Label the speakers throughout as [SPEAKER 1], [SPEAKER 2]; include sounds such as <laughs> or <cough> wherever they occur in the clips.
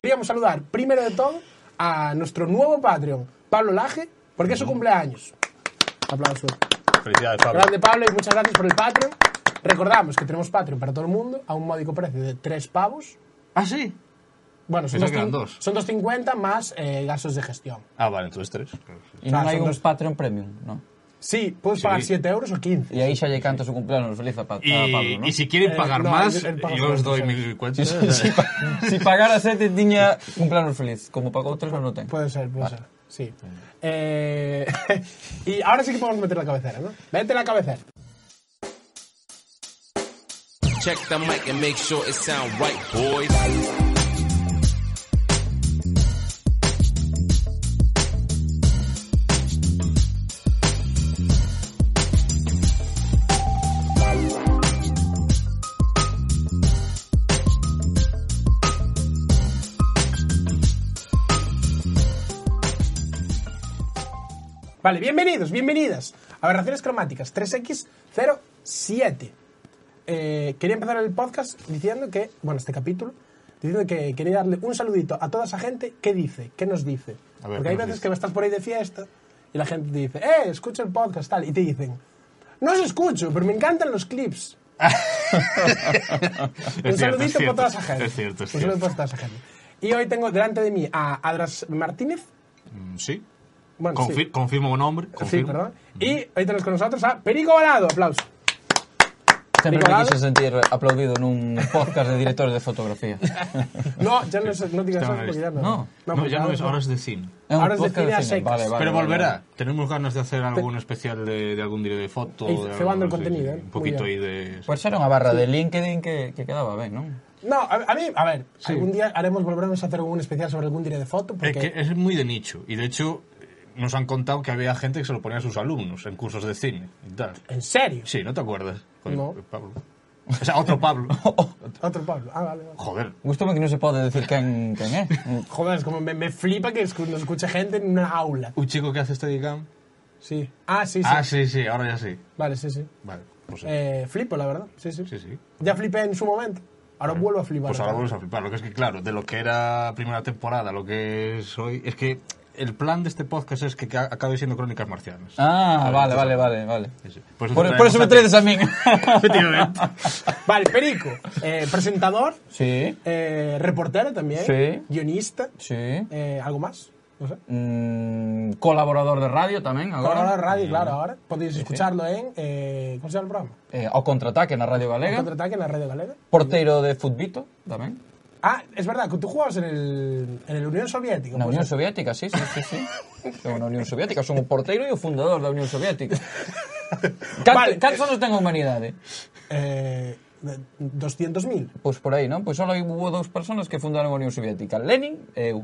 [SPEAKER 1] Queríamos saludar primero de todo a nuestro nuevo Patreon, Pablo Laje, porque es su cumpleaños. Aplausos.
[SPEAKER 2] Felicidades, Pablo.
[SPEAKER 1] Grande Pablo y muchas gracias por el Patreon. Recordamos que tenemos Patreon para todo el mundo a un módico precio de 3 pavos.
[SPEAKER 3] ¿Ah, sí?
[SPEAKER 1] Bueno, son,
[SPEAKER 2] Pensaba
[SPEAKER 1] dos
[SPEAKER 2] que
[SPEAKER 1] cin-
[SPEAKER 2] eran dos.
[SPEAKER 1] son 2.50 más eh, gastos de gestión.
[SPEAKER 2] Ah, vale, entonces tres.
[SPEAKER 3] Y
[SPEAKER 1] Claro,
[SPEAKER 3] no hay
[SPEAKER 1] son
[SPEAKER 3] un
[SPEAKER 1] dos-
[SPEAKER 3] Patreon Premium, ¿no?
[SPEAKER 1] Sí, puedes pagar 7 euros o 15.
[SPEAKER 3] Y ahí ya canta su cumpleaños feliz a, pa- a
[SPEAKER 2] Y,
[SPEAKER 3] Pablo, ¿no?
[SPEAKER 2] y si quieren
[SPEAKER 1] Eh, <laughs>
[SPEAKER 2] pagar
[SPEAKER 1] no,
[SPEAKER 2] más,
[SPEAKER 1] él- él paga
[SPEAKER 2] yo
[SPEAKER 1] por
[SPEAKER 2] os doy
[SPEAKER 1] eso.
[SPEAKER 2] mi cuenta.
[SPEAKER 3] Si, si pa- si pagara sete, tiña cumpleaños feliz. Como pagó tres, no ten.
[SPEAKER 1] Puede ser, puede ser. Sí. Eh, <laughs> y ahora sí que podemos meter la cabecera, ¿no? Mete la cabecera.
[SPEAKER 4] Check the mic and make sure it sound right, boys.
[SPEAKER 1] Vale, bienvenidos, bienvenidas a Aberraciones Cromáticas 3X07. Eh, quería empezar el podcast diciendo que, bueno, este capítulo, diciendo que quería darle un saludito a toda esa gente que dice, que nos dice.
[SPEAKER 2] A ver,
[SPEAKER 1] Porque
[SPEAKER 2] ¿qué
[SPEAKER 1] hay
[SPEAKER 2] nos
[SPEAKER 1] veces
[SPEAKER 2] dice?
[SPEAKER 1] que estás por ahí de fiesta y la gente te dice, eh, escucha el podcast, tal, y te dicen, no os escucho, pero me encantan los clips. un saludito para toda esa gente.
[SPEAKER 2] Es cierto, es
[SPEAKER 1] un saludo para
[SPEAKER 2] cierto.
[SPEAKER 1] toda esa gente. Y hoy tengo delante de mí a Adras Martínez.
[SPEAKER 2] Mm, Sí.
[SPEAKER 1] Bueno, sí.
[SPEAKER 2] Confir- Confirmo un nombre.
[SPEAKER 1] Sí,
[SPEAKER 2] confirmo.
[SPEAKER 1] perdón.
[SPEAKER 2] Mm.
[SPEAKER 1] Y hoy tenemos con nosotros a Perico Balado. Aplauso.
[SPEAKER 3] Sempre me
[SPEAKER 1] Nicolás?
[SPEAKER 3] quise sentir aplaudido nun podcast de directores de fotografía.
[SPEAKER 1] No, ya no, es- no digas
[SPEAKER 2] Está
[SPEAKER 1] eso
[SPEAKER 2] mal
[SPEAKER 1] porque
[SPEAKER 2] visto.
[SPEAKER 1] ya no.
[SPEAKER 3] No,
[SPEAKER 2] No,
[SPEAKER 1] porque
[SPEAKER 2] ya no
[SPEAKER 1] ahora
[SPEAKER 2] es horas de cine.
[SPEAKER 3] É un
[SPEAKER 1] Ahora es de
[SPEAKER 3] podcast
[SPEAKER 1] cine a
[SPEAKER 3] cine.
[SPEAKER 1] secas.
[SPEAKER 3] Vale, vale,
[SPEAKER 2] Pero
[SPEAKER 3] vale,
[SPEAKER 2] volverá.
[SPEAKER 3] vale.
[SPEAKER 2] Tenemos ganas de hacer algún especial de, de algún día de foto.
[SPEAKER 1] Y
[SPEAKER 2] de algo,
[SPEAKER 1] cebando el
[SPEAKER 2] no sé,
[SPEAKER 1] contenido, ¿eh?
[SPEAKER 2] Un
[SPEAKER 1] Muy
[SPEAKER 2] poquito ahí
[SPEAKER 1] bien. Pues,
[SPEAKER 2] de.
[SPEAKER 3] Pois era unha barra de LinkedIn que, que quedaba ben, non?
[SPEAKER 1] No, a, a mí, a ver, algún día haremos, volveremos a hacer un especial sobre algún día de foto porque...
[SPEAKER 2] Es que es muy de nicho. Y de hecho, eh, nos han contado que había gente que se lo ponía a sus alumnos en cursos de cine y tal.
[SPEAKER 1] ¿En serio?
[SPEAKER 2] Sí, ¿no te acuerdas? Joder,
[SPEAKER 1] No.
[SPEAKER 2] Pablo. O sea, otro Pablo. <laughs>
[SPEAKER 1] Otro Pablo. Ah, vale, vale.
[SPEAKER 2] Joder.
[SPEAKER 3] Gústame que non se pode decir quen, quen é.
[SPEAKER 1] Joder, es como me, me flipa que escu- nos escuche gente en una aula.
[SPEAKER 2] Un chico que hace este Steadicam.
[SPEAKER 1] Sí. Ah, sí, sí.
[SPEAKER 2] Ah, sí, sí, ahora ya sí.
[SPEAKER 1] Vale, sí, sí.
[SPEAKER 2] Vale, pues sí.
[SPEAKER 1] Eh, flipo, la verdad. Sí, sí.
[SPEAKER 2] Sí, sí.
[SPEAKER 1] Ya flipé en su momento. Ahora vuelvo a flipar.
[SPEAKER 2] Pues ahora vuelves a flipar. Lo que es que, claro, de lo que era primera temporada, a lo que es hoy, es que el plan de este podcast es que ca- acabe siendo Crónicas Marcianas.
[SPEAKER 3] Ah,
[SPEAKER 2] Claro,
[SPEAKER 3] vale,
[SPEAKER 2] entonces-
[SPEAKER 3] vale, vale, vale.
[SPEAKER 2] Sí, sí.
[SPEAKER 3] Por,
[SPEAKER 2] eso
[SPEAKER 3] por
[SPEAKER 2] traemos
[SPEAKER 3] eso me
[SPEAKER 2] a ti.
[SPEAKER 3] traedes a min.
[SPEAKER 2] Efectivamente.
[SPEAKER 1] <laughs> Vale, Perico. eh, presentador,
[SPEAKER 3] <laughs> sí,
[SPEAKER 1] eh, reportero también,
[SPEAKER 3] Sí.
[SPEAKER 1] guionista.
[SPEAKER 3] sí.
[SPEAKER 1] Eh, ¿Algo más? No sé.
[SPEAKER 3] Mm, colaborador de radio tamén
[SPEAKER 1] Ahora
[SPEAKER 3] agora.
[SPEAKER 1] radio, claro, ahora. Podéis escucharlo en. Eh, ¿Cómo se llama el programa?
[SPEAKER 3] Eh, ao contraataque na Radio Galega.
[SPEAKER 1] Contraataque en la radio galera.
[SPEAKER 3] Porteiro de futbito tamén.
[SPEAKER 1] Ah, es verdad, que tú jugabas en el, en el Unión Soviética.
[SPEAKER 3] Na
[SPEAKER 1] pues.
[SPEAKER 3] Unión Soviética, sí, sí, sí, sí. Son na Unión Soviética, son o porteiro e o fundador da Unión <laughs> Soviética.
[SPEAKER 1] Vale.
[SPEAKER 3] Cantos vale. anos ten a humanidade?
[SPEAKER 1] Eh, de- 200.000.
[SPEAKER 3] Pois por aí, non? Pois só hubo dous personas que fundaron a Unión Soviética, Lenin e eu.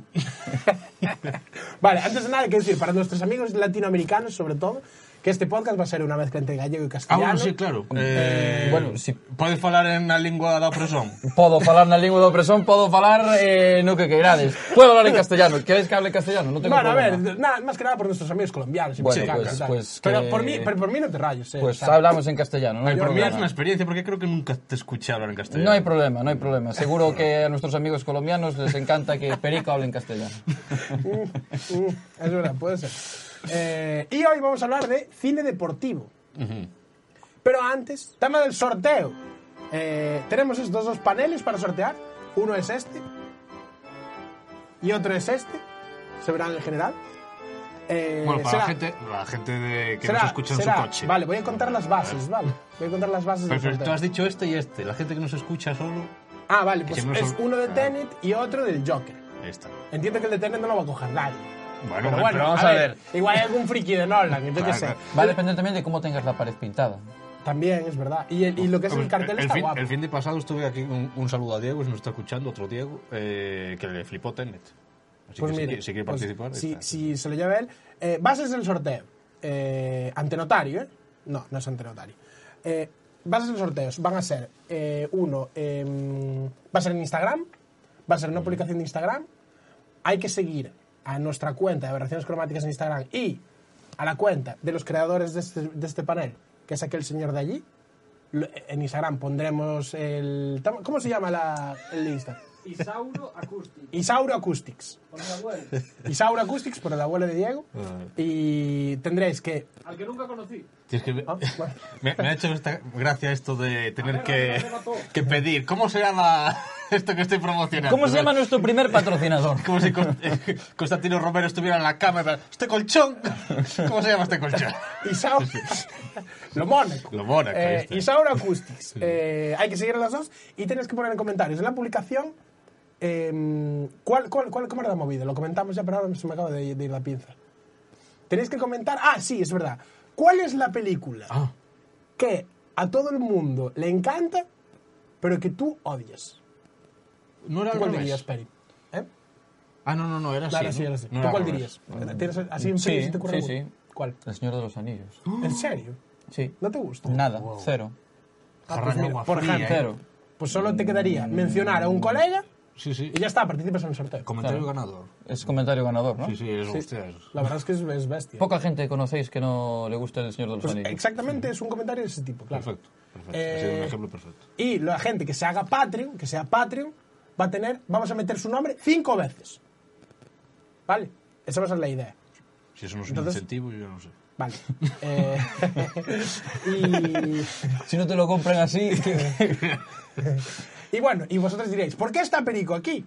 [SPEAKER 1] Vale, antes de nada, quiero decir, para nuestros amigos latinoamericanos, sobre todo, que este podcast va a ser una mezcla entre gallego y
[SPEAKER 2] Ah,
[SPEAKER 1] castellano.
[SPEAKER 2] bueno, sí, claro.
[SPEAKER 3] Eh, bueno, sí.
[SPEAKER 2] Podes falar en a lingua da opresión.
[SPEAKER 3] <laughs> Podo falar na lingua da opresión, podo falar eh, no que queirades. Podo hablar en castellano, queres que hable castellano? Non tengo
[SPEAKER 1] Bueno, a ver,
[SPEAKER 3] problema.
[SPEAKER 1] nada, más que nada por nuestros amigos colombianos. y
[SPEAKER 3] Bueno,
[SPEAKER 1] mexicanos y
[SPEAKER 3] pues-
[SPEAKER 1] tal.
[SPEAKER 3] pues
[SPEAKER 1] pero,
[SPEAKER 3] que-
[SPEAKER 1] por mí, pero por mí no te rayes. eh,
[SPEAKER 3] Pues
[SPEAKER 1] o sea,
[SPEAKER 3] hablamos en castellano, non hai
[SPEAKER 2] Por mí Pues es
[SPEAKER 3] problema.
[SPEAKER 2] una experiencia, porque creo que nunca te escuché hablar en castellano.
[SPEAKER 3] No hay problema, no hay problema. Seguro que a nuestros amigos colombianos les encanta que Perico hable en castellano.
[SPEAKER 1] Mm, <laughs> es verdad, puede ser. Eh, y hoy vamos a hablar de cine deportivo. Pero antes, tema del sorteo. Eh, tenemos estos dos paneles para sortear. Uno es este y otro es este. Se verán en general. Eh,
[SPEAKER 2] Bueno, para
[SPEAKER 1] será-
[SPEAKER 2] la gente, la gente de, que
[SPEAKER 1] será-
[SPEAKER 2] nos escucha en
[SPEAKER 1] será-
[SPEAKER 2] su coche.
[SPEAKER 1] Vale, voy a contar las bases, vale. Voy a contar las bases
[SPEAKER 2] Pero,
[SPEAKER 1] del
[SPEAKER 2] pero tú
[SPEAKER 1] sorteo.
[SPEAKER 2] has dicho este y este. La gente que nos escucha solo.
[SPEAKER 1] Ah, vale,
[SPEAKER 2] que
[SPEAKER 1] pues
[SPEAKER 2] siempre
[SPEAKER 1] es
[SPEAKER 2] son-
[SPEAKER 1] uno de
[SPEAKER 2] Ah.
[SPEAKER 1] Tenet y otro del Joker.
[SPEAKER 2] Esta.
[SPEAKER 1] Entiendo que el de Tenet no lo va a coger nadie.
[SPEAKER 2] Bueno,
[SPEAKER 1] Pero
[SPEAKER 2] hombre,
[SPEAKER 1] bueno,
[SPEAKER 2] pero vamos a ver.
[SPEAKER 1] Igual hay algún friki de Nolan, yo qué
[SPEAKER 2] Claro,
[SPEAKER 1] sé.
[SPEAKER 2] claro.
[SPEAKER 3] Va a depender también de cómo tengas la pared pintada.
[SPEAKER 1] También, es verdad. Y, el- y lo que es el
[SPEAKER 2] Pues,
[SPEAKER 1] cartel está
[SPEAKER 2] fin,
[SPEAKER 1] guapo.
[SPEAKER 2] el fin de pasado estuve aquí un, un saludo a Diego, si nos está escuchando, otro Diego, eh, que le flipó Tenet. Así
[SPEAKER 1] Pues
[SPEAKER 2] que si
[SPEAKER 1] mire,
[SPEAKER 2] quiere- si quiere
[SPEAKER 1] pues,
[SPEAKER 2] participar,
[SPEAKER 1] si,
[SPEAKER 2] está.
[SPEAKER 1] si se lo lleva él. Eh, bases del sorteo. Eh, ante notario, ¿eh? No, no es ante notario. Eh, bases del sorteo van a ser: eh, uno, eh, va a ser en Instagram, va a ser una publicación de Instagram. Hay que seguir a nuestra cuenta de aberraciones cromáticas en Instagram y a la cuenta de los creadores de este, de este panel, que es aquel señor de allí. Lo- En Instagram pondremos el. ¿Cómo se llama la, el Insta?
[SPEAKER 5] Isauro Acoustic.
[SPEAKER 1] Isauro Acoustics.
[SPEAKER 5] Por mi abuelo.
[SPEAKER 1] Isaura Acoustics por el abuelo de Diego.
[SPEAKER 2] Ah.
[SPEAKER 1] Y tendréis que.
[SPEAKER 5] Al que nunca conocí.
[SPEAKER 2] Tienes que- <laughs>
[SPEAKER 1] Ah, bueno.
[SPEAKER 2] me, me ha hecho esta gracia esto de tener
[SPEAKER 5] A ver, a
[SPEAKER 2] que,
[SPEAKER 5] ver, a ver, a todo.
[SPEAKER 2] que pedir. ¿Cómo se llama <laughs> esto que estoy promocionando?
[SPEAKER 3] ¿Cómo se llama nuestro primer patrocinador?
[SPEAKER 2] Como si Con- eh, <laughs> Constantino Romero estuviera en la cámara. ¿Este colchón? <laughs> ¿Cómo se llama este colchón?
[SPEAKER 1] Isaura. <laughs> Lo Mónaco.
[SPEAKER 2] Lo Mónaco,
[SPEAKER 1] Eh,
[SPEAKER 2] este.
[SPEAKER 1] Isaura Acoustics. Eh, hay que seguir a las dos y tenéis que poner en comentarios en la publicación. em, ¿cuál, cuál, cuál, ¿Cómo era la movida? Lo comentamos ya, pero ahora se me acaba de, de ir la pinza. Tenéis que comentar. Ah, sí, es verdad. ¿Cuál es la película que a todo el mundo le encanta, pero que tú odias?
[SPEAKER 2] ¿No era
[SPEAKER 1] ¿Tú
[SPEAKER 2] al
[SPEAKER 1] cuál
[SPEAKER 2] revés?
[SPEAKER 1] dirías, Peri? ¿Eh?
[SPEAKER 2] Ah, no, no, no, era así.
[SPEAKER 1] Claro, sí,
[SPEAKER 2] ¿no?
[SPEAKER 1] ahora sí.
[SPEAKER 2] No era
[SPEAKER 1] ¿Tú
[SPEAKER 2] al
[SPEAKER 1] cuál
[SPEAKER 2] revés.
[SPEAKER 1] dirías? ¿Tienes así en
[SPEAKER 3] Sí,
[SPEAKER 1] serio si te ocurre
[SPEAKER 3] sí,
[SPEAKER 1] alguno?
[SPEAKER 3] sí.
[SPEAKER 1] ¿Cuál?
[SPEAKER 3] El Señor de los Anillos.
[SPEAKER 1] ¿En serio?
[SPEAKER 3] Sí.
[SPEAKER 1] ¿No te gusta?
[SPEAKER 3] Nada, cero.
[SPEAKER 1] Ah,
[SPEAKER 2] Jarra
[SPEAKER 1] pues
[SPEAKER 2] de
[SPEAKER 1] mira,
[SPEAKER 2] agua
[SPEAKER 1] por
[SPEAKER 2] fría,
[SPEAKER 1] ejemplo,
[SPEAKER 2] ¿eh?
[SPEAKER 3] Cero.
[SPEAKER 1] pues solo te quedaría mencionar a un colega
[SPEAKER 2] Sí, sí.
[SPEAKER 1] y ya está, participas en el sorteo.
[SPEAKER 2] Comentario ganador.
[SPEAKER 3] Es comentario ganador, ¿no?
[SPEAKER 2] Sí, sí, es
[SPEAKER 1] Sí.
[SPEAKER 2] hostias.
[SPEAKER 1] La verdad es que es, es bestia.
[SPEAKER 3] Poca gente conocéis que no le guste el Señor de los
[SPEAKER 1] Pues
[SPEAKER 3] Anillos.
[SPEAKER 1] exactamente es un comentario de ese tipo, claro.
[SPEAKER 2] Perfecto. perfecto.
[SPEAKER 1] Eh,
[SPEAKER 2] Ha sido un ejemplo perfecto.
[SPEAKER 1] Y la gente que se haga Patreon, que sea Patreon, va a tener, vamos a meter su nombre cinco veces. ¿Vale? Esa va a ser la idea.
[SPEAKER 2] Si eso no es
[SPEAKER 1] entonces-
[SPEAKER 2] un incentivo, yo no sé.
[SPEAKER 3] <laughs>
[SPEAKER 1] Vale. Eh, <laughs> y...
[SPEAKER 3] Si no te lo compran así, <laughs>
[SPEAKER 1] Y bueno, y vosotros diréis, ¿por qué está Perico aquí?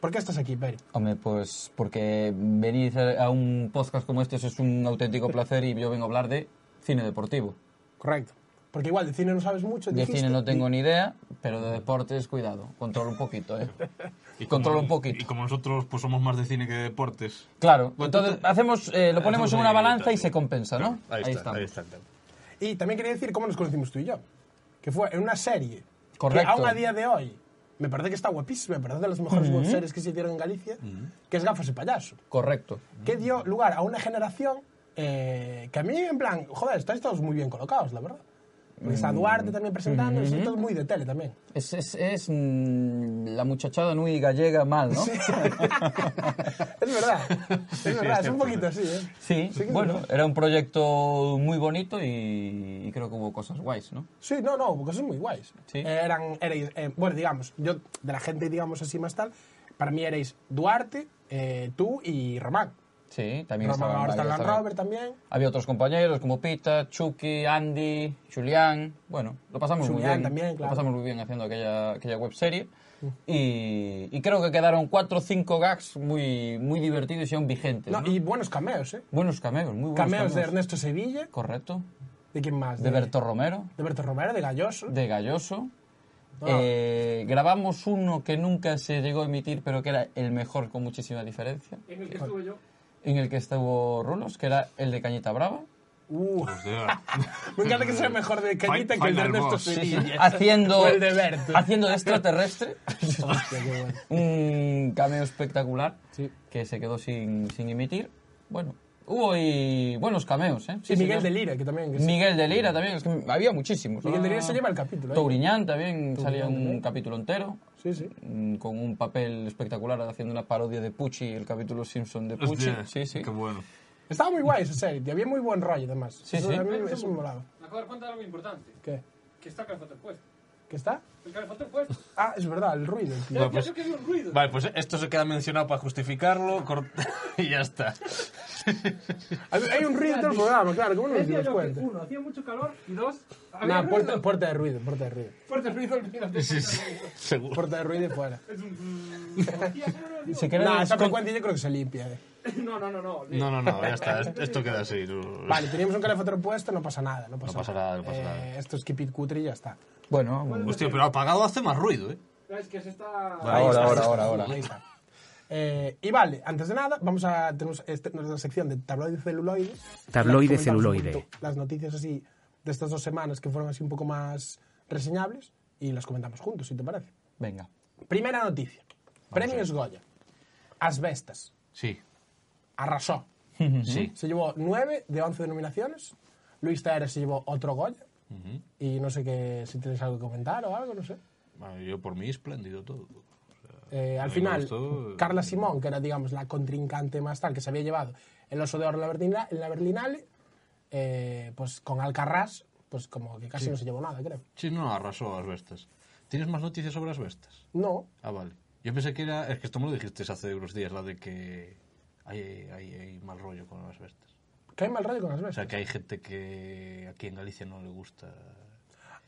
[SPEAKER 1] ¿Por qué estás aquí, Peri?
[SPEAKER 3] Hombre, pues porque venir a un podcast como este es un auténtico placer y yo vengo a hablar de cine deportivo.
[SPEAKER 1] Correcto. Porque igual de cine no sabes mucho.
[SPEAKER 3] De
[SPEAKER 1] dijiste.
[SPEAKER 3] cine no tengo ni idea, pero de deportes, cuidado, controlo un poquito, ¿eh?
[SPEAKER 2] Y
[SPEAKER 3] Controlo
[SPEAKER 2] como-
[SPEAKER 3] un
[SPEAKER 2] Y
[SPEAKER 3] poquito.
[SPEAKER 2] como nosotros pues somos más de cine que de deportes.
[SPEAKER 3] Claro,
[SPEAKER 2] Bueno,
[SPEAKER 3] entonces
[SPEAKER 2] tú-
[SPEAKER 3] hacemos, eh, lo ponemos en
[SPEAKER 2] Hacemos
[SPEAKER 3] una
[SPEAKER 2] ahí
[SPEAKER 3] balanza y
[SPEAKER 2] tal.
[SPEAKER 3] se compensa, ¿no?
[SPEAKER 2] Claro, Ahí, está,
[SPEAKER 3] estamos.
[SPEAKER 2] ahí está. el
[SPEAKER 3] <laughs>
[SPEAKER 2] tema.
[SPEAKER 1] Y también quería decir cómo nos conocimos tú y yo. Que fue en una serie.
[SPEAKER 3] Correcto.
[SPEAKER 1] Que aún a día de hoy, me parece que está guapísima, me parece de las mejores web series que se hicieron en Galicia, que es Gafas y Payaso.
[SPEAKER 3] Correcto.
[SPEAKER 1] Que dio lugar a una generación eh, que a mí, en plan, joder, estáis todos muy bien colocados, la verdad. Porque está Duarte también presentando, estáis todos muy de tele también.
[SPEAKER 3] Es, es, es, mm, la muchachada nui gallega mal, ¿no? Sí,
[SPEAKER 1] Es verdad. Es
[SPEAKER 2] sí, es
[SPEAKER 1] verdad, es un
[SPEAKER 2] cierto.
[SPEAKER 1] poquito así, ¿eh? que es
[SPEAKER 3] bueno,
[SPEAKER 1] verdad.
[SPEAKER 3] era un proyecto muy bonito y, y creo que hubo cosas guays, ¿no?
[SPEAKER 1] Sí, no, no, porque son muy guays.
[SPEAKER 3] Sí.
[SPEAKER 1] Eran, erais, eh, bueno, digamos, yo, de la gente, digamos así más tal, para mí erais Duarte, eh, tú y Román.
[SPEAKER 3] Sí, también
[SPEAKER 1] Román
[SPEAKER 3] estaba-
[SPEAKER 1] ahora está en Land
[SPEAKER 3] estaba-
[SPEAKER 1] Rover también.
[SPEAKER 3] Había otros compañeros como Pita, Chucky, Andy, Julián. Bueno, lo pasamos muy
[SPEAKER 1] Julián
[SPEAKER 3] bien.
[SPEAKER 1] también, claro. Mm.
[SPEAKER 3] Lo pasamos muy bien haciendo aquella, aquella webserie. Y, y creo que quedaron cuatro o cinco gags muy, muy divertidos y aún vigentes.
[SPEAKER 1] No,
[SPEAKER 3] ¿no?
[SPEAKER 1] y buenos cameos, ¿eh?
[SPEAKER 3] Buenos cameos, muy buenos
[SPEAKER 1] Cameos,
[SPEAKER 3] cameos.
[SPEAKER 1] de Ernesto Sevilla,
[SPEAKER 3] Correcto.
[SPEAKER 1] ¿de quién más?
[SPEAKER 3] De Berto Romero,
[SPEAKER 1] De Berto Romero, de Galloso.
[SPEAKER 3] de Galloso.
[SPEAKER 1] Ah.
[SPEAKER 3] Eh, grabamos uno que nunca se llegó a emitir, pero que era el mejor con muchísima diferencia,
[SPEAKER 5] En el que estuve yo.
[SPEAKER 3] en el que estuvo Rulos, que era el de
[SPEAKER 1] <laughs>
[SPEAKER 3] Cañita Brava.
[SPEAKER 1] Uh,
[SPEAKER 3] <laughs>
[SPEAKER 2] Hostia.
[SPEAKER 1] me encanta que sea mejor de Cañita
[SPEAKER 2] Fi-
[SPEAKER 1] que el de
[SPEAKER 2] Final
[SPEAKER 1] Ernesto
[SPEAKER 2] Boss. Sí,
[SPEAKER 3] Sí, sí.
[SPEAKER 1] Sevilla.
[SPEAKER 3] Haciendo,
[SPEAKER 1] O este el de Berto.
[SPEAKER 3] haciendo
[SPEAKER 1] <laughs>
[SPEAKER 3] de extraterrestre.
[SPEAKER 1] Hostia, qué bueno.
[SPEAKER 3] un cameo espectacular
[SPEAKER 1] Sí.
[SPEAKER 3] que se quedó sin, sin emitir. Bueno, hubo y buenos cameos, ¿eh? Sí,
[SPEAKER 1] y Miguel
[SPEAKER 3] señor.
[SPEAKER 1] de Lira, que también. que sí.
[SPEAKER 3] Miguel de Lira también, es que había muchísimos.
[SPEAKER 1] Miguel de Lira
[SPEAKER 3] Ah,
[SPEAKER 1] se lleva el capítulo. ¿eh?
[SPEAKER 3] Touriñán también salía un capítulo entero.
[SPEAKER 1] Sí, sí.
[SPEAKER 3] mm, Con un papel espectacular haciendo una parodia de Pucci, el capítulo Simpson de Pucci.
[SPEAKER 2] Hostia,
[SPEAKER 3] Sí, sí.
[SPEAKER 2] Qué bueno.
[SPEAKER 1] Estaba muy guay esa serie, tío, había muy buen rollo además.
[SPEAKER 3] Sí,
[SPEAKER 1] eso,
[SPEAKER 3] sí.
[SPEAKER 1] A mí
[SPEAKER 5] Pero un
[SPEAKER 1] eso me
[SPEAKER 5] segundo.
[SPEAKER 1] molaba.
[SPEAKER 5] Me acabo de dar cuenta de algo importante.
[SPEAKER 1] ¿Qué?
[SPEAKER 5] Que está el calzote puesto.
[SPEAKER 1] ¿Qué está?
[SPEAKER 5] El calzote puesto.
[SPEAKER 1] Ah, es verdad, el ruido. tío.
[SPEAKER 2] Bueno,
[SPEAKER 5] Ya, ya
[SPEAKER 2] pues-
[SPEAKER 5] yo que vi un ruido.
[SPEAKER 2] Vale, pues esto se queda mencionado para justificarlo cort- <laughs> y ya está.
[SPEAKER 1] Hay, hay un ruido en todo el programa, claro, ¿cómo no nos
[SPEAKER 5] Decía
[SPEAKER 1] dimos
[SPEAKER 5] yo que,
[SPEAKER 1] cuenta?
[SPEAKER 5] uno, hacía mucho calor y dos, había
[SPEAKER 1] Nah, puerta,
[SPEAKER 5] ruido.
[SPEAKER 1] puerta de ruido, puerta de ruido.
[SPEAKER 5] Fuerte ruido, mira,
[SPEAKER 2] Sí, sí, seguro.
[SPEAKER 1] Puerta de ruido y fuera.
[SPEAKER 5] <laughs>
[SPEAKER 1] <laughs>
[SPEAKER 5] Es un... Hostia, no, no, digo.
[SPEAKER 3] Si queréis-
[SPEAKER 1] Nah, esa
[SPEAKER 3] con-
[SPEAKER 1] frecuencia yo creo que se limpia. eh.
[SPEAKER 5] <laughs> No, no, no, no.
[SPEAKER 2] No, no, no, ya está. est- Esto queda así. no-
[SPEAKER 1] Vale, teníamos un calefactor puesto, no pasa nada, no pasa,
[SPEAKER 2] No pasa nada, no pasa
[SPEAKER 1] Eh,
[SPEAKER 2] nada.
[SPEAKER 1] esto es keep it cutre y ya está.
[SPEAKER 3] Bueno, mm,
[SPEAKER 2] Hostia, pero apagado hace más ruido, ¿eh?
[SPEAKER 5] Es que se está...
[SPEAKER 2] Ahí
[SPEAKER 3] ahora,
[SPEAKER 2] está,
[SPEAKER 3] ahora,
[SPEAKER 2] ahí
[SPEAKER 3] ahora, ahora.
[SPEAKER 1] Ahí está. Eh, y vale, antes de nada, vamos a tenemos este- nuestra sección de tabloide celuloide.
[SPEAKER 6] Tabloide
[SPEAKER 1] Comentamos un
[SPEAKER 6] celuloide.
[SPEAKER 1] poquito Las noticias así de estas dos semanas que fueron así un poco más reseñables y las comentamos juntos, si te parece.
[SPEAKER 3] Venga.
[SPEAKER 1] Primera noticia. Premios Goya. Asbestas.
[SPEAKER 2] Sí,
[SPEAKER 1] Arrasó.
[SPEAKER 2] sí.
[SPEAKER 1] Se llevó 9 de 11 denominaciones. Luis Taer se llevó otro Goya. Y no sé qué, si tienes algo que comentar o algo, no sé.
[SPEAKER 2] Bueno, yo por mí espléndido todo.
[SPEAKER 1] Eh, al
[SPEAKER 2] me
[SPEAKER 1] final,
[SPEAKER 2] gustó, eh.
[SPEAKER 1] Carla Simón, que era, digamos, la contrincante más tal, que se había llevado el oso de oro en la, Berlina- en la Berlinale, eh, pues con Alcarrás, pues como que casi no se llevó nada, creo.
[SPEAKER 2] Sí, no, arrasó Asbestas. ¿Tienes más noticias sobre Asbestas?
[SPEAKER 1] No,
[SPEAKER 2] Ah, vale. Yo pensé que era... Es que esto me lo dijiste hace unos días, la de que hay, hay, hay mal rollo con Asbestas.
[SPEAKER 1] que hay mal rollo con
[SPEAKER 2] O
[SPEAKER 1] Asbestas.
[SPEAKER 2] sea, que hay gente que aquí en Galicia no le gusta...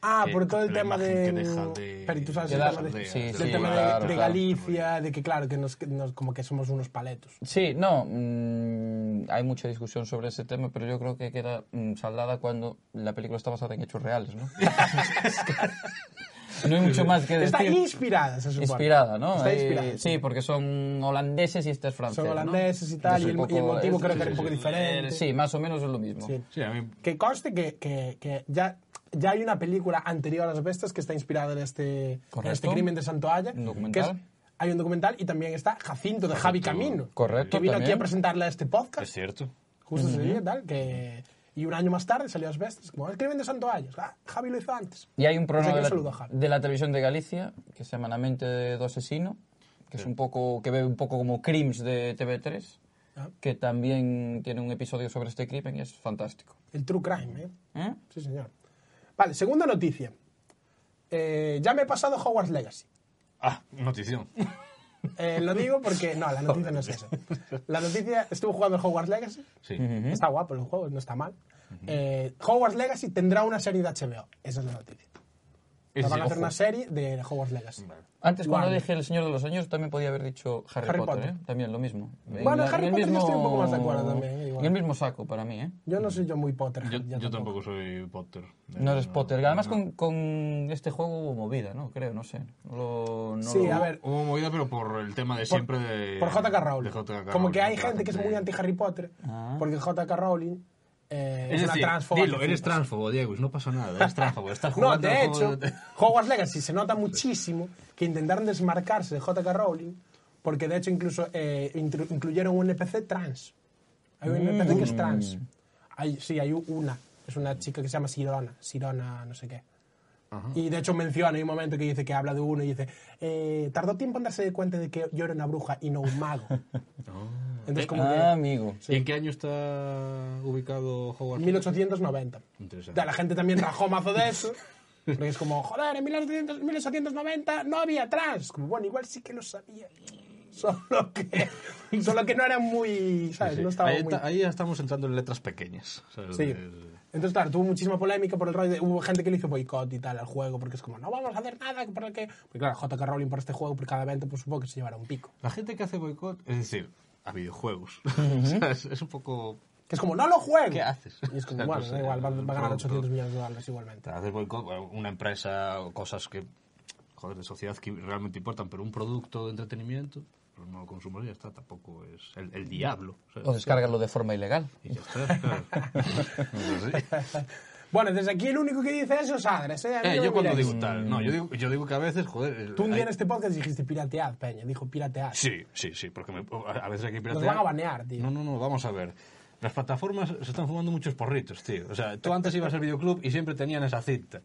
[SPEAKER 1] ah,
[SPEAKER 2] que
[SPEAKER 1] por todo el
[SPEAKER 2] la
[SPEAKER 1] tema
[SPEAKER 2] imagen
[SPEAKER 1] de...
[SPEAKER 2] que deja de-
[SPEAKER 1] Pero tú sabes
[SPEAKER 3] que
[SPEAKER 1] el
[SPEAKER 3] da-
[SPEAKER 1] tema de,
[SPEAKER 3] de-
[SPEAKER 1] del
[SPEAKER 3] sí,
[SPEAKER 1] tema de-
[SPEAKER 3] claro,
[SPEAKER 1] de
[SPEAKER 3] claro.
[SPEAKER 1] Galicia, de que claro, que nos, que nos- como que somos unos paletos.
[SPEAKER 3] Sí, no, mm, hay mucha discusión sobre ese tema, pero yo creo que queda mm, saldada cuando la película está basada en hechos reales,
[SPEAKER 1] <laughs>
[SPEAKER 3] ¿no? no hay mucho más que
[SPEAKER 1] Está
[SPEAKER 3] decir.
[SPEAKER 1] inspirada, se supone.
[SPEAKER 3] Inspirada, ¿no?
[SPEAKER 1] Está
[SPEAKER 3] Eh,
[SPEAKER 1] inspirada.
[SPEAKER 3] sí, porque son holandeses y este es francés.
[SPEAKER 1] Son
[SPEAKER 3] ¿no?
[SPEAKER 1] holandeses y tal,
[SPEAKER 3] Es
[SPEAKER 1] y
[SPEAKER 3] un
[SPEAKER 1] el, y el
[SPEAKER 3] poco-
[SPEAKER 1] motivo
[SPEAKER 3] es-
[SPEAKER 1] creo
[SPEAKER 3] sí,
[SPEAKER 1] que era un
[SPEAKER 3] sí,
[SPEAKER 1] poco
[SPEAKER 3] sí.
[SPEAKER 1] diferente.
[SPEAKER 3] Sí, más o menos es lo mismo.
[SPEAKER 1] Sí.
[SPEAKER 2] Sí, a mí...
[SPEAKER 1] Que conste que, que- que ya, ya hay una película anterior a Las Bestias que está inspirada en este, en
[SPEAKER 3] Correcto.
[SPEAKER 1] este crimen de Santoalla.
[SPEAKER 3] Un documental.
[SPEAKER 1] que es- hay un documental y también está Jacinto de Javi Camino.
[SPEAKER 3] Correcto,
[SPEAKER 1] Que vino aquí
[SPEAKER 3] también.
[SPEAKER 1] a presentarle a este podcast.
[SPEAKER 2] Es cierto.
[SPEAKER 1] Justo ese día, tal. Que, y un año más tarde salió Las Bestias. Como el crimen de Santoalla. Ah, Javi lo hizo antes.
[SPEAKER 3] Y hay un programa
[SPEAKER 1] Así que
[SPEAKER 3] de
[SPEAKER 1] saludo a
[SPEAKER 3] la,
[SPEAKER 1] Javi.
[SPEAKER 3] de la televisión de Galicia que se llama La mente de do asesino, que es un poco que ve un poco como crimes de TV3,
[SPEAKER 1] Ah.
[SPEAKER 3] que también tiene un episodio sobre este crimen y es fantástico.
[SPEAKER 1] El true crime, ¿eh?
[SPEAKER 3] ¿Eh?
[SPEAKER 1] Sí, señor. Vale, segunda noticia. Eh, ya me he pasado Hogwarts Legacy.
[SPEAKER 2] Ah, <laughs> notición.
[SPEAKER 1] Eh, lo digo porque. No, la noticia no es esa. La noticia. Estuve jugando el Hogwarts Legacy.
[SPEAKER 2] Sí.
[SPEAKER 1] Está guapo el juego, no está mal. Eh, Hogwarts Legacy tendrá una serie de HBO. Esa es la noticia.
[SPEAKER 2] Ese
[SPEAKER 1] van a
[SPEAKER 2] sí,
[SPEAKER 1] hacer una
[SPEAKER 2] ojo.
[SPEAKER 1] serie de Hogwarts Legacy.
[SPEAKER 3] Antes, cuando
[SPEAKER 1] Warner.
[SPEAKER 3] dije El Señor de los Años, también podía haber dicho Harry,
[SPEAKER 1] Harry
[SPEAKER 3] Potter,
[SPEAKER 1] Potter.
[SPEAKER 3] ¿eh? También lo mismo.
[SPEAKER 1] Bueno, Harry Potter yo estoy un poco más de acuerdo también, igual.
[SPEAKER 3] en el mismo saco para mí, ¿eh?
[SPEAKER 1] Yo no soy yo muy Potter.
[SPEAKER 2] Yo, yo tampoco soy Potter.
[SPEAKER 3] No eres
[SPEAKER 2] Eh,
[SPEAKER 3] Potter. que Además,
[SPEAKER 2] no.
[SPEAKER 3] con, con este juego hubo movida, ¿no? Creo, no sé. No lo- no
[SPEAKER 1] Sí,
[SPEAKER 3] lo-
[SPEAKER 1] a ver.
[SPEAKER 2] Hubo movida, pero por el tema de siempre de...
[SPEAKER 1] Por J.K. Rowling.
[SPEAKER 2] de J.K.
[SPEAKER 1] Como
[SPEAKER 2] Rowling,
[SPEAKER 1] que hay
[SPEAKER 2] la
[SPEAKER 1] gente que es muy anti Harry Potter. Porque J.K. Rowling eh, es,
[SPEAKER 2] Es
[SPEAKER 1] una
[SPEAKER 2] decir,
[SPEAKER 1] transfoba.
[SPEAKER 2] dilo, eres transfobo, Diego, no pasa nada,
[SPEAKER 1] <laughs>
[SPEAKER 2] eres transfobo. Estás
[SPEAKER 1] No,
[SPEAKER 2] jugando
[SPEAKER 1] de
[SPEAKER 2] al juego
[SPEAKER 1] hecho, <laughs> Hogwarts Legacy se nota muchísimo que intentaron desmarcarse de J.K. Rowling porque de hecho incluso eh, intru- incluyeron un NPC trans. Hay un NPC
[SPEAKER 2] Mm.
[SPEAKER 1] que es trans. Hay, sí, hay u- una. Es una chica que se llama Sirona. Sirona no sé qué. Y de hecho menciona, hay un momento que dice que habla de uno y dice, eh, tardó tiempo en darse cuenta de que yo era una bruja y no un
[SPEAKER 2] <laughs>
[SPEAKER 1] mago.
[SPEAKER 2] Eh,
[SPEAKER 1] Entonces como
[SPEAKER 3] Ah,
[SPEAKER 1] que
[SPEAKER 3] amigo.
[SPEAKER 2] ¿Y en qué año está ubicado Hogwarts?
[SPEAKER 1] 1890.
[SPEAKER 2] Interesante.
[SPEAKER 1] Ya, La gente también rajó mazo de
[SPEAKER 2] <laughs>
[SPEAKER 1] eso. Porque es como, joder, en 1800 1890 no había trans. Como, bueno, igual sí que lo
[SPEAKER 2] <laughs>
[SPEAKER 1] sabía. Solo que, solo que no eran muy, ¿sabes?
[SPEAKER 2] Sí,
[SPEAKER 1] No
[SPEAKER 2] sí.
[SPEAKER 1] estaba
[SPEAKER 2] ahí,
[SPEAKER 1] muy...
[SPEAKER 2] ta- ahí ya estamos entrando en letras pequeñas. ¿sabes?
[SPEAKER 1] Sí.
[SPEAKER 2] De-
[SPEAKER 1] Entonces, claro, tuvo muchísima polémica por el rollo de- Hubo gente que le hizo boicot y tal al juego, porque es como, no vamos a hacer nada, por el que... Porque claro, J.K. Rowling por este juego, por cada evento, pues supongo que se llevará un pico.
[SPEAKER 2] La gente que hace boicot, es decir, a videojuegos. <laughs> O sea, es, es un poco...
[SPEAKER 1] Que es como, no lo juego.
[SPEAKER 2] ¿Qué haces?
[SPEAKER 1] Y es
[SPEAKER 2] <laughs> O
[SPEAKER 1] como,
[SPEAKER 2] sea,
[SPEAKER 1] bueno,
[SPEAKER 2] no
[SPEAKER 1] da
[SPEAKER 2] sé,
[SPEAKER 1] igual, va,
[SPEAKER 2] un
[SPEAKER 1] va a ganar
[SPEAKER 2] producto.
[SPEAKER 1] 800 millones de dólares igualmente.
[SPEAKER 2] Hacer boicot, bueno, una empresa o cosas que, joder, de sociedad que realmente importan, pero un producto de entretenimiento, pues no lo consumo y ya está, tampoco es el, el diablo. ¿sabes?
[SPEAKER 3] O descárgalo de forma ilegal.
[SPEAKER 2] Y ya está, claro.
[SPEAKER 1] <laughs>
[SPEAKER 2] Pues Sí.
[SPEAKER 1] Bueno, desde aquí el único que dice eso es Adres, ¿eh? A mí
[SPEAKER 2] Eh,
[SPEAKER 1] no me
[SPEAKER 2] yo cuando
[SPEAKER 1] miréis.
[SPEAKER 2] digo tal, no, yo digo, yo digo que a veces, joder... el-
[SPEAKER 1] Tú un
[SPEAKER 2] hay-
[SPEAKER 1] día en este podcast dijiste piratead, Peña. Dijo piratead.
[SPEAKER 2] Sí, sí, sí, porque me- a a veces hay que
[SPEAKER 1] Nos
[SPEAKER 2] piratear.
[SPEAKER 1] van a banear, tío.
[SPEAKER 2] No, no, no, vamos a ver. Las plataformas se están fumando muchos porritos, tío. O sea, tú antes ibas al videoclub y siempre tenían esa cinta.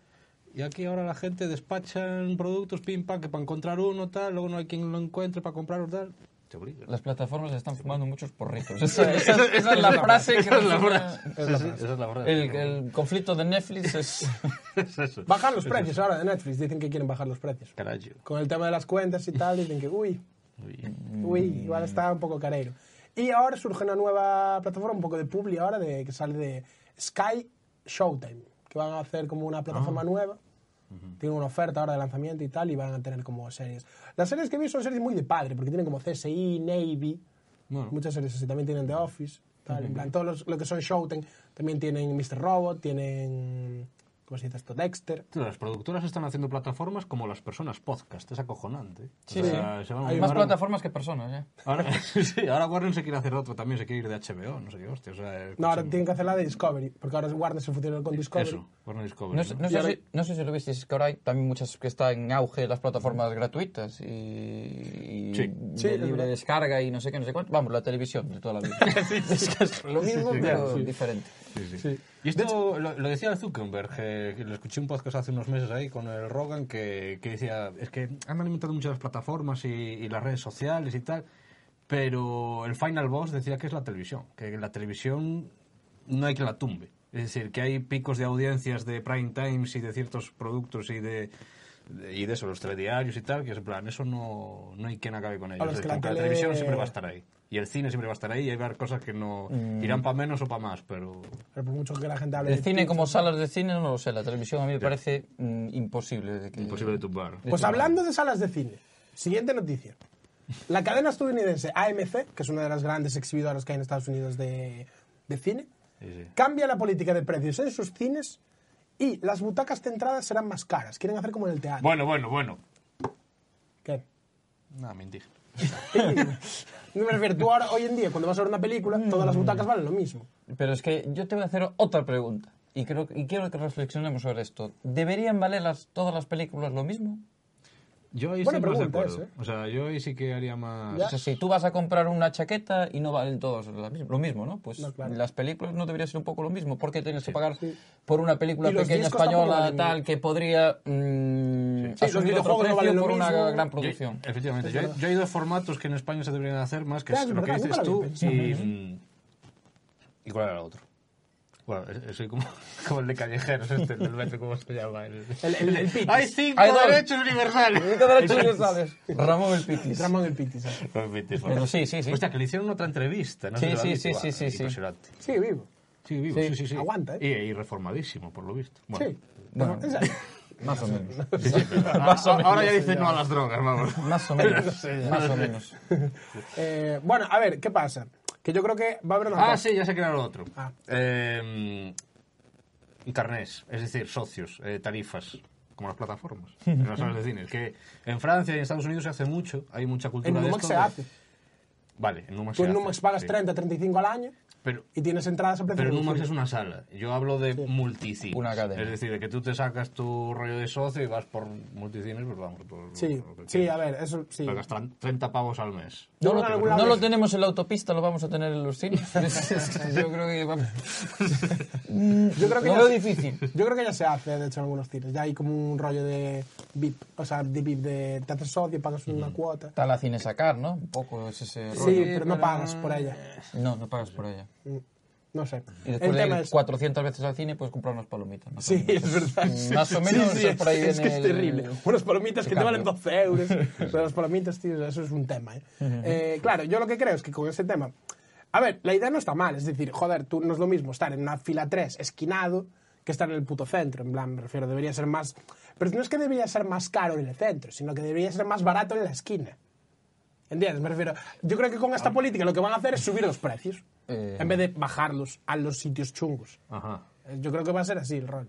[SPEAKER 2] Y aquí ahora la gente despachan productos, pim, pam, que para encontrar uno, tal, luego no hay quien lo encuentre para comprar o tal. Te obligan.
[SPEAKER 3] Las plataformas están fumando
[SPEAKER 2] <laughs>
[SPEAKER 3] muchos porritos. Esa, esa- esa es la frase que
[SPEAKER 2] Esa es la
[SPEAKER 3] resume-
[SPEAKER 2] frase. Sí, sí, Esa es la frase.
[SPEAKER 3] El, el conflicto de Netflix es...
[SPEAKER 2] Es eso.
[SPEAKER 1] Bajar los precios ahora de Netflix. Dicen que quieren bajar los precios.
[SPEAKER 2] Carallo.
[SPEAKER 1] Con el tema de las cuentas y tal, dicen que, uy,
[SPEAKER 2] Uy.
[SPEAKER 1] uy, igual está un poco careiro. Y ahora surge una nueva plataforma, un poco de publi ahora, de, que sale de Sky Showtime, que van a hacer como una
[SPEAKER 2] Ah.
[SPEAKER 1] plataforma nueva. Tienen una oferta ahora de lanzamiento y tal, y van a tener como series. Las series que vi son series muy de padre, porque tienen como CSI, Navy,
[SPEAKER 2] Bueno.
[SPEAKER 1] muchas series así. También tienen The Office, tal, en plan, todos los, lo que son Showtime. También tienen Mr. Robot, tienen ¿Cómo se dice esto? Dexter.
[SPEAKER 2] Tío, Las productoras están haciendo plataformas como las personas podcast, es acojonante.
[SPEAKER 1] Sí, sí.
[SPEAKER 2] se van a
[SPEAKER 1] Hay
[SPEAKER 3] Más
[SPEAKER 2] llevar-
[SPEAKER 3] plataformas que personas, ¿eh?
[SPEAKER 2] Ahora, <laughs> sí, ahora Warner se quiere hacer otro también, se quiere ir de HBO, no sé qué hostia. O sea,
[SPEAKER 1] No, ahora
[SPEAKER 2] escúchame.
[SPEAKER 1] tienen que hacer la de Discovery, porque ahora Warner se funciona con Discovery.
[SPEAKER 2] Eh, Eso, Warner Discovery.
[SPEAKER 3] No, sé-
[SPEAKER 2] ¿no?
[SPEAKER 3] no
[SPEAKER 1] Y
[SPEAKER 3] sé
[SPEAKER 1] ahora-
[SPEAKER 3] si, no sé si lo visteis, es que ahora hay también muchas que están en auge las plataformas gratuitas y, y
[SPEAKER 2] Sí.
[SPEAKER 3] de
[SPEAKER 1] Sí, es
[SPEAKER 3] libre
[SPEAKER 1] verdad.
[SPEAKER 3] descarga y no sé qué, no sé cuánto. Vamos, la televisión de
[SPEAKER 2] <laughs>
[SPEAKER 3] toda la vida. Es que es lo mismo, pero diferente.
[SPEAKER 2] Sí, sí. Y esto lo, lo decía Zuckerberg, eh, que, que lo escuché un podcast hace unos meses ahí con el Rogan, que, que decía, es que han alimentado muchas las plataformas y, y las redes sociales y tal, pero el Final Boss decía que es la televisión, que la televisión no hay que la tumbe. Es decir, que hay picos de audiencias de prime times y de ciertos productos y de... de- Y de eso, los telediarios y tal, que es en plan, eso no, no hay quien acabe con ellos.
[SPEAKER 1] Ahora es
[SPEAKER 2] Es
[SPEAKER 1] que la
[SPEAKER 2] como que
[SPEAKER 1] tele-
[SPEAKER 2] la televisión siempre va a estar ahí. Y el cine siempre va a estar ahí y hay varias cosas que no
[SPEAKER 1] Mm.
[SPEAKER 2] irán para menos o para más, pero
[SPEAKER 1] Pero por mucho que la gente hable.
[SPEAKER 3] El
[SPEAKER 1] de
[SPEAKER 3] cine
[SPEAKER 1] pizza-
[SPEAKER 3] como salas de cine, no lo sé, la televisión a mí me parece mm, imposible. de que-
[SPEAKER 2] Imposible de tumbar.
[SPEAKER 1] Pues hablando de salas de cine, siguiente noticia. La cadena estadounidense AMC, que es una de las grandes exhibidoras que hay en Estados Unidos de, de cine,
[SPEAKER 2] Sí, sí.
[SPEAKER 1] cambia la política de precios en sus cines y las butacas de entrada serán más caras. Quieren hacer como en el teatro.
[SPEAKER 2] Bueno, bueno, bueno.
[SPEAKER 1] ¿Qué?
[SPEAKER 2] Nada, mentira.
[SPEAKER 1] No me refiero, tú ahora, hoy en día, cuando vas a ver una película, todas las butacas valen lo mismo.
[SPEAKER 3] Pero es que yo te voy a hacer otra pregunta y, creo, y quiero que reflexionemos sobre esto. ¿Deberían valer las- todas las películas lo mismo?
[SPEAKER 2] Yo ahí
[SPEAKER 1] Buena
[SPEAKER 2] estoy más de
[SPEAKER 1] pregunta
[SPEAKER 2] acuerdo.
[SPEAKER 1] esa, ¿eh?
[SPEAKER 2] O sea, yo ahí sí que haría más.
[SPEAKER 1] Ya.
[SPEAKER 3] O sea, si tú vas a comprar una chaqueta y no valen todos la mis- lo mismo, ¿no? Pues
[SPEAKER 1] No, claro.
[SPEAKER 3] las películas no debería ser un poco lo mismo, porque tienes que pagar por una película
[SPEAKER 1] Y los
[SPEAKER 3] pequeña
[SPEAKER 1] discos tampoco
[SPEAKER 3] española
[SPEAKER 1] valen-
[SPEAKER 3] tal que podría mm,
[SPEAKER 1] Sí, los
[SPEAKER 3] asumir otro
[SPEAKER 1] videojuegos no
[SPEAKER 3] precio
[SPEAKER 1] valen lo
[SPEAKER 3] por una
[SPEAKER 1] mismo.
[SPEAKER 3] gran
[SPEAKER 2] Yo-
[SPEAKER 3] producción.
[SPEAKER 2] efectivamente, yo, yo hay dos formatos que en España se deberían hacer más, que
[SPEAKER 1] Ya, es
[SPEAKER 2] es lo
[SPEAKER 1] verdad,
[SPEAKER 2] que
[SPEAKER 1] nunca
[SPEAKER 2] dices
[SPEAKER 1] lo
[SPEAKER 2] tú
[SPEAKER 1] había pensado,
[SPEAKER 2] y, mm, y cuál era el otro. Bueno, es- es- soy como, <laughs> como el de callejeros, este, el del metro, ¿cómo se llama? El,
[SPEAKER 1] El- el- el pitis.
[SPEAKER 2] Hay cinco
[SPEAKER 3] Hay dos.
[SPEAKER 2] derechos universales.
[SPEAKER 3] Ramón el Pitis.
[SPEAKER 1] Ramón del Pitis. ¿eh?
[SPEAKER 2] Los pitis,
[SPEAKER 3] Pero sí, sí, sí.
[SPEAKER 2] Hostia, que le hicieron otra entrevista. No
[SPEAKER 3] Sí,
[SPEAKER 2] sé si lo
[SPEAKER 3] sí,
[SPEAKER 2] habéis
[SPEAKER 3] sí,
[SPEAKER 2] visto.
[SPEAKER 3] sí,
[SPEAKER 2] Ah,
[SPEAKER 3] sí, sí.
[SPEAKER 2] Impresionante.
[SPEAKER 1] Sí, vivo.
[SPEAKER 2] Sí, vivo,
[SPEAKER 3] Sí.
[SPEAKER 2] sí, sí, sí.
[SPEAKER 1] Aguanta, ¿eh?
[SPEAKER 2] Y, y reformadísimo, por lo visto. Bueno.
[SPEAKER 1] Sí. Bueno, esa-
[SPEAKER 3] Más o menos.
[SPEAKER 2] Ahora, ahora ya dice no a las drogas, vamos.
[SPEAKER 3] Más o menos.
[SPEAKER 2] <laughs>
[SPEAKER 3] más o menos.
[SPEAKER 1] eh, bueno, a ver, ¿qué pasa? Que yo creo que va a haber una
[SPEAKER 2] Ah,
[SPEAKER 1] cosa.
[SPEAKER 2] sí, ya sé que era lo otro.
[SPEAKER 1] Ah.
[SPEAKER 2] Eh, carnés, es decir, socios, eh, tarifas, como las
[SPEAKER 3] <laughs>
[SPEAKER 2] plataformas, en las salas de cine. Que en Francia y en Estados Unidos se hace mucho, hay mucha cultura
[SPEAKER 1] En
[SPEAKER 2] de
[SPEAKER 1] Numax
[SPEAKER 2] esto.
[SPEAKER 1] se
[SPEAKER 2] de-
[SPEAKER 1] hace.
[SPEAKER 2] Vale, en Numax
[SPEAKER 1] Tú
[SPEAKER 2] se
[SPEAKER 1] en
[SPEAKER 2] hace,
[SPEAKER 1] Numax pagas
[SPEAKER 2] sí.
[SPEAKER 1] 30, 35 al año
[SPEAKER 2] Pero,
[SPEAKER 1] y tienes entradas a precio
[SPEAKER 2] Pero Numax
[SPEAKER 1] reducido.
[SPEAKER 2] es una sala. Yo hablo de multicines.
[SPEAKER 3] Una cadena.
[SPEAKER 2] Es decir, de que tú te sacas tu rollo de socio y vas por multicines, pues vamos. Por,
[SPEAKER 1] Sí,
[SPEAKER 2] por lo que
[SPEAKER 1] sí,
[SPEAKER 2] quieras.
[SPEAKER 1] a ver, eso sí.
[SPEAKER 2] Pagas tran- 30 pavos al mes.
[SPEAKER 1] Yo
[SPEAKER 3] No,
[SPEAKER 1] en
[SPEAKER 3] lo,
[SPEAKER 1] alguna
[SPEAKER 3] no
[SPEAKER 1] vez-
[SPEAKER 3] lo tenemos en la autopista, lo vamos a tener en los cines.
[SPEAKER 1] <laughs>
[SPEAKER 3] <laughs> Yo creo que vamos.
[SPEAKER 1] Yo creo que
[SPEAKER 3] Lo
[SPEAKER 1] ya
[SPEAKER 3] veo
[SPEAKER 1] se-
[SPEAKER 3] difícil.
[SPEAKER 1] <laughs> Yo creo que ya se hace, de hecho, en algunos cines. Ya hay como un rollo de VIP, o sea, de VIP de te haces socio, pagas una cuota.
[SPEAKER 3] Está la cine sacar, ¿no? Un poco es ese
[SPEAKER 1] Sí,
[SPEAKER 3] rollo.
[SPEAKER 1] pero no pagas por ella.
[SPEAKER 3] No, no pagas por ella.
[SPEAKER 1] No sé.
[SPEAKER 3] Y
[SPEAKER 1] El
[SPEAKER 3] después de
[SPEAKER 1] tema
[SPEAKER 3] ir
[SPEAKER 1] es...
[SPEAKER 3] 400 veces al cine, puedes comprar unas palomitas. más o
[SPEAKER 1] Sí,
[SPEAKER 3] menos.
[SPEAKER 1] es verdad.
[SPEAKER 3] Mm, Más o menos
[SPEAKER 1] Sí, sí,
[SPEAKER 3] es por ahí
[SPEAKER 1] es, es
[SPEAKER 3] viene
[SPEAKER 1] que es
[SPEAKER 3] el-
[SPEAKER 1] terrible. Unas palomitas
[SPEAKER 3] el
[SPEAKER 1] que te valen
[SPEAKER 3] cambio.
[SPEAKER 1] 12
[SPEAKER 3] <laughs>
[SPEAKER 1] euros. Pero las palomitas, tío, eso es un tema. ¿eh? Eh, claro, yo lo que creo es que con este tema. A ver, la idea no está mal. Es decir, joder, tú no es lo mismo estar en una fila 3 esquinado que estar en el puto centro. En plan, me refiero, debería ser más. Pero no es que debería ser más caro en el centro, sino que debería ser más barato en la esquina. ¿Entiendes? Me refiero. Yo creo que con esta política lo que van a hacer es subir los precios
[SPEAKER 3] Eh.
[SPEAKER 1] en vez de bajarlos a los sitios chungos.
[SPEAKER 2] Ajá.
[SPEAKER 1] Eh, Yo creo que va a ser así el rol.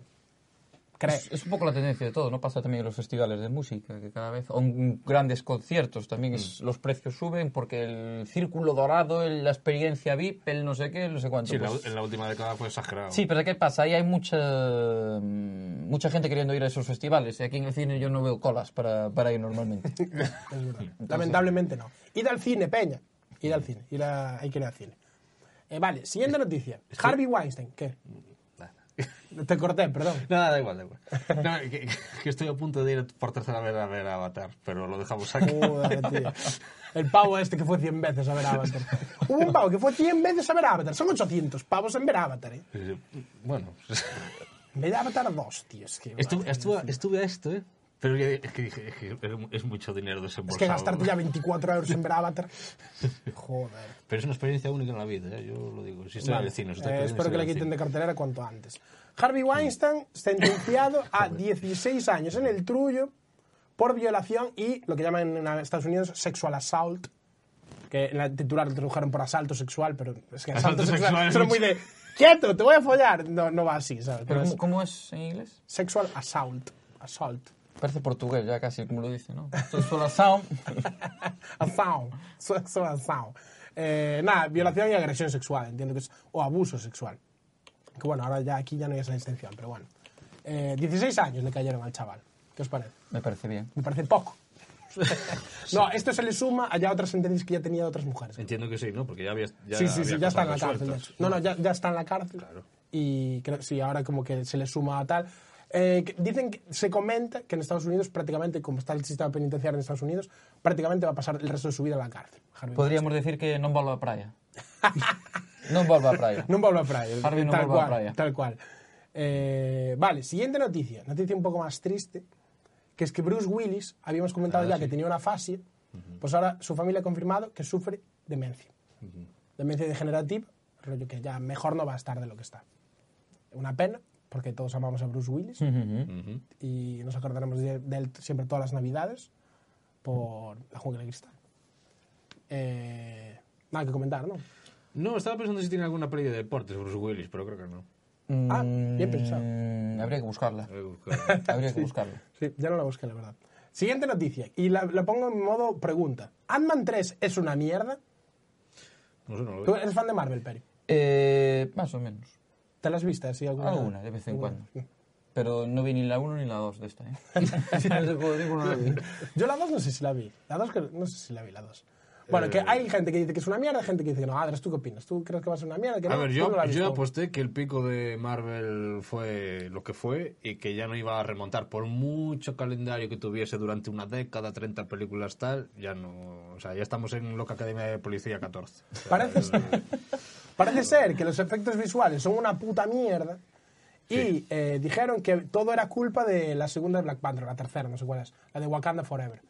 [SPEAKER 1] Creo.
[SPEAKER 3] Es, es un poco la tendencia de todo, ¿no? Pasa también en los festivales de música, que cada vez, o en grandes conciertos también,
[SPEAKER 1] Mm.
[SPEAKER 3] es- los precios suben porque el círculo dorado, el- la experiencia VIP, el no sé qué, el no sé cuánto.
[SPEAKER 2] Sí, la-
[SPEAKER 3] pues-
[SPEAKER 2] en la última década fue exagerado.
[SPEAKER 3] Sí, pero ¿qué pasa? Ahí hay mucha mm, mucha gente queriendo ir a esos festivales. Y aquí en el cine yo no veo colas para, para ir normalmente.
[SPEAKER 1] <laughs> Es verdad. Lamentablemente no. Id al cine, Peña. Id al cine. Ir a- Hay que ir al cine. Eh, vale, siguiente noticia. Harvey Weinstein. ¿Qué? Te corté, perdón.
[SPEAKER 2] Nada, da igual, da igual. <laughs> No, que, que estoy a punto de ir por tercera vez a ver Avatar, pero lo dejamos aquí.
[SPEAKER 1] <laughs> Joder,
[SPEAKER 2] <laughs>
[SPEAKER 1] tío. El pavo este que fue 100 veces a ver Avatar. Hubo un pavo que fue 100 veces a ver Avatar. Son 800 pavos en ver Avatar, ¿eh?
[SPEAKER 2] <laughs> Bueno,
[SPEAKER 1] En vez de Avatar 2, tío. Es que,
[SPEAKER 2] estuve, estuve, estuve a esto, ¿eh? Pero ya- es que dije, es que es mucho dinero
[SPEAKER 1] es
[SPEAKER 2] desembolsado.
[SPEAKER 1] que gastarte ya 24 euros en ver Avatar. Joder.
[SPEAKER 2] Pero es una experiencia única en la vida, ¿eh? yo lo digo. Si estoy en
[SPEAKER 1] Vale.
[SPEAKER 2] el cine,
[SPEAKER 1] Eh,
[SPEAKER 2] si estoy en el
[SPEAKER 1] espero que
[SPEAKER 2] cine,
[SPEAKER 1] le
[SPEAKER 2] estoy
[SPEAKER 1] quiten
[SPEAKER 2] en
[SPEAKER 1] de
[SPEAKER 2] el
[SPEAKER 1] cartelera cuanto antes. Harvey Weinstein, sentenciado a 16 años en el trullo por violación y lo que llaman en Estados Unidos sexual assault. Que en la titular lo tradujeron por asalto sexual, pero es que
[SPEAKER 2] Asalto
[SPEAKER 1] asalto, sexual, <laughs>
[SPEAKER 2] sexual es
[SPEAKER 1] suena
[SPEAKER 2] mucho.
[SPEAKER 1] muy de. ¡Quieto! ¡Te voy a follar! No, no va así, ¿sabes?
[SPEAKER 3] Pero
[SPEAKER 1] No es
[SPEAKER 3] ¿cómo, cómo es en inglés?
[SPEAKER 1] Sexual assault. Assault.
[SPEAKER 3] Parece portugués ya casi, como lo dice, ¿no? Esto es solo sound.
[SPEAKER 1] Assault. Sexual assault. Eh, nada, violación y agresión sexual, entiendo que es. O abuso sexual. Que bueno, ahora ya aquí ya no hay esa distinción, pero bueno. Eh, 16 años le cayeron al chaval. ¿Qué os parece?
[SPEAKER 3] Me parece bien.
[SPEAKER 1] Me parece poco. <laughs> no, a esto se le suma allá otras sentencias que ya tenía de otras mujeres.
[SPEAKER 2] Entiendo que sí, ¿no? Porque ya había. Ya
[SPEAKER 1] sí, sí, sí,
[SPEAKER 2] había
[SPEAKER 1] ya está en la
[SPEAKER 2] cosas
[SPEAKER 1] cárcel.
[SPEAKER 2] resueltas.
[SPEAKER 1] ya. No, no, ya, ya está en la cárcel. Y creo, sí, ahora como que se le suma a tal. Eh, que- dicen que se comenta que en Estados Unidos, prácticamente, como está el sistema penitenciario en Estados Unidos, prácticamente va a pasar el resto de su vida en la cárcel. Harvey
[SPEAKER 3] Podríamos decir que non volvo á praia. non volvo á praia.
[SPEAKER 1] No vuelvo a playa.
[SPEAKER 3] Harvey no
[SPEAKER 1] tal, cual,
[SPEAKER 3] vuelve a playa.
[SPEAKER 1] tal cual. Eh, vale, siguiente noticia. Noticia un poco más triste. Que es que Bruce Willis, habíamos
[SPEAKER 3] Ah,
[SPEAKER 1] comentado ya que tenía una fascia. Pues ahora su familia ha confirmado que sufre demencia. Demencia degenerativa. Rollo que ya mejor no va a estar de lo que está. Una pena, porque todos amamos a Bruce Willis. Y nos acordaremos de, de él siempre todas las navidades. Por la jungla de cristal. Eh, nada que comentar, ¿no?
[SPEAKER 2] No, estaba pensando si tiene alguna peli de deportes, Bruce Willis, pero creo que no.
[SPEAKER 1] Ah, bien pensado.
[SPEAKER 3] Mm, habría que buscarla.
[SPEAKER 1] <laughs>
[SPEAKER 2] Voy a buscar.
[SPEAKER 3] Habría que buscarla.
[SPEAKER 1] Sí, ya no la busqué, la verdad. Siguiente noticia, y la, la pongo en modo pregunta. ¿Ant-Man 3 es una mierda?
[SPEAKER 2] No sé, no lo
[SPEAKER 1] Tú <laughs>
[SPEAKER 2] veo.
[SPEAKER 1] eres fan de Marvel, Peri.
[SPEAKER 3] Eh, más o menos.
[SPEAKER 1] ¿Te las viste así alguna
[SPEAKER 3] Alguna, de vez en cuando. Pero no vi ni la 1 ni la 2 de esta, ¿eh?
[SPEAKER 2] <laughs>
[SPEAKER 1] Yo la 2 no sé si la vi. La 2 no sé si la vi, la 2. Bueno,
[SPEAKER 3] Eh.
[SPEAKER 1] que hay gente que dice que es una mierda, gente que dice que no. Adres, ¿tú qué opinas? ¿Tú crees que va a ser una mierda? Que
[SPEAKER 2] A
[SPEAKER 1] no?
[SPEAKER 2] ver,
[SPEAKER 1] Tú no
[SPEAKER 2] yo,
[SPEAKER 1] la has
[SPEAKER 2] yo
[SPEAKER 1] visto.
[SPEAKER 2] aposté que el pico de Marvel fue lo que fue y que ya no iba a remontar. Por mucho calendario que tuviese durante una década, 30 películas tal, ya no. O sea, ya estamos en Loca Academia de Policía 14. O sea,
[SPEAKER 1] Parece,
[SPEAKER 2] es-
[SPEAKER 1] parece ser que los efectos visuales son una puta mierda. Y eh, dijeron que todo era culpa de la segunda de Black Panther, la tercera, no sé cuál es, la de Wakanda Forever.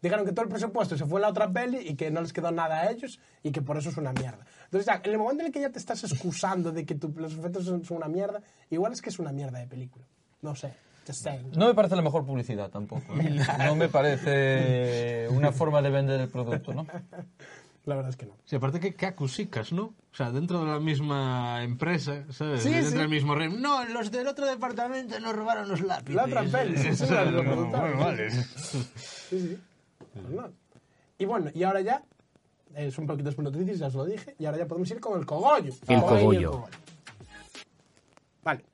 [SPEAKER 1] Dijeron que todo el presupuesto se fue a la otra peli y que no les quedó nada a ellos y que por eso es una mierda. Entonces, ya, en el momento en el que ya te estás excusando de que tu- los efectos son, son una mierda, igual es que es una mierda de película. No sé, just saying.
[SPEAKER 3] No me parece la mejor publicidad tampoco. ¿eh? No me parece una forma de vender el producto, ¿no?
[SPEAKER 1] La verdad es que no.
[SPEAKER 2] Sí, aparte que, que acusicas, ¿no? O sea, dentro de la misma empresa, ¿sabes?
[SPEAKER 1] Sí,
[SPEAKER 2] dentro
[SPEAKER 1] sí.
[SPEAKER 2] del mismo rem. No, los del otro departamento nos robaron los lápices.
[SPEAKER 1] La otra peli, sí,
[SPEAKER 2] <laughs>
[SPEAKER 1] sí, la de los
[SPEAKER 2] Bueno,
[SPEAKER 1] productores.
[SPEAKER 2] bueno, vale.
[SPEAKER 1] Sí, sí. Pues no. Y bueno, y ahora ya, eh, son poquitas noticias, ya os lo dije, y ahora ya podemos ir con el cogollo. El cogollo. y el cogollo. Vale.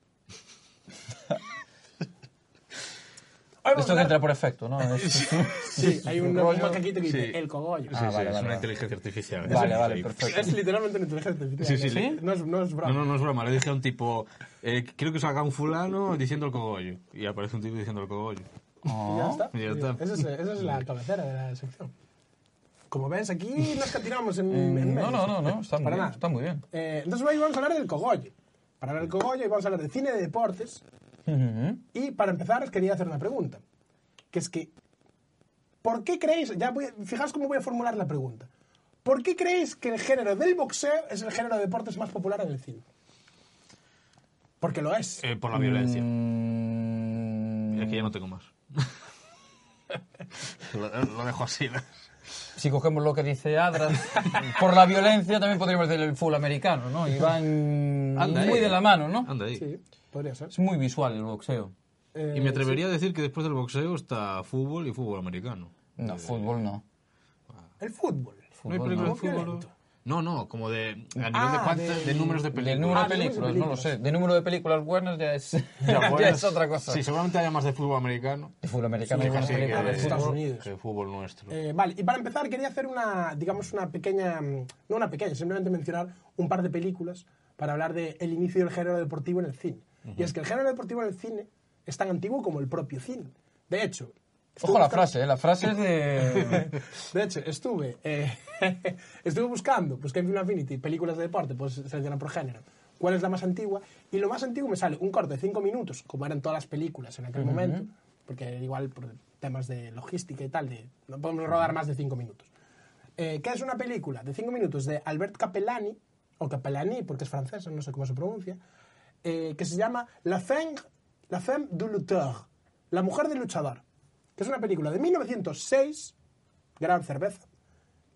[SPEAKER 1] Hoy vamos a
[SPEAKER 3] Esto que
[SPEAKER 1] hablar-
[SPEAKER 3] entra por
[SPEAKER 1] <laughs>
[SPEAKER 3] efecto, ¿no? Es-
[SPEAKER 1] Sí, hay un
[SPEAKER 3] rollo-
[SPEAKER 1] macaquito que dice
[SPEAKER 2] sí.
[SPEAKER 1] el cogollo.
[SPEAKER 2] Sí, sí,
[SPEAKER 3] vale,
[SPEAKER 2] es
[SPEAKER 3] vale,
[SPEAKER 2] una
[SPEAKER 3] vale.
[SPEAKER 2] inteligencia artificial.
[SPEAKER 3] <laughs> Vale,
[SPEAKER 2] Sí,
[SPEAKER 3] vale,
[SPEAKER 2] sí.
[SPEAKER 1] <laughs>
[SPEAKER 3] perfecto.
[SPEAKER 1] Es literalmente una inteligencia artificial.
[SPEAKER 2] Sí, sí, sí.
[SPEAKER 1] No es, no es broma.
[SPEAKER 2] No, no, no es broma. Le dije a un tipo, eh, quiero que salga un fulano diciendo el cogollo. Y aparece un tipo diciendo el cogollo.
[SPEAKER 1] Y ya está.
[SPEAKER 2] Y ya está.
[SPEAKER 1] Esa, es, esa es la cabecera de la sección. Como ves, aquí nos catiramos en, en
[SPEAKER 3] No,
[SPEAKER 1] medias.
[SPEAKER 3] Mm, no, no, no, está muy
[SPEAKER 1] Para
[SPEAKER 3] bien.
[SPEAKER 1] nada.
[SPEAKER 3] Está muy bien.
[SPEAKER 1] Eh, entonces hoy vamos a hablar del cogollo. Para hablar del cogollo y vamos a hablar de cine de deportes.
[SPEAKER 3] Ujú.
[SPEAKER 1] Y para empezar os quería hacer una pregunta. Que es que, ¿por qué creéis, ya voy, a- fijaos cómo voy a formular la pregunta. ¿Por qué creéis que el género del boxeo es el género de deportes más popular en el cine? Porque lo es.
[SPEAKER 2] Eh, por la violencia.
[SPEAKER 3] Mm,
[SPEAKER 2] Y aquí ya no tengo más. <laughs> lo, lo dejo así. ¿no?
[SPEAKER 3] Si cogemos lo que dice Adras, <laughs> por la violencia también podríamos decir el full americano, ¿no? Y van
[SPEAKER 2] Anda
[SPEAKER 3] muy
[SPEAKER 2] ahí.
[SPEAKER 3] de la mano, ¿no?
[SPEAKER 2] Anda ahí.
[SPEAKER 1] Sí, podría ser.
[SPEAKER 3] Es muy visual el boxeo.
[SPEAKER 1] Eh,
[SPEAKER 2] Y me atrevería a decir que después del boxeo está fútbol y fútbol americano.
[SPEAKER 3] No, fútbol no.
[SPEAKER 1] el fútbol.
[SPEAKER 2] ¿No hay películas de
[SPEAKER 1] no.
[SPEAKER 2] fútbol? No, no, como de. A nivel
[SPEAKER 1] Ah,
[SPEAKER 2] de cuántas,
[SPEAKER 1] de-
[SPEAKER 2] de, números de
[SPEAKER 3] De
[SPEAKER 2] películas.
[SPEAKER 3] número de
[SPEAKER 1] Ah, de número de
[SPEAKER 3] películas, no lo
[SPEAKER 1] películas.
[SPEAKER 3] sé. De número de películas buenas ya
[SPEAKER 1] <laughs>
[SPEAKER 3] es,
[SPEAKER 2] Ya,
[SPEAKER 3] <laughs> ya
[SPEAKER 2] buenas.
[SPEAKER 3] es otra cosa.
[SPEAKER 2] Sí, seguramente haya más de fútbol americano.
[SPEAKER 3] De fútbol americano
[SPEAKER 1] Sí,
[SPEAKER 3] hay buenas
[SPEAKER 1] sí,
[SPEAKER 3] películas
[SPEAKER 1] que-
[SPEAKER 3] de fútbol.
[SPEAKER 1] Estados Unidos.
[SPEAKER 2] que fútbol nuestro.
[SPEAKER 1] Eh, vale, y para empezar quería hacer una, digamos, una pequeña, mm, no una pequeña, simplemente mencionar un par de películas para hablar del el inicio del género deportivo en el cine. Y es que el género deportivo en el cine es tan antiguo como el propio cine. De hecho,
[SPEAKER 3] Ojo la frase, ¿eh? la frase
[SPEAKER 2] <laughs>
[SPEAKER 3] es de...
[SPEAKER 1] <laughs> de hecho estuve, eh, <laughs> estuve buscando, busqué en Film Affinity películas de deporte, pues seleccionar por género. ¿Cuál es la más antigua? Y lo más antiguo me sale un corte de 5 minutos, como eran todas las películas en aquel momento, porque igual por temas de logística y tal, de- no podemos rodar más de 5 minutos. Eh, que es una película de 5 minutos de Albert Capellani, o Capellani porque es francés, no sé cómo se pronuncia, eh, que se llama La Femme, La Femme du Lutteur, La Mujer del Luchador, que es una película de 1906, gran cerveza,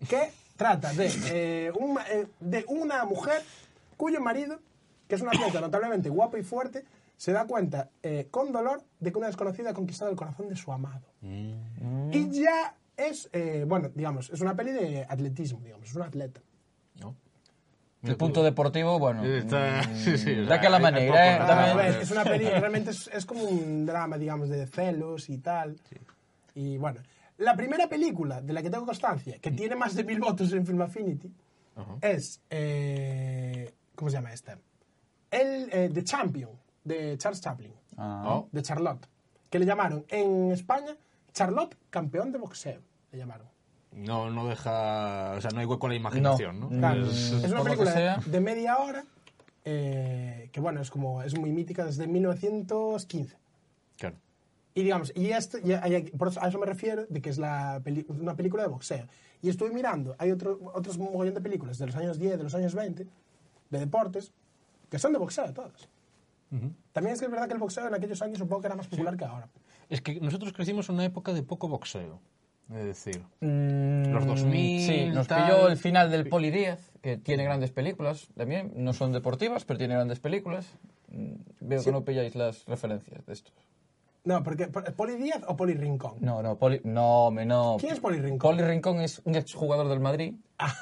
[SPEAKER 1] que trata de, eh, un ma- eh, de una mujer cuyo marido que es un atleta notablemente guapo y fuerte, se da cuenta eh, con dolor de que una desconocida ha conquistado el corazón de su amado. Y ya es, eh, bueno, digamos, es una peli de atletismo, digamos, es un atleta.
[SPEAKER 2] ¿no?
[SPEAKER 3] El punto deportivo, bueno.
[SPEAKER 2] Está, <laughs> sí, sí, o
[SPEAKER 3] Da que la
[SPEAKER 2] hay- hay
[SPEAKER 3] manera,
[SPEAKER 2] poco Ah,
[SPEAKER 3] eh,
[SPEAKER 2] rato.
[SPEAKER 3] también.
[SPEAKER 1] A ver, es una peli, realmente es, es como un drama, digamos, de celos y tal. Y bueno, la primera película de la que tengo constancia,
[SPEAKER 3] Mm.
[SPEAKER 1] que tiene más de mil votos en Film Affinity, es. eh, ¿Cómo se llama esta? El, eh, The Champion, de Charles Chaplin,
[SPEAKER 2] Oh,
[SPEAKER 1] de Charlotte, que le llamaron en España Charlotte campeón de boxeo. Le llamaron.
[SPEAKER 2] no, no deja, o sea, no hay hueco a la imaginación, ¿no?
[SPEAKER 3] Mm,
[SPEAKER 1] Claro,
[SPEAKER 2] Es-
[SPEAKER 1] es una
[SPEAKER 3] por lo que
[SPEAKER 1] película
[SPEAKER 3] sea.
[SPEAKER 1] de, de media hora eh, que, bueno, es como es muy mítica desde 1915.
[SPEAKER 2] claro.
[SPEAKER 1] Y digamos, y esto, y hay- por eso, a eso me refiero, de que es la peli- una película de boxeo. Y estuve mirando, hay otro, otros mogollón de películas de los años 10, de los años 20, de deportes, que son de boxeo todas. También es que es verdad que el boxeo en aquellos años supongo que era más popular que ahora.
[SPEAKER 2] Es que nosotros crecimos en una época de poco boxeo, es decir.
[SPEAKER 3] Los
[SPEAKER 2] 2000,
[SPEAKER 3] Mm, Sí, nos
[SPEAKER 2] tal. <laughs>
[SPEAKER 3] pilló el final del Poli 10, que tiene grandes películas también. No son deportivas, pero tiene grandes películas. Mm, Veo que no pilláis las referencias de esto.
[SPEAKER 1] No, porque ¿Poli Díaz o Poli Rincón?
[SPEAKER 3] No, no, Poli... No, hombre, no.
[SPEAKER 1] ¿Quién es Poli Rincón? Ah.
[SPEAKER 3] Poli Rincón es un exjugador del Madrid.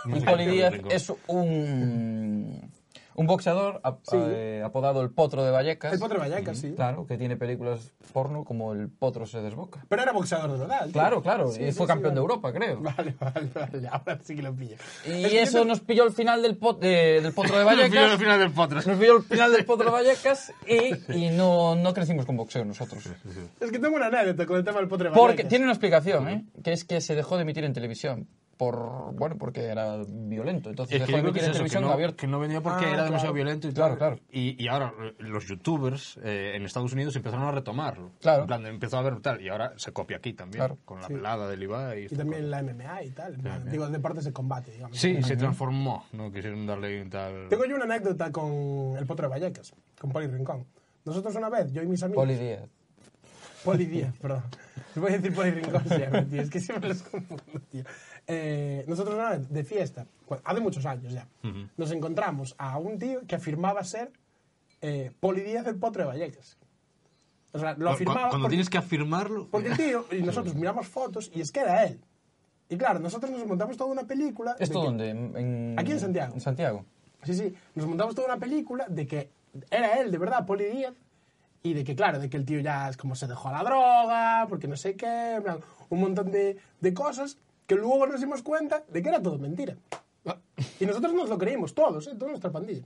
[SPEAKER 3] y
[SPEAKER 2] sé
[SPEAKER 3] Poli
[SPEAKER 2] quién es
[SPEAKER 3] Díaz
[SPEAKER 2] Rincón.
[SPEAKER 3] es un... Un boxeador ap-
[SPEAKER 1] Sí.
[SPEAKER 3] eh, apodado el Potro de Vallecas.
[SPEAKER 1] El Potro Vallecas, sí.
[SPEAKER 3] Claro, que tiene películas porno como El Potro se desboca.
[SPEAKER 1] Pero era boxeador de verdad. el tío.
[SPEAKER 3] Claro, claro.
[SPEAKER 1] Sí,
[SPEAKER 3] y
[SPEAKER 1] sí,
[SPEAKER 3] fue
[SPEAKER 1] sí,
[SPEAKER 3] campeón de
[SPEAKER 1] vale.
[SPEAKER 3] Europa,
[SPEAKER 1] <laughs>
[SPEAKER 3] creo.
[SPEAKER 1] Vale, vale, vale. Ahora sí que lo pillo.
[SPEAKER 3] Y
[SPEAKER 1] Es que
[SPEAKER 3] eso
[SPEAKER 1] yo te-
[SPEAKER 3] nos pilló el final del, pot- de- del <laughs> potro de Vallecas.
[SPEAKER 2] pilló el final del potro.
[SPEAKER 3] Nos pilló el final del potro de Vallecas y, y no, no crecimos con boxeo nosotros.
[SPEAKER 1] Es que tengo una anécdota con el tema del Potro
[SPEAKER 3] Porque
[SPEAKER 1] Vallecas.
[SPEAKER 3] tiene una explicación, ¿eh? que es que se dejó de emitir en televisión. Por, bueno, porque era violento. Entonces
[SPEAKER 2] Es que
[SPEAKER 3] dejó
[SPEAKER 2] yo
[SPEAKER 3] de
[SPEAKER 2] creo que,
[SPEAKER 3] emitir
[SPEAKER 2] es eso,
[SPEAKER 3] en
[SPEAKER 2] que
[SPEAKER 3] televisión
[SPEAKER 2] no,
[SPEAKER 3] abierta.
[SPEAKER 2] que no venía porque
[SPEAKER 1] Ah,
[SPEAKER 2] era
[SPEAKER 1] claro.
[SPEAKER 2] demasiado violento y
[SPEAKER 3] Claro,
[SPEAKER 2] tal.
[SPEAKER 3] claro.
[SPEAKER 2] Y, y ahora eh, los youtubers eh, en Estados Unidos empezaron a retomarlo.
[SPEAKER 3] Claro.
[SPEAKER 2] En plan, empezó a ver tal. Y ahora se copia aquí también,
[SPEAKER 3] Claro.
[SPEAKER 2] con la velada del Ibai.
[SPEAKER 1] Y
[SPEAKER 2] esta
[SPEAKER 1] también
[SPEAKER 2] cosa.
[SPEAKER 1] la MMA y tal. Digo, deportes de combate, digamos.
[SPEAKER 2] Sí, se transformó. No quisieron darle un tal...
[SPEAKER 1] Tengo yo una anécdota con el Potro de Vallecas, con Poli Rincón. Nosotros una vez, yo y mis amigos...
[SPEAKER 3] Poli Díaz.
[SPEAKER 1] Poli
[SPEAKER 2] <laughs>
[SPEAKER 1] Díaz, perdón. Les voy a decir Poli Rincón siempre, tío. Es que siempre los confundo, tío. Eh, nosotros una vez, de fiesta, cu- hace muchos años ya, nos encontramos a un tío que afirmaba ser eh, Poli Díaz del Potro de Vallecas. O sea, lo
[SPEAKER 2] Cu- cu-
[SPEAKER 1] afirmaba...
[SPEAKER 2] Cuando
[SPEAKER 1] porque-
[SPEAKER 2] tienes que afirmarlo...
[SPEAKER 1] Porque el
[SPEAKER 2] <laughs>
[SPEAKER 1] tío, y nosotros miramos fotos y es que era él. Y claro, nosotros nos montamos toda una película. de
[SPEAKER 3] ¿Esto
[SPEAKER 1] que-
[SPEAKER 3] dónde? En- en-
[SPEAKER 1] Aquí en Santiago.
[SPEAKER 3] En Santiago.
[SPEAKER 1] Sí, sí, nos montamos toda una película de que era él, de verdad, Poli Díaz. Y de que, claro, de que el tío ya es como se dejó la droga, porque no sé qué, en plan, un montón de, de cosas que luego nos dimos cuenta de que era todo mentira. Y nosotros nos lo creímos todos, ¿eh? toda nuestra pandilla.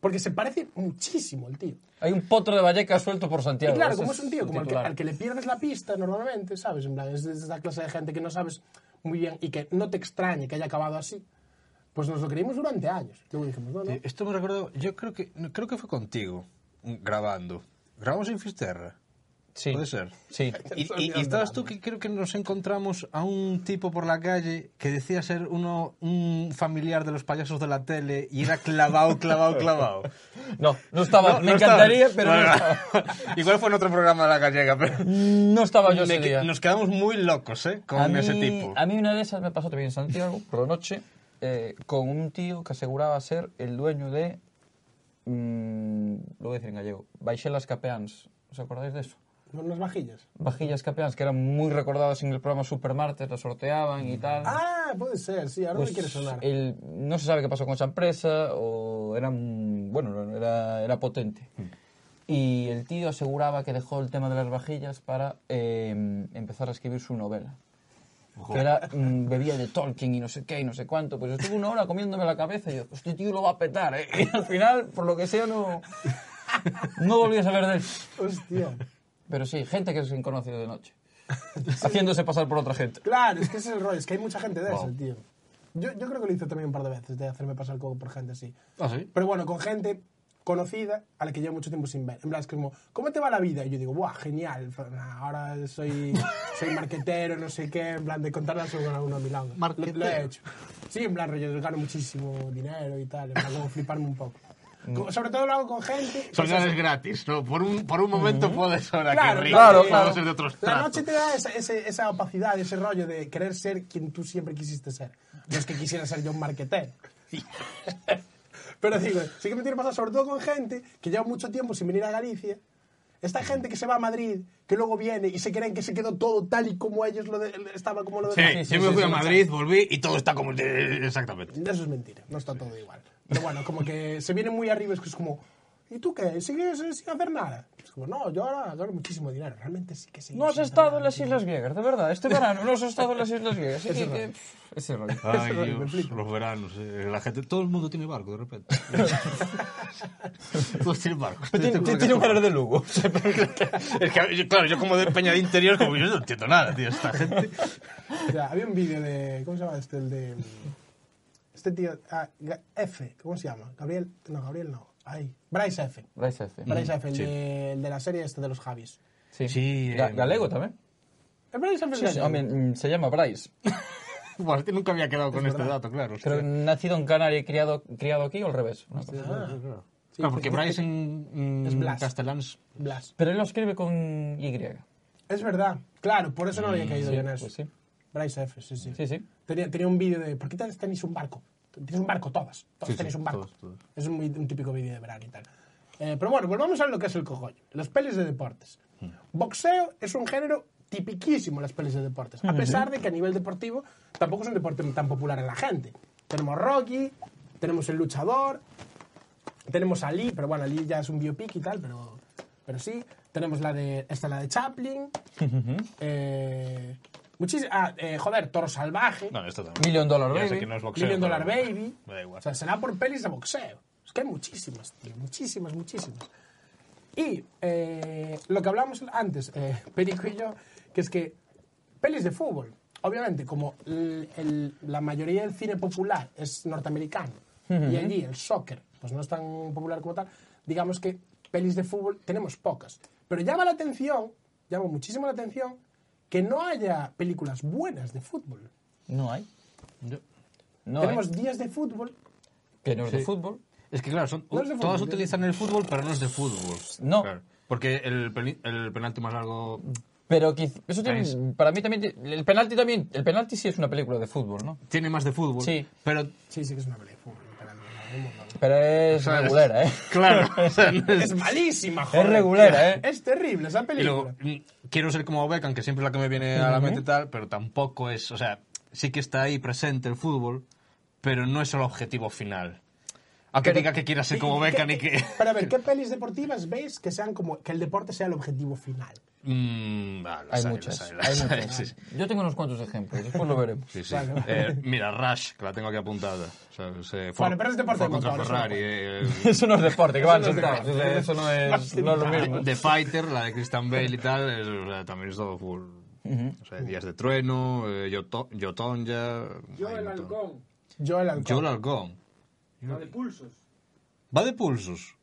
[SPEAKER 1] Porque se parece muchísimo el tío.
[SPEAKER 3] Hay un potro de Vallecas suelto por Santiago.
[SPEAKER 1] Y claro,
[SPEAKER 3] ese
[SPEAKER 1] como es un tío
[SPEAKER 3] el
[SPEAKER 1] como al que,
[SPEAKER 3] titular.
[SPEAKER 1] al que le pierdes la pista normalmente, ¿sabes? En plan, es de esa clase de gente que no sabes muy bien y que no te extrañe que haya acabado así. Pues nos lo creímos durante años. Luego dijimos, no, no.
[SPEAKER 2] Eh, Esto me recuerdo... Yo creo que, no, creo que fue contigo, mm, grabando. Grabamos en Fisterra.
[SPEAKER 3] Sí.
[SPEAKER 2] Puede ser. <laughs>
[SPEAKER 3] Sí.
[SPEAKER 2] Y, y- y estabas tú que creo que nos encontramos a un tipo por la calle que decía ser uno un familiar de los payasos de la tele y era <laughs> clavado, clavado, clavado.
[SPEAKER 3] No, no estaba. me encantaría, pero no estaba.
[SPEAKER 2] <laughs> Igual fue en otro programa de la gallega, pero...
[SPEAKER 3] No estaba yo ese
[SPEAKER 2] Me que-
[SPEAKER 3] día.
[SPEAKER 2] nos quedamos muy locos, ¿eh? Con
[SPEAKER 3] a mí,
[SPEAKER 2] ese tipo.
[SPEAKER 3] A mí una de esas me pasó también en Santiago, por la noche, eh, con un tío que aseguraba ser el dueño de... mm, lo voy a decir en gallego. Baixelas Capeans. ¿Os acordáis de eso?
[SPEAKER 1] Con unas vajillas.
[SPEAKER 3] Vajillas Capeans, que eran muy recordadas en el programa Supermartes, las sorteaban y tal.
[SPEAKER 1] Ah, puede ser, sí, ahora
[SPEAKER 3] Pues
[SPEAKER 1] me quiere sonar.
[SPEAKER 3] el- no se sabe qué pasó con esa empresa o era un- bueno era, era potente y el tío aseguraba que dejó el tema de las vajillas para eh, empezar a escribir su novela que era mm, bebía de Tolkien y no sé qué y no sé cuánto pues estuve una hora comiéndome la cabeza y yo este tío lo va a petar ¿eh?". y al final por lo que sea no no volví a saber de él
[SPEAKER 1] Hostia.
[SPEAKER 3] pero sí gente que se conoce de noche haciéndose pasar por otra gente
[SPEAKER 1] Claro, es que ese es el rollo, es que hay mucha gente de eso, tío. Yo, yo creo que lo hice también un par de veces, de hacerme pasar como por gente así.
[SPEAKER 2] Ah, ¿sí?
[SPEAKER 1] Pero bueno, con gente conocida a la que llevo mucho tiempo sin ver. En plan, es que como, ¿cómo te va la vida? Y yo digo, ¡buah, genial! en plan, "Ah, Ahora soy, soy marquetero, no sé qué, en plan, de contarle a uno a uno a Milán. Lo, lo he hecho. Sí, en plan, rollo, gano muchísimo dinero y tal, en plan, como fliparme un poco. Co- Sobre todo lo hago con gente...
[SPEAKER 2] es gratis, ¿no? Por un, por un momento puedes ahora
[SPEAKER 1] Claro,
[SPEAKER 2] que
[SPEAKER 1] claro,
[SPEAKER 2] ríes,
[SPEAKER 1] claro.
[SPEAKER 2] puedes ser de otros
[SPEAKER 1] La
[SPEAKER 2] tratos.
[SPEAKER 1] noche te da esa, ese- esa opacidad, ese rollo de querer ser quien tú siempre quisiste ser. No es que quisiera ser yo un marquetero. <laughs> Pero digo, sí que me tiene pasado, sobre todo con gente que lleva mucho tiempo sin venir a Galicia. Esta gente que se va a Madrid, que luego viene y se creen que se quedó todo tal y como ellos lo de- estaba como lo
[SPEAKER 2] Sí,
[SPEAKER 1] dejaron.
[SPEAKER 2] yo me fui a Madrid, volví y todo está como... eh, Exactamente.
[SPEAKER 1] Eso es mentira, no está todo igual. Pero bueno, como que se viene muy arriba, es que es como, ¿y tú qué? ¿Sigues eh, sin hacer nada? Es como, no, yo ahora gano muchísimo dinero, realmente sí que sí.
[SPEAKER 3] No has estado en las Islas Griegas, de verdad. Este verano no has estado en las Islas Griegas. Ese rollo. Ese rollo.
[SPEAKER 2] Ay,
[SPEAKER 1] rollo, me
[SPEAKER 2] Dios,
[SPEAKER 1] flipa.
[SPEAKER 2] los veranos. eh, la gente, todo el mundo tiene barco, de <laughs> repente. Todos tienen barco.
[SPEAKER 3] Tiene tiene un valor de Lugo.
[SPEAKER 2] <laughs> es que, yo- claro, yo como de peña de interior, como yo no entiendo nada, tío, esta gente.
[SPEAKER 1] O sea, había un vídeo de, ¿cómo se llama este? El de... Este tío, ah, Ga- F, ¿cómo se llama? Gabriel, no, Gabriel no. Ay, Bryce F.
[SPEAKER 3] Bryce F.
[SPEAKER 1] Bryce F, el,
[SPEAKER 2] sí.
[SPEAKER 1] de, el de la serie este de los Javis.
[SPEAKER 3] Sí.
[SPEAKER 2] Sí,
[SPEAKER 3] Ga-
[SPEAKER 2] eh,
[SPEAKER 3] Galego también.
[SPEAKER 1] El Bryce F es
[SPEAKER 3] Sí, sí,
[SPEAKER 1] gallego.
[SPEAKER 3] hombre, mm, se llama Bryce.
[SPEAKER 2] Buah, es que nunca había quedado con este dato, claro. hostia.
[SPEAKER 3] Creo que nacido en Canarias y criado, criado aquí o al revés. una cosa.
[SPEAKER 2] Claro, porque Bryce en, en
[SPEAKER 1] Es Blas.
[SPEAKER 2] castellano es-
[SPEAKER 1] Blas.
[SPEAKER 3] Pero él lo escribe con Y.
[SPEAKER 1] Es verdad, claro, por eso no había caído
[SPEAKER 3] sí,
[SPEAKER 1] bien eso.
[SPEAKER 3] pues sí.
[SPEAKER 1] Bryce F, sí, sí.
[SPEAKER 3] Sí, sí.
[SPEAKER 1] Tenía, tenía un vídeo de, ¿por qué todas tenéis un barco? Tenéis un barco todas, todas
[SPEAKER 2] Sí, sí,
[SPEAKER 1] tenéis un barco.
[SPEAKER 2] todas, todas.
[SPEAKER 1] Es muy, un típico vídeo de verano y tal. Eh, pero bueno, volvamos a lo que es el cogollo, las pelis de deportes.
[SPEAKER 2] Hmm.
[SPEAKER 1] Boxeo es un género tipiquísimo en las pelis de deportes, a pesar de que a nivel deportivo tampoco es un deporte tan popular en la gente. Tenemos Rocky, tenemos El Luchador, tenemos Ali, pero bueno, Ali ya es un biopic y tal, pero, pero sí. Tenemos la de, esta la de Chaplin. eh, muchis- ah, eh, joder, Toro Salvaje.
[SPEAKER 2] No, esto también.
[SPEAKER 3] Million Dollar
[SPEAKER 2] Ya sé
[SPEAKER 3] Baby.
[SPEAKER 2] que no es boxeo.
[SPEAKER 1] Million Dollar
[SPEAKER 2] pero-
[SPEAKER 1] Baby.
[SPEAKER 2] Me da igual.
[SPEAKER 1] O sea, será por pelis de boxeo. Es que hay muchísimas, tío. Muchísimas, muchísimas. Y eh, lo que hablamos antes, eh, <laughs> Perico y yo, que es que pelis de fútbol, obviamente, como el- el- la mayoría del cine popular es norteamericano y allí el soccer pues no es tan popular como tal, digamos que pelis de fútbol tenemos pocas. Pero llama la atención, llama muchísimo la atención, que no haya películas buenas de fútbol.
[SPEAKER 3] No hay. No hay.
[SPEAKER 1] Tenemos días de fútbol
[SPEAKER 3] Que no es de
[SPEAKER 2] Sí.
[SPEAKER 3] fútbol.
[SPEAKER 2] Es que claro, son,
[SPEAKER 1] No es de
[SPEAKER 2] todas
[SPEAKER 1] fútbol,
[SPEAKER 2] utilizan el fútbol, pero no es de fútbol.
[SPEAKER 3] No.
[SPEAKER 2] Claro, porque el, peli- el penalti más largo...
[SPEAKER 3] Pero quiz- eso tiene,
[SPEAKER 2] Tenéis.
[SPEAKER 3] para mí también ti- el penalti también el penalti sí es una película de fútbol, ¿no?
[SPEAKER 2] Tiene más de fútbol,
[SPEAKER 3] Sí.
[SPEAKER 2] pero...
[SPEAKER 1] Sí, sí que es una pelea de fútbol. pero no, no, no, no.
[SPEAKER 3] Pero es
[SPEAKER 2] ¿sabes?
[SPEAKER 3] regulera, ¿eh?
[SPEAKER 2] Claro. <laughs> o sea, no es-
[SPEAKER 1] Es malísima, joder.
[SPEAKER 3] regulera, ¿eh?
[SPEAKER 1] Es terrible esa
[SPEAKER 2] Y luego,
[SPEAKER 1] película.
[SPEAKER 2] mm, quiero ser como Beckham, que siempre es la que me viene a la mente y tal, pero tampoco es, o sea, sí que está ahí presente el fútbol, pero no es el objetivo final. Aunque diga que quiera ser como
[SPEAKER 1] ¿Qué-
[SPEAKER 2] Beckham y
[SPEAKER 1] <laughs>
[SPEAKER 2] <laughs> que...
[SPEAKER 1] Pero a ver, ¿qué pelis deportivas veis que sean como que el deporte sea el objetivo final?
[SPEAKER 2] Mm, ah, las
[SPEAKER 3] Hay
[SPEAKER 2] las
[SPEAKER 3] muchas,
[SPEAKER 2] las
[SPEAKER 3] hay
[SPEAKER 2] hay,
[SPEAKER 3] muchas.
[SPEAKER 2] sí, sí.
[SPEAKER 3] Yo tengo unos cuantos ejemplos, después lo veremos.
[SPEAKER 2] Sí, sí. Eh, mira, Rush, que la tengo aquí apuntada. O sea, es, eh, Ford,
[SPEAKER 1] Bueno, pero es deporte
[SPEAKER 2] Ford
[SPEAKER 1] de
[SPEAKER 2] contra
[SPEAKER 1] motores,
[SPEAKER 2] Ferrari.
[SPEAKER 1] ¿no?
[SPEAKER 2] eh,
[SPEAKER 3] Eso no es deporte, que van
[SPEAKER 1] no es
[SPEAKER 3] sentados.
[SPEAKER 1] deporte.
[SPEAKER 3] o sea, Eso no es, no es lo mismo.
[SPEAKER 2] The Fighter, la de Christian Bale y tal, es, o sea, también es todo full. O sea, Días de Trueno, eh, Yoto- Yotonya...
[SPEAKER 5] Yo
[SPEAKER 2] hay
[SPEAKER 5] el
[SPEAKER 2] un montón.
[SPEAKER 5] halcón.
[SPEAKER 1] Joel Alcón.
[SPEAKER 2] Joel Alcón.
[SPEAKER 5] La de pulsos.
[SPEAKER 2] Va de pulsos.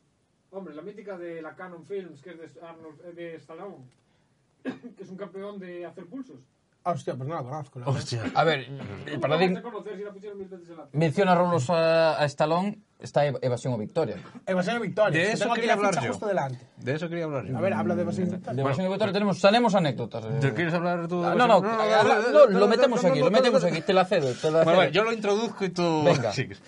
[SPEAKER 5] Hombre, la mítica de la Canon Films, que es de, Arnold, eh, de Stallone. <coughs> que es un campeón de hacer pulsos.
[SPEAKER 1] Ah, hostia, pues no la conozco. la verdad.
[SPEAKER 2] Hostia.
[SPEAKER 3] A ver, para
[SPEAKER 5] ¿Cómo la vas
[SPEAKER 3] decir,
[SPEAKER 5] a conocer si la pusieron mil veces en la
[SPEAKER 3] menciona rolos a, a Stallone, está ev- Evasión o Victoria.
[SPEAKER 1] Evasión y Victoria.
[SPEAKER 2] De
[SPEAKER 1] que
[SPEAKER 2] eso
[SPEAKER 1] tengo aquí
[SPEAKER 2] quería
[SPEAKER 1] la ficha
[SPEAKER 2] hablar yo. Mm.
[SPEAKER 1] justo delante.
[SPEAKER 2] De eso quería hablar yo.
[SPEAKER 1] A ver, habla de Evasión y
[SPEAKER 3] De
[SPEAKER 1] Victoria.
[SPEAKER 3] Evasión o Victoria tenemos, tenemos anécdotas. eh.
[SPEAKER 2] ¿Te quieres hablar tú?
[SPEAKER 3] Ah, No, no, habla- no, lo metemos aquí, lo metemos aquí, te la cedo. Te
[SPEAKER 2] Bueno,
[SPEAKER 3] la cedo.
[SPEAKER 2] bueno, yo lo introduzco y tú...
[SPEAKER 3] Venga.
[SPEAKER 2] sigues.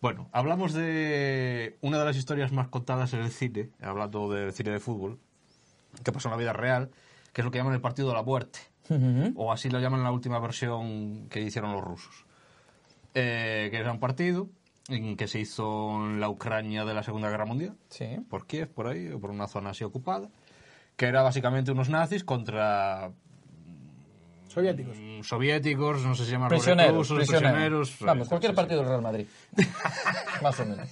[SPEAKER 2] Bueno, hablamos de una de las historias más contadas en el cine, hablando del cine de fútbol, que pasó en la vida real, que es lo que llaman el partido de la muerte. O así lo llaman en la última versión que hicieron los rusos. Eh, que era un partido en que se hizo en la Ucrania de la Segunda Guerra Mundial
[SPEAKER 3] Sí.
[SPEAKER 2] por Kiev, por ahí, o por una zona así ocupada, que era básicamente unos nazis contra
[SPEAKER 1] Soviéticos.
[SPEAKER 2] mm, soviéticos, no sé si llaman
[SPEAKER 3] Prisioneros,
[SPEAKER 2] reclusos,
[SPEAKER 3] prisioneros.
[SPEAKER 2] prisioneros,
[SPEAKER 3] Vamos,
[SPEAKER 2] eh,
[SPEAKER 3] cualquier
[SPEAKER 2] sí,
[SPEAKER 3] partido del
[SPEAKER 2] <laughs>
[SPEAKER 3] Real Madrid. Más o menos.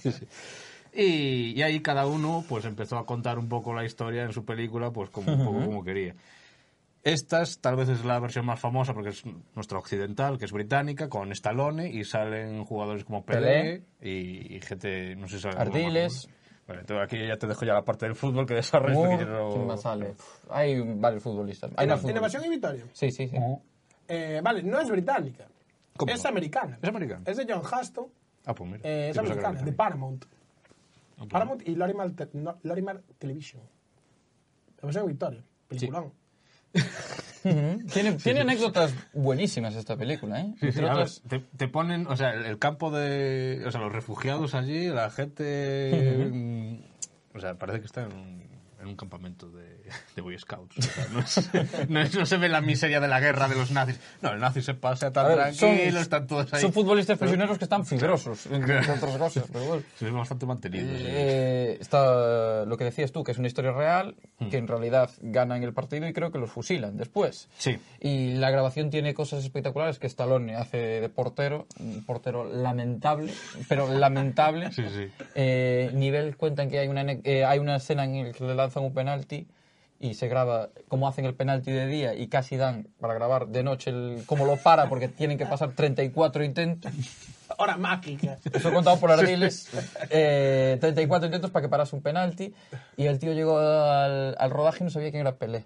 [SPEAKER 2] Y, y ahí cada uno pues empezó a contar un poco la historia en su película, pues como un poco como quería. Estas tal vez es la versión más famosa porque es nuestra occidental, que es británica, con Stallone y salen jugadores como Pelé, Y, y gente, no sé si sale alguno más.
[SPEAKER 3] Ardiles.
[SPEAKER 2] Bueno, entonces aquí ya te dejo ya la parte del fútbol que desarrollo. porque yo no-
[SPEAKER 3] ¿Quién más sale? Pff, Hay varios futbolistas. Hay más
[SPEAKER 1] ¿En
[SPEAKER 3] futbolistas.
[SPEAKER 1] Evasión y Victoria?
[SPEAKER 3] Sí, sí, sí.
[SPEAKER 1] Eh, vale, no es británica.
[SPEAKER 2] ¿Cómo
[SPEAKER 1] Es
[SPEAKER 2] no?
[SPEAKER 1] americana.
[SPEAKER 2] Es americana.
[SPEAKER 1] Es de John Huston.
[SPEAKER 2] Ah, pues mira.
[SPEAKER 1] Eh, es
[SPEAKER 2] Sí, pensaba que era
[SPEAKER 1] americana, de
[SPEAKER 2] británica. Ah, pues
[SPEAKER 1] Paramount. Paramount y Lorimar, Te- no, Lorimar Television. La versión Victoria. Peliculón.
[SPEAKER 3] Ujú. Tiene, tiene anécdotas buenísimas esta película, ¿eh?
[SPEAKER 2] Sí, sí,
[SPEAKER 3] Entre
[SPEAKER 2] a ver,
[SPEAKER 3] otras,
[SPEAKER 2] te, te ponen, o sea, el, el campo de. O sea, los refugiados allí, la gente. mm, o sea, parece que está en un, en un campamento de, de Boy Scouts. o sea, no,
[SPEAKER 3] <laughs>
[SPEAKER 2] es- no es- no se ve la miseria de la guerra de los nazis. No, el nazi se pasa tan
[SPEAKER 3] a ver,
[SPEAKER 2] tranquilo, están todos ahí.
[SPEAKER 3] son futbolistas prisioneros que están
[SPEAKER 2] <laughs>
[SPEAKER 3] fibrosos, entre
[SPEAKER 2] Claro.
[SPEAKER 3] otras cosas, pero bueno.
[SPEAKER 2] Se ven bastante mantenidos. Pues sí.
[SPEAKER 3] Eh, está lo que decías tú, que es una historia real,
[SPEAKER 2] Hmm.
[SPEAKER 3] que en realidad ganan el partido y creo que los fusilan después.
[SPEAKER 2] Sí.
[SPEAKER 3] Y la grabación tiene cosas espectaculares que Stallone hace de portero, un portero lamentable, pero lamentable.
[SPEAKER 2] Sí, sí.
[SPEAKER 3] Eh, nivel cuentan que hay una, ne- eh, hay una escena en la que le lanzan un penalti y se graba cómo hacen el penalti de día y casi dan para grabar de noche el, cómo lo para porque tienen que pasar 34 intentos.
[SPEAKER 1] Hora mágica.
[SPEAKER 3] Eso contado por Ardiles. Eh, 34 intentos para que parase un penalti. Y el tío llegó al, al rodaje y no sabía quién era Pelé.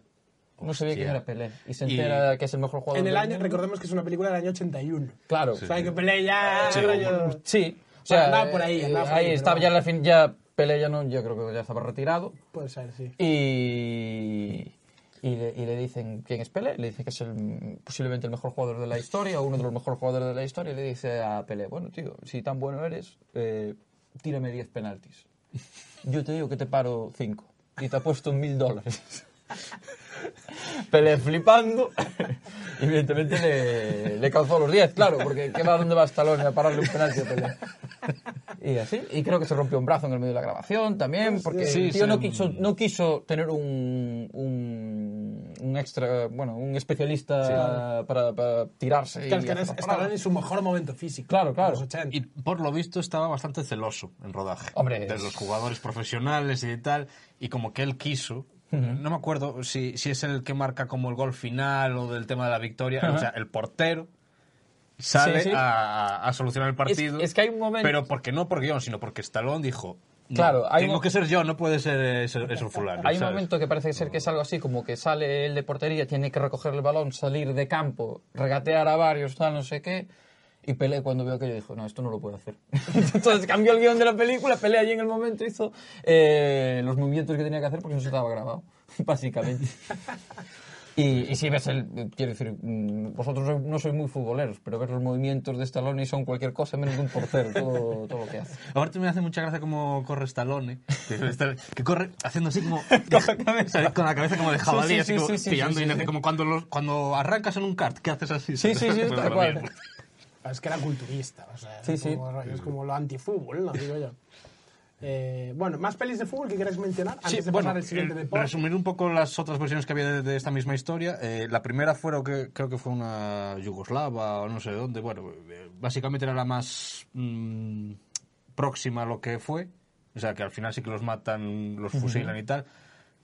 [SPEAKER 3] No sabía quién
[SPEAKER 2] Hostia.
[SPEAKER 3] era Pelé. Y se
[SPEAKER 2] Y-
[SPEAKER 3] entera que es el mejor jugador
[SPEAKER 1] En el
[SPEAKER 3] del
[SPEAKER 1] año,
[SPEAKER 3] mundo.
[SPEAKER 1] recordemos que es una película del año 81.
[SPEAKER 3] Claro.
[SPEAKER 1] O sea, hay que pelear ya.
[SPEAKER 2] Sí.
[SPEAKER 1] rollo-
[SPEAKER 3] Sí. O
[SPEAKER 1] Bueno,
[SPEAKER 3] sea,
[SPEAKER 1] andaba por ahí,
[SPEAKER 3] eh,
[SPEAKER 1] andaba por
[SPEAKER 3] ahí
[SPEAKER 1] ahí, pero
[SPEAKER 3] estaba ya
[SPEAKER 1] bueno.
[SPEAKER 3] al fin, ya Pelé ya no, yo creo que ya estaba retirado.
[SPEAKER 1] Puede ser, sí.
[SPEAKER 3] Y, y, le, y le dicen quién es Pelé, le dice que es el, posiblemente el mejor jugador de la historia, o uno de los mejores jugadores de la historia, y le dice a Pelé, bueno, tío, si tan bueno eres, eh, tírame 10 penaltis. Yo te digo que te paro 5 y te apuesto mil dólares. Pelé flipando, y evidentemente le, le calzó los 10, claro, porque ¿qué va, ¿dónde va Stallone a pararle un penalti a Pelé? Y así, y creo que se rompió un brazo en el medio de la grabación también, porque
[SPEAKER 2] Sí,
[SPEAKER 3] el tío no
[SPEAKER 2] se-
[SPEAKER 3] quiso, no quiso tener un, un, un extra, bueno, un especialista para, para tirarse. y
[SPEAKER 1] Claro, es que
[SPEAKER 3] hacer las
[SPEAKER 1] Stallone en
[SPEAKER 3] paradas.
[SPEAKER 1] su mejor momento físico.
[SPEAKER 3] Claro, claro.
[SPEAKER 1] Los 80.
[SPEAKER 2] Y por lo visto estaba bastante celoso en rodaje.
[SPEAKER 3] Hombre,
[SPEAKER 2] De
[SPEAKER 3] es-
[SPEAKER 2] los jugadores profesionales y de tal. Y como que él quiso. No me acuerdo si, si es el que marca como el gol final o del tema de la victoria. O sea, el portero sale
[SPEAKER 3] Sí, sí.
[SPEAKER 2] A, a solucionar el partido.
[SPEAKER 3] es que hay un momento-
[SPEAKER 2] Pero porque no por guión, sino porque Stallone dijo. "No,
[SPEAKER 3] Claro, hay
[SPEAKER 2] tengo
[SPEAKER 3] un-
[SPEAKER 2] que ser yo, no puede ser ese, ese fulano.
[SPEAKER 3] Hay un
[SPEAKER 2] ¿sabes?
[SPEAKER 3] momento que parece ser que es algo así, como que sale el de portería, tiene que recoger el balón, salir de campo, regatear a varios, tal, no sé qué. Y Pelé cuando vio aquello dijo, no, esto no lo puedo hacer. <laughs> Entonces cambió el guión de la película, Pelé allí en el momento hizo eh, los movimientos que tenía que hacer porque no se estaba grabado, <laughs> básicamente. Y, y si ves el, quiero decir, mm, vosotros sois- no sois muy futboleros, pero ves los movimientos de Stallone y son cualquier cosa menos de un portero, todo, todo lo que hace.
[SPEAKER 2] Aparte me hace mucha gracia cómo corre Stallone, ¿eh?
[SPEAKER 3] <laughs>
[SPEAKER 2] que, está- que corre haciendo así como <laughs> con la cabeza, como de jabalí, así
[SPEAKER 3] Sí, sí, sí,
[SPEAKER 2] como
[SPEAKER 3] sí, sí,
[SPEAKER 2] pillando
[SPEAKER 3] sí, sí,
[SPEAKER 2] y no sé,
[SPEAKER 3] sí.
[SPEAKER 2] como cuando, los- cuando arrancas en un kart, que haces así.
[SPEAKER 3] Sí, sí, sí,
[SPEAKER 2] <laughs> Pues
[SPEAKER 3] tal
[SPEAKER 2] lo
[SPEAKER 3] cual.
[SPEAKER 2] mismo.
[SPEAKER 1] Es que era culturista, o sea,
[SPEAKER 3] Sí,
[SPEAKER 1] es,
[SPEAKER 3] sí.
[SPEAKER 1] como, rollo, es como lo antifútbol, ¿no? Digo yo. Eh, bueno, más pelis de fútbol que quieres mencionar antes
[SPEAKER 2] Sí,
[SPEAKER 1] de pasar
[SPEAKER 2] bueno,
[SPEAKER 1] al siguiente
[SPEAKER 2] eh,
[SPEAKER 1] deporte.
[SPEAKER 2] resumir un poco las otras versiones que había de, de esta misma historia. Eh, la primera fue, lo que, creo que fue una yugoslava o no sé dónde. Bueno, eh, básicamente era la más mm, próxima a lo que fue. O sea, que al final sí que los matan, los fusilan y tal.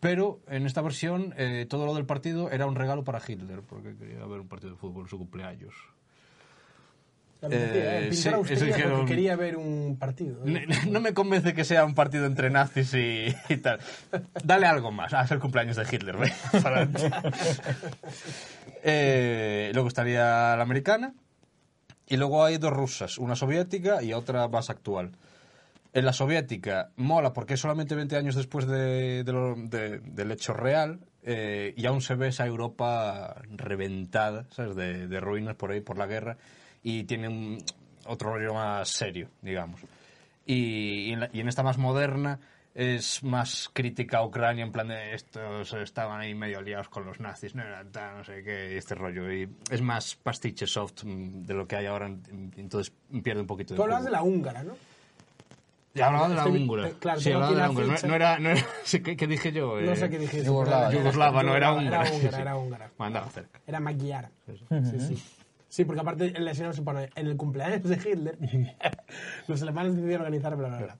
[SPEAKER 2] Pero en esta versión eh, todo lo del partido era un regalo para Hitler, porque quería ver un partido de fútbol en su cumpleaños.
[SPEAKER 1] La pintura,
[SPEAKER 2] eh,
[SPEAKER 1] el pintor
[SPEAKER 2] sí, eso
[SPEAKER 1] austríaco que
[SPEAKER 2] dijeron-
[SPEAKER 1] quería ver un partido.
[SPEAKER 2] Ne- ne- No me convence que sea un partido entre nazis y, y tal. Dale algo más. Ah, es el cumpleaños de Hitler. ve, para <laughs> adelante. Eh, luego estaría la americana. Y luego hay dos rusas, una soviética y otra más actual. En la soviética mola porque es solamente 20 años después de- de lo- de- del hecho real eh, y aún se ve esa Europa reventada, ¿sabes? De, de ruinas por ahí, por la guerra, y tiene un- otro rollo más serio, digamos. Y, y en la- y en esta más moderna es más crítica a Ucrania, en plan de estos estaban ahí medio liados con los nazis, no eran tan, no sé qué, y este rollo. Y es más pastiche soft mm, de lo que hay ahora, en- entonces pierde un poquito de
[SPEAKER 1] Tú hablabas
[SPEAKER 2] jugo.
[SPEAKER 1] de la húngara, ¿no?
[SPEAKER 2] Ya hablaba de la
[SPEAKER 1] Estoy-
[SPEAKER 2] húngara.
[SPEAKER 1] eh, claro,
[SPEAKER 2] sí,
[SPEAKER 1] tengo
[SPEAKER 2] hablaba de
[SPEAKER 1] aquí
[SPEAKER 2] la
[SPEAKER 1] la
[SPEAKER 2] húngara. No-
[SPEAKER 1] ficha.
[SPEAKER 2] No, era. No era <laughs> sí, ¿qué, qué dije yo?
[SPEAKER 1] No
[SPEAKER 2] Eh,
[SPEAKER 1] sé qué dijiste.
[SPEAKER 3] Yugoslava.
[SPEAKER 1] pero
[SPEAKER 2] Yugoslava, no, era húngara.
[SPEAKER 1] Era
[SPEAKER 2] Sí,
[SPEAKER 1] húngara,
[SPEAKER 2] sí.
[SPEAKER 1] era húngara.
[SPEAKER 2] Me andaba cerca.
[SPEAKER 1] Era maquillar. Sí, sí. Sí, porque aparte en la escena se pone en el cumpleaños de
[SPEAKER 2] <laughs>
[SPEAKER 1] Hitler, los alemanes decidieron organizar, bla, bla, bla.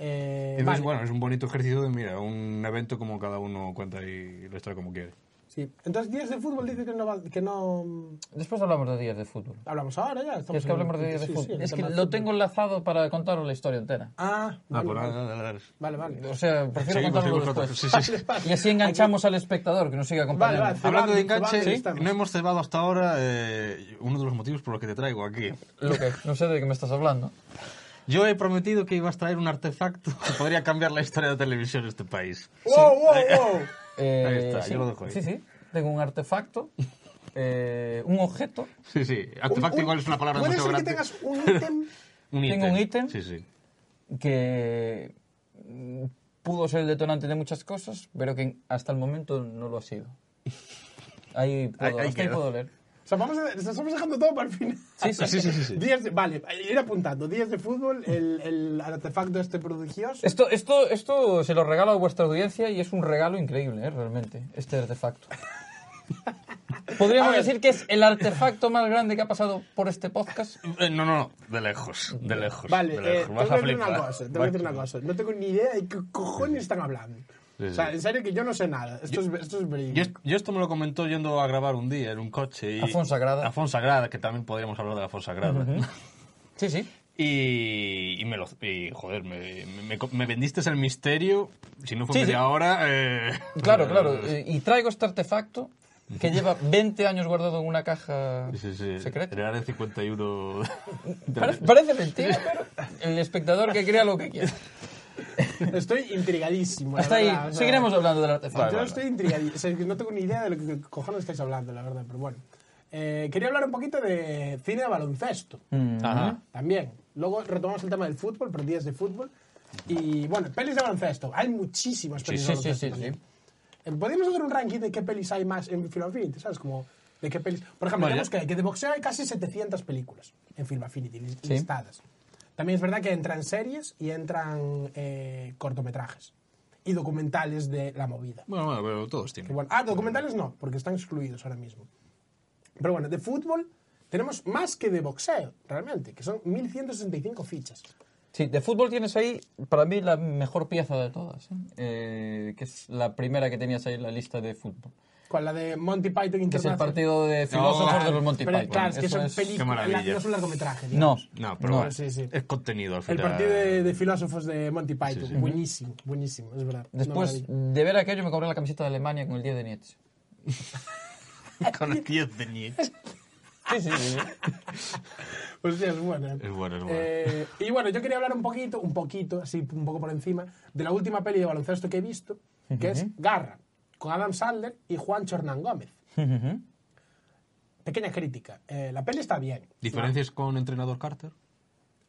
[SPEAKER 1] Eh,
[SPEAKER 2] Entonces,
[SPEAKER 1] vale.
[SPEAKER 2] bueno, es un bonito ejercicio de, mira, un evento como cada uno cuenta y lo historia como quiere.
[SPEAKER 1] Sí. Entonces, días de fútbol dice que no, va- que no mm,
[SPEAKER 3] Después hablamos de días de fútbol.
[SPEAKER 1] hablamos ahora ya. Estamos
[SPEAKER 3] Es que hablamos de,
[SPEAKER 1] sí,
[SPEAKER 3] de fútbol.
[SPEAKER 1] sí, el
[SPEAKER 3] es que
[SPEAKER 1] tema de
[SPEAKER 3] lo
[SPEAKER 1] fútbol.
[SPEAKER 3] tengo enlazado para contaros la historia entera.
[SPEAKER 1] Ah,
[SPEAKER 2] Ah,
[SPEAKER 1] vale,
[SPEAKER 2] por
[SPEAKER 1] vale.
[SPEAKER 2] nada.
[SPEAKER 1] Vale, vale. <laughs>
[SPEAKER 3] O sea, prefiero
[SPEAKER 2] Seguimos, seguimos
[SPEAKER 3] contarlo
[SPEAKER 2] con
[SPEAKER 3] después.
[SPEAKER 2] otro. Sí, sí, sí.
[SPEAKER 3] Y así enganchamos al espectador que nos sigue acompañando.
[SPEAKER 1] Vale, vale.
[SPEAKER 2] Hablando de
[SPEAKER 1] Cebando,
[SPEAKER 2] enganche,
[SPEAKER 1] cebando, estamos.
[SPEAKER 2] no hemos cebado hasta ahora eh, uno de los motivos por los que te traigo aquí.
[SPEAKER 3] Lo que, no sé de qué me estás hablando.
[SPEAKER 2] Yo he prometido que ibas a traer un artefacto que podría cambiar la historia de la televisión de este país.
[SPEAKER 1] Wow, wow, wow.
[SPEAKER 3] Eh,
[SPEAKER 2] Ahí está,
[SPEAKER 3] sí.
[SPEAKER 2] yo lo dejo ahí.
[SPEAKER 3] Sí, sí. tengo un artefacto, eh, un objeto,
[SPEAKER 2] Sí, sí. Artefacto
[SPEAKER 1] Un-
[SPEAKER 2] igual es una palabra
[SPEAKER 1] Puede
[SPEAKER 2] demasiado
[SPEAKER 1] ser que
[SPEAKER 2] grande.
[SPEAKER 1] tengas un
[SPEAKER 2] <laughs>
[SPEAKER 1] ítem.
[SPEAKER 3] Tengo un ítem.
[SPEAKER 2] Sí, sí.
[SPEAKER 3] que mm, pudo ser el detonante de muchas cosas, pero que hasta el momento no lo ha sido. Ahí puedo,
[SPEAKER 2] Ahí- ahí
[SPEAKER 3] hasta ahí
[SPEAKER 2] queda.
[SPEAKER 3] puedo leer.
[SPEAKER 1] O sea, vamos a, estamos dejando todo para el final.
[SPEAKER 3] Sí, sí,
[SPEAKER 2] sí, sí, sí.
[SPEAKER 1] Días de- vale, ir apuntando. Días de fútbol, el, el artefacto este prodigioso.
[SPEAKER 3] Esto, esto, esto se lo regalo a vuestra audiencia y es un regalo increíble, ¿eh? realmente, este
[SPEAKER 1] <laughs>
[SPEAKER 3] artefacto. Podríamos
[SPEAKER 1] A ver.
[SPEAKER 3] decir que es el artefacto más grande que ha pasado por este podcast.
[SPEAKER 2] Eh, no, no, no. De lejos. De lejos.
[SPEAKER 1] Vale,
[SPEAKER 2] de
[SPEAKER 1] eh,
[SPEAKER 2] lejos.
[SPEAKER 1] tengo
[SPEAKER 2] Vas
[SPEAKER 1] que
[SPEAKER 2] a
[SPEAKER 1] decir una
[SPEAKER 2] flipar.
[SPEAKER 1] cosa, tengo que decir una cosa. No tengo ni idea de qué cojones están hablando.
[SPEAKER 2] Sí,
[SPEAKER 1] O sea,
[SPEAKER 2] sí.
[SPEAKER 1] en serio que yo no sé nada. Esto es, esto es verídico.
[SPEAKER 2] <laughs> Yo, yo esto me lo comentó yendo a grabar un día en un coche. Y,
[SPEAKER 3] A Fonsagrada.
[SPEAKER 2] A Fonsagrada, que también podríamos hablar de la Fonsagrada.
[SPEAKER 3] Sí, sí.
[SPEAKER 2] <laughs> Y, y me lo. y, joder, me, me- me vendiste el misterio. Si no fuese
[SPEAKER 3] Sí, sí.
[SPEAKER 2] ahora. eh,
[SPEAKER 3] Claro,
[SPEAKER 2] <laughs>
[SPEAKER 3] claro. eh, Y traigo este artefacto que lleva 20 años guardado en una caja
[SPEAKER 2] Sí, sí.
[SPEAKER 3] secreta.
[SPEAKER 2] Era de
[SPEAKER 3] <laughs>
[SPEAKER 2] 51.
[SPEAKER 3] Pare- parece mentira, pero el espectador que crea lo
[SPEAKER 2] <laughs>
[SPEAKER 3] que quiera.
[SPEAKER 1] Estoy intrigadísimo. la
[SPEAKER 3] Hasta ahí.
[SPEAKER 1] verdad, o sea,
[SPEAKER 3] Seguiremos hablando del
[SPEAKER 1] Yo
[SPEAKER 3] artefacto.
[SPEAKER 1] estoy intrigadísimo. O sea, que no tengo ni idea de lo que cojones estáis hablando, la verdad, pero bueno. Eh, quería hablar un poquito de cine de baloncesto.
[SPEAKER 3] Mm.
[SPEAKER 2] Ajá.
[SPEAKER 1] También. Luego retomamos el tema del fútbol, pero días de fútbol. Y bueno, pelis de baloncesto. Hay muchísimas pelis
[SPEAKER 3] Sí,
[SPEAKER 1] de
[SPEAKER 3] sí, sí,
[SPEAKER 1] baloncesto.
[SPEAKER 3] sí, sí.
[SPEAKER 1] también. Eh, Podríamos hacer un ranking de qué pelis hay más en Film Affinity, ¿sabes? Como de qué pelis. Por ejemplo,
[SPEAKER 2] Vale.
[SPEAKER 1] tenemos que, que de boxeo hay casi 700 películas en Film Affinity lis-
[SPEAKER 3] Sí.
[SPEAKER 1] listadas. También es verdad que entran series y entran eh, cortometrajes y documentales de la movida.
[SPEAKER 2] Bueno, bueno, pero todos
[SPEAKER 1] Que
[SPEAKER 2] tienen.
[SPEAKER 1] bueno- ah, documentales no, porque están excluidos ahora mismo. Pero bueno, de fútbol tenemos más que de boxeo, realmente, que son 1165 fichas.
[SPEAKER 3] Sí, de fútbol tienes ahí, para mí, la mejor pieza de todas. ¿eh? Eh, que es la primera que tenías ahí en la lista de fútbol.
[SPEAKER 1] Con la de Monty Python
[SPEAKER 3] Que es el
[SPEAKER 1] International.
[SPEAKER 3] partido de filósofos
[SPEAKER 2] No,
[SPEAKER 3] de los Monty
[SPEAKER 1] Pero,
[SPEAKER 3] Python.
[SPEAKER 1] Claro, es que
[SPEAKER 3] Eso
[SPEAKER 1] son
[SPEAKER 3] es-
[SPEAKER 2] Qué
[SPEAKER 1] películas,
[SPEAKER 2] maravilla.
[SPEAKER 1] la- no es un largometraje.
[SPEAKER 3] No.
[SPEAKER 1] digamos.
[SPEAKER 2] No, pero
[SPEAKER 3] No,
[SPEAKER 2] bueno,
[SPEAKER 1] sí, sí.
[SPEAKER 2] es contenido al
[SPEAKER 1] El
[SPEAKER 2] final.
[SPEAKER 1] partido de, de filósofos de Monty Python. Buenísimo, buenísimo, es verdad. Una
[SPEAKER 3] Después
[SPEAKER 1] maravilla.
[SPEAKER 3] de ver aquello, me compré la camiseta de Alemania con el 10 de Nietzsche.
[SPEAKER 2] <laughs> Con el 10 de Nietzsche.
[SPEAKER 3] Sí, sí, sí.
[SPEAKER 1] Hostia, Pues es buena.
[SPEAKER 2] Es buena, es buena.
[SPEAKER 1] Eh, y bueno, yo quería hablar un poquito, un poquito, así un poco por encima, de la última peli de baloncesto que he visto, que es Garra, con Adam Sandler y Juancho Hernán Gómez. Pequeña crítica. Eh, la peli está bien.
[SPEAKER 2] ¿Diferencias con entrenador Carter?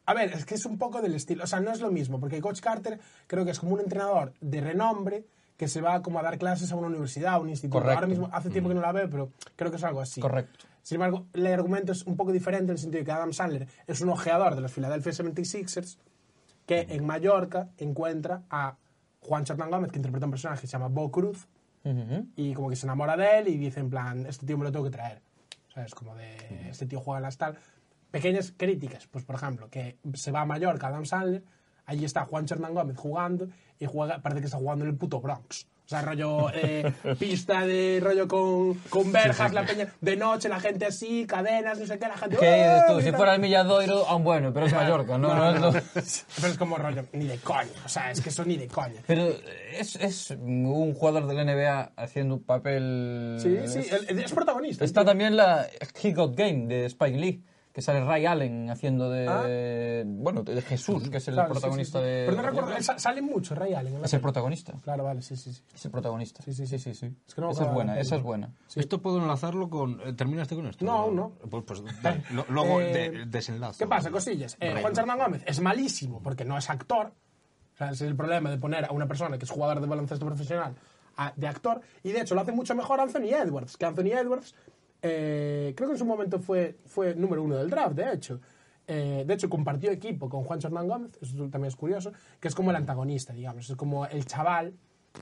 [SPEAKER 1] A ver, es que es un poco del estilo. O sea, no es lo mismo, porque Coach Carter creo que es como un entrenador de renombre que se va como a dar clases a una universidad, a un instituto.
[SPEAKER 3] Correcto. Mm.
[SPEAKER 1] Ahora mismo hace tiempo que no la veo, pero creo que es algo así.
[SPEAKER 3] Correcto.
[SPEAKER 1] Sin embargo, el argumento es un poco diferente en el sentido de que Adam Sandler es un ojeador de los Philadelphia 76ers que en Mallorca encuentra a Juan Hernán Gómez, que interpreta un personaje que se llama Bo Cruz,
[SPEAKER 3] Ujú.
[SPEAKER 1] y como que se enamora de él y dice en plan, este tío me lo tengo que traer. ¿Sabes? Como de, este tío juega en las tal. Pequeñas críticas, pues por ejemplo, que se va a Mallorca Adam Sandler, allí está Juan Hernán Gómez jugando y juega, parece que está jugando en el puto Bronx. O sea, rollo
[SPEAKER 3] <laughs>
[SPEAKER 1] eh, pista de rollo con, con verjas, la peña, de noche, la gente así, cadenas, no sé qué, la gente...
[SPEAKER 3] ¿Qué
[SPEAKER 1] "¡Ah!",
[SPEAKER 3] dices tú? Si
[SPEAKER 1] gritando.
[SPEAKER 3] fuera el Milladoiro, aún bueno, pero es Mallorca, ¿no? no, no,
[SPEAKER 1] Pero es como rollo, ni de coña, o sea, es que eso ni de
[SPEAKER 3] <laughs>
[SPEAKER 1] coña.
[SPEAKER 3] Pero es, es un jugador del NBA haciendo un papel...
[SPEAKER 1] Sí, sí, él- es protagonista.
[SPEAKER 3] Está también la He Got Game de Spike Lee, que sale Ray Allen haciendo de. Bueno, de Jesús, que es el
[SPEAKER 1] Ah. Claro, sí, sí,
[SPEAKER 3] protagonista
[SPEAKER 1] sí.
[SPEAKER 3] de.
[SPEAKER 1] Pero no recuerdo, él sa- sale mucho Ray Allen. en la
[SPEAKER 3] Es el
[SPEAKER 1] peli.
[SPEAKER 3] protagonista.
[SPEAKER 1] Claro, vale, sí, sí, sí.
[SPEAKER 3] Es el protagonista.
[SPEAKER 1] Sí, sí, sí, sí, sí. Es que no me
[SPEAKER 3] esa es
[SPEAKER 1] acordaba
[SPEAKER 3] buena,
[SPEAKER 1] de
[SPEAKER 3] esa
[SPEAKER 1] él.
[SPEAKER 3] es buena.
[SPEAKER 2] Esto puedo enlazarlo con. eh, ¿Terminaste con esto?
[SPEAKER 1] No, aún no.
[SPEAKER 2] Pues, pues dale, lo- luego
[SPEAKER 1] Eh,
[SPEAKER 2] de- desenlazo.
[SPEAKER 1] ¿Qué pasa, cosillas? Eh, Juan Hernán Gómez es malísimo porque no es actor. O sea, ese es el problema de poner a una persona que es jugador de baloncesto profesional a- de actor. Y de hecho lo hace mucho mejor Anthony Edwards. Que Anthony Edwards, eh, creo que en su momento fue, fue número uno del draft, de hecho. Eh, de hecho, compartió equipo con Juan Hernán Gómez, eso también es curioso, que es como el antagonista, digamos. Es como el chaval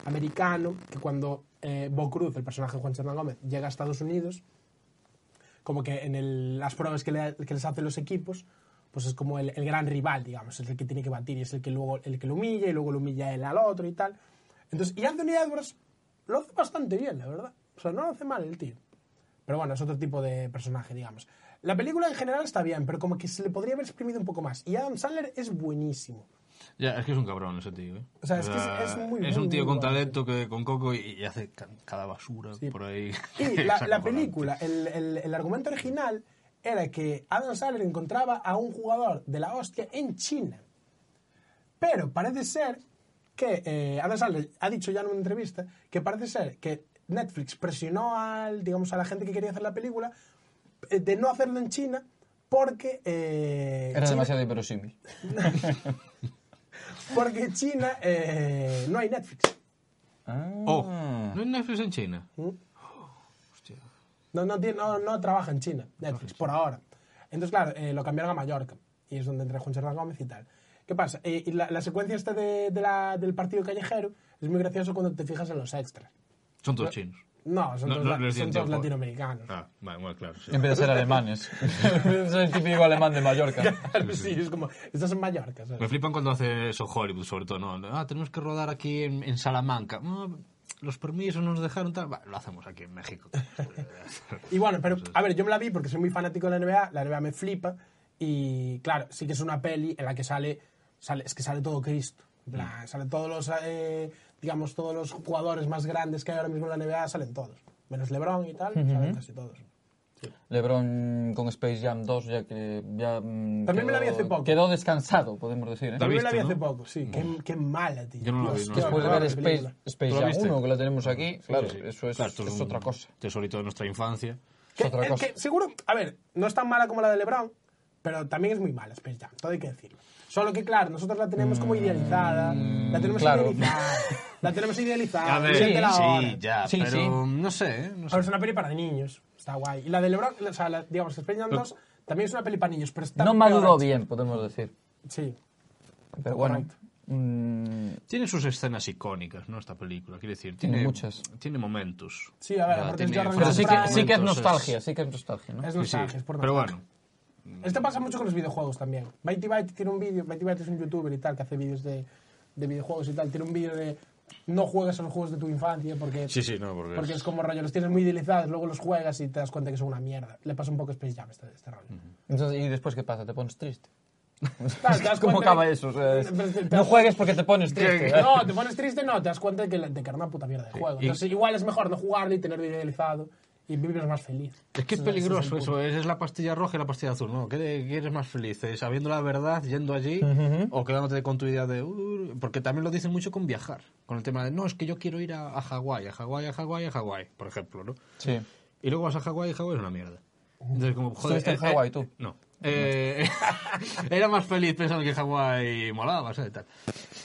[SPEAKER 1] americano que cuando eh, Bo Cruz, el personaje de Juan Hernán Gómez, llega a Estados Unidos, como que en el- las pruebas que, le- que les hacen los equipos, pues es como el, el gran rival, digamos, es el que tiene que batir y es el que luego el que lo humilla y luego lo humilla él al otro y tal. Entonces, y Anthony Edwards lo hace bastante bien, la verdad. O sea, no lo hace mal el tío. Pero bueno, es otro tipo de personaje, digamos. La película en general está bien, pero como que se le podría haber exprimido un poco más. Y Adam Sandler es buenísimo.
[SPEAKER 2] Ya, es que es un cabrón ese tío. ¿eh?
[SPEAKER 1] O sea, es que es- es muy,
[SPEAKER 2] Es
[SPEAKER 1] muy,
[SPEAKER 2] un tío
[SPEAKER 1] muy
[SPEAKER 2] con
[SPEAKER 1] bueno,
[SPEAKER 2] talento que con coco y, y hace ca- cada basura por ahí.
[SPEAKER 1] Y
[SPEAKER 2] <laughs>
[SPEAKER 3] <laughs>
[SPEAKER 2] Es
[SPEAKER 1] la, la
[SPEAKER 2] acojonante.
[SPEAKER 1] película, el, el- el argumento original era que Adam Sandler encontraba a un jugador de la hostia en China. Pero parece ser que eh, Adam Sandler ha dicho ya en una entrevista que parece ser que Netflix presionó al, digamos, a la gente que quería hacer la película eh, de no hacerlo en China porque eh,
[SPEAKER 3] Era
[SPEAKER 1] China-
[SPEAKER 3] demasiado
[SPEAKER 1] <laughs>
[SPEAKER 3] inverosímil.
[SPEAKER 1] porque China eh, no hay Netflix.
[SPEAKER 2] Oh, ¿no hay Netflix en China?
[SPEAKER 1] No, no, tiene- no, no trabaja en China,
[SPEAKER 2] Ah,
[SPEAKER 1] Netflix, por ahora. Entonces, claro, eh, lo cambiaron a Mallorca. Y es donde entra Juan Serrano Gómez y tal. ¿Qué pasa? Eh, y la, la secuencia esta de, de la- del partido callejero es muy gracioso cuando te fijas en los extras.
[SPEAKER 2] Son todos chinos.
[SPEAKER 1] No, son
[SPEAKER 2] No,
[SPEAKER 1] todos,
[SPEAKER 2] no
[SPEAKER 1] la-
[SPEAKER 2] les dio
[SPEAKER 1] son todos
[SPEAKER 2] tiempo.
[SPEAKER 1] latinoamericanos.
[SPEAKER 2] Ah, vale, bueno, claro. sí.
[SPEAKER 3] En vez de ser alemanes. es el típico alemán de Mallorca.
[SPEAKER 1] Claro, <laughs> sí, es como, estás en Mallorca, ¿sabes?
[SPEAKER 2] Me flipan cuando hace eso Hollywood, sobre todo, ¿no? Ah, tenemos que rodar aquí en, en Salamanca. Ah, los permisos no nos dejaron tal. Bah, lo hacemos aquí
[SPEAKER 1] <laughs>
[SPEAKER 2] en México.
[SPEAKER 1] Y bueno, pero a ver, yo me la vi porque soy muy fanático de la NBA, la NBA me flipa y claro, sí que es una peli en la que sale, sale es que sale todo Cristo, en
[SPEAKER 2] Mm.
[SPEAKER 1] plan, sale todos los, eh, digamos, todos los jugadores más grandes que hay ahora mismo en la NBA, salen todos, menos LeBron y tal, salen casi todos.
[SPEAKER 3] LeBron con Space Jam 2 ya que ya mm,
[SPEAKER 1] También me la vi
[SPEAKER 3] quedó-
[SPEAKER 1] hace poco.
[SPEAKER 3] Quedó descansado, podemos decir, ¿eh?
[SPEAKER 2] La
[SPEAKER 1] Yo me la vi
[SPEAKER 2] viste,
[SPEAKER 1] hace
[SPEAKER 2] ¿no?
[SPEAKER 1] poco, sí, qué, qué mala, tío.
[SPEAKER 2] Yo no la vi, no la
[SPEAKER 3] Después
[SPEAKER 1] qué
[SPEAKER 3] de ver
[SPEAKER 1] mala
[SPEAKER 3] Space,
[SPEAKER 1] película.
[SPEAKER 3] Space
[SPEAKER 2] ¿Tú la
[SPEAKER 3] Jam
[SPEAKER 2] viste?
[SPEAKER 3] 1, que la tenemos aquí, claro,
[SPEAKER 2] Sí, sí.
[SPEAKER 3] eso es,
[SPEAKER 2] Claro, esto
[SPEAKER 3] es
[SPEAKER 2] un
[SPEAKER 3] otra cosa.
[SPEAKER 2] Tesorito de nuestra infancia.
[SPEAKER 1] Que-
[SPEAKER 3] otra
[SPEAKER 1] eh,
[SPEAKER 3] cosa.
[SPEAKER 1] que seguro, a ver, no es tan mala como la de LeBron, pero también es muy mala Space Jam, todo hay que decirlo. Solo que, claro, nosotros la tenemos como idealizada, la tenemos
[SPEAKER 3] Mm, claro.
[SPEAKER 1] idealizada, la tenemos idealizada,
[SPEAKER 3] <laughs>
[SPEAKER 2] A ver,
[SPEAKER 1] siete la hora.
[SPEAKER 2] sí, ya,
[SPEAKER 3] Sí,
[SPEAKER 2] pero
[SPEAKER 3] sí.
[SPEAKER 2] no sé, ¿eh? No
[SPEAKER 1] A ver, es
[SPEAKER 2] sé.
[SPEAKER 1] una peli para niños, está guay. Y la de LeBron, o sea, la- digamos, Space Jam 2 también es una peli para niños, pero está
[SPEAKER 3] No
[SPEAKER 1] peor
[SPEAKER 3] maduró
[SPEAKER 1] hecha.
[SPEAKER 3] bien, podemos decir.
[SPEAKER 1] Sí.
[SPEAKER 3] Pero bueno,
[SPEAKER 1] Correcto.
[SPEAKER 3] mm,
[SPEAKER 2] Tiene sus escenas icónicas, ¿no? Esta película, quiero decir. Tiene,
[SPEAKER 3] muchas.
[SPEAKER 2] Tiene momentos.
[SPEAKER 1] Sí, a ver,
[SPEAKER 2] Ah,
[SPEAKER 1] porque
[SPEAKER 2] tiene
[SPEAKER 1] Jordan
[SPEAKER 3] pero
[SPEAKER 2] frases,
[SPEAKER 3] sí que,
[SPEAKER 1] Frank-
[SPEAKER 3] sí que es
[SPEAKER 2] momentos,
[SPEAKER 3] nostalgia, sí que es nostalgia, ¿no?
[SPEAKER 1] Es
[SPEAKER 2] Sí, sí.
[SPEAKER 1] nostalgia, es por
[SPEAKER 2] Pero
[SPEAKER 1] nostalgia.
[SPEAKER 2] bueno,
[SPEAKER 1] Esto pasa mucho con los videojuegos también. Mighty Byte tiene un vídeo, Mighty Byte es un youtuber y tal, que hace vídeos de, de videojuegos y tal, tiene un vídeo de no juegues a los juegos de tu infancia porque...
[SPEAKER 2] Sí, sí, no, porque
[SPEAKER 1] Porque
[SPEAKER 2] es-
[SPEAKER 1] es como rollo, los tienes muy idealizados, luego los juegas y te das cuenta que son una mierda. Le pasa un poco a Space Jam este, este rollo.
[SPEAKER 3] Entonces, ¿y después qué pasa? ¿Te pones triste?
[SPEAKER 1] Claro,
[SPEAKER 2] <laughs>
[SPEAKER 1] te das
[SPEAKER 3] <laughs> ¿Cómo
[SPEAKER 1] cuenta
[SPEAKER 3] acaba
[SPEAKER 1] de-
[SPEAKER 3] eso? O sea, es-
[SPEAKER 1] <laughs> Pero te- te
[SPEAKER 3] no
[SPEAKER 1] das-
[SPEAKER 3] juegues porque te pones triste.
[SPEAKER 1] <laughs>
[SPEAKER 3] ¿eh?
[SPEAKER 1] No, te pones triste, no, te das cuenta de que, la- de que era una puta mierda de juego.
[SPEAKER 2] y-
[SPEAKER 1] Entonces, igual es mejor no jugarlo y tenerlo idealizado y vives más feliz.
[SPEAKER 2] Es que es
[SPEAKER 1] Ese el
[SPEAKER 2] peligroso
[SPEAKER 1] punto.
[SPEAKER 2] eso, es, es la pastilla roja y la pastilla azul, ¿no? ¿Qué, qué eres más feliz? eh, ¿Sabiendo la verdad, yendo allí, o quedándote con tu idea de... "Uh", porque también lo dicen mucho con viajar, con el tema de, no, es que yo quiero ir a, a Hawái, a Hawái, a Hawái, a Hawái, por ejemplo, ¿no?
[SPEAKER 3] Sí.
[SPEAKER 2] Y luego vas a Hawái y Hawái es una mierda. Entonces, como, joder... eh,
[SPEAKER 3] ¿Estuviste en Hawái, tú?
[SPEAKER 2] No. Eh, <laughs> era más feliz pensando que Hawái molaba, ¿sabes? Tal.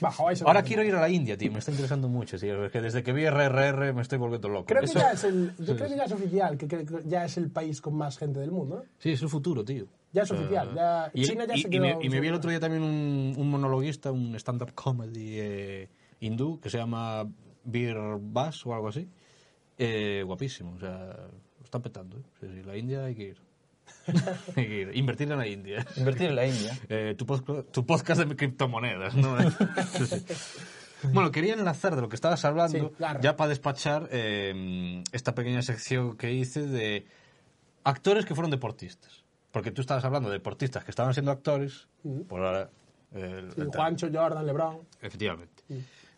[SPEAKER 1] Va, Hawái se
[SPEAKER 2] Ahora
[SPEAKER 1] lo-
[SPEAKER 2] quiero ir a la India, tío, me está interesando mucho, tío. Es que desde que vi RRR me estoy volviendo loco.
[SPEAKER 1] Creo que,
[SPEAKER 2] Eso-
[SPEAKER 1] ya es el, yo creo que ya es oficial, que, creo que ya es el país con más gente del mundo. ¿no?
[SPEAKER 2] Sí, es el futuro, tío.
[SPEAKER 1] Ya es oficial, ya-
[SPEAKER 2] Ah. y,
[SPEAKER 1] China ya
[SPEAKER 2] y-
[SPEAKER 1] se
[SPEAKER 2] y
[SPEAKER 1] quedó
[SPEAKER 2] me, y me vi el
[SPEAKER 1] segura.
[SPEAKER 2] otro día también un, un monologuista, un stand-up comedy eh, hindú que se llama Bir Bas o algo así. Eh, guapísimo, o sea, lo están petando. ¿eh? Sí, sí, la India hay que ir. <laughs> hay que ir. Invertir en la India.
[SPEAKER 3] Invertir en la India.
[SPEAKER 2] Eh, tu, podcast, tu podcast de
[SPEAKER 1] <laughs>
[SPEAKER 2] criptomonedas, ¿no? Sí, sí. Bueno, quería enlazar de lo que estabas hablando,
[SPEAKER 1] Sí, claro.
[SPEAKER 2] ya para despachar eh, esta pequeña sección que hice de actores que fueron deportistas. Porque tú estabas hablando de deportistas que estaban siendo actores, por ahora... eh,
[SPEAKER 1] Mm. Sí, Mm.
[SPEAKER 2] la-
[SPEAKER 1] Juancho, Jordan,
[SPEAKER 2] <laughs>
[SPEAKER 1] LeBron. <laughs>
[SPEAKER 2] Efectivamente.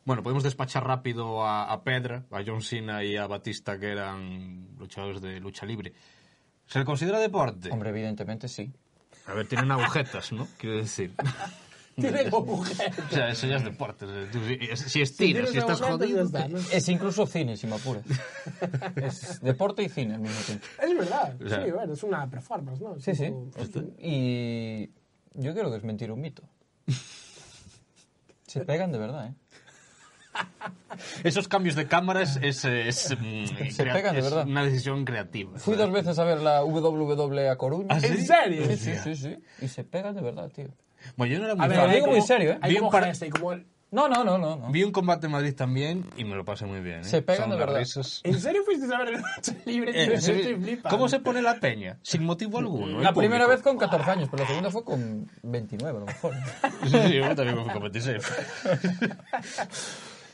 [SPEAKER 2] Bueno, podemos despachar rápido a, a Pedra, a John Cena y a Batista, que eran luchadores de lucha libre. ¿Se le considera deporte?
[SPEAKER 3] Hombre, evidentemente sí.
[SPEAKER 2] A ver, tienen agujetas, ¿no? Quiero decir.
[SPEAKER 1] <laughs>
[SPEAKER 2] <laughs>
[SPEAKER 1] Tiene mujer.
[SPEAKER 2] O sea, eso ya es deporte. O sea, tú si- si estiras, si, estás jodido. pues.
[SPEAKER 3] Es incluso cine, si
[SPEAKER 2] <laughs>
[SPEAKER 3] me apuras. es deporte y cine al mismo tiempo.
[SPEAKER 1] Es verdad,
[SPEAKER 2] O sea-
[SPEAKER 1] sí, bueno, es una performance, ¿no? Es
[SPEAKER 3] Sí,
[SPEAKER 1] un
[SPEAKER 3] sí.
[SPEAKER 1] poco-
[SPEAKER 3] Y yo creo que es mentir un mito. Se pegan de verdad, ¿eh?
[SPEAKER 2] Esos cambios de cámaras es, es, mm,
[SPEAKER 3] Se
[SPEAKER 2] crea-
[SPEAKER 3] pegan, de
[SPEAKER 2] es
[SPEAKER 3] verdad.
[SPEAKER 2] una decisión creativa.
[SPEAKER 3] Fui dos veces a ver la WWE a Coruña.
[SPEAKER 2] ¿Ah, sí?
[SPEAKER 1] ¿En serio?
[SPEAKER 3] Sí, sí, sí, sí. Y se pegan de verdad, tío.
[SPEAKER 2] Bueno, yo no era muy
[SPEAKER 1] A ver,
[SPEAKER 2] fan.
[SPEAKER 3] lo
[SPEAKER 1] hay
[SPEAKER 3] digo muy
[SPEAKER 1] como-
[SPEAKER 3] serio, ¿eh?
[SPEAKER 1] Hay
[SPEAKER 2] Vi
[SPEAKER 1] como
[SPEAKER 2] un par-
[SPEAKER 1] gesto y como el-
[SPEAKER 3] No, no, no, no. no.
[SPEAKER 2] Vi un combate en Madrid también y me lo pasé muy bien. ¿eh?
[SPEAKER 3] Se pegan
[SPEAKER 2] Son
[SPEAKER 3] de
[SPEAKER 2] unas
[SPEAKER 1] <laughs>
[SPEAKER 3] verdad.
[SPEAKER 2] risas.
[SPEAKER 1] ¿En serio fuiste a ver el lucha libre? tío?
[SPEAKER 2] Eh,
[SPEAKER 1] Yo
[SPEAKER 2] sí.
[SPEAKER 1] estoy flipando.
[SPEAKER 2] ¿Cómo se pone la peña? Sin motivo alguno.
[SPEAKER 3] La
[SPEAKER 2] el
[SPEAKER 3] primera vez
[SPEAKER 2] público.
[SPEAKER 3] con 14 años, pero la segunda fue con 29, a lo mejor.
[SPEAKER 2] <laughs> Sí, sí, yo también fui con 26.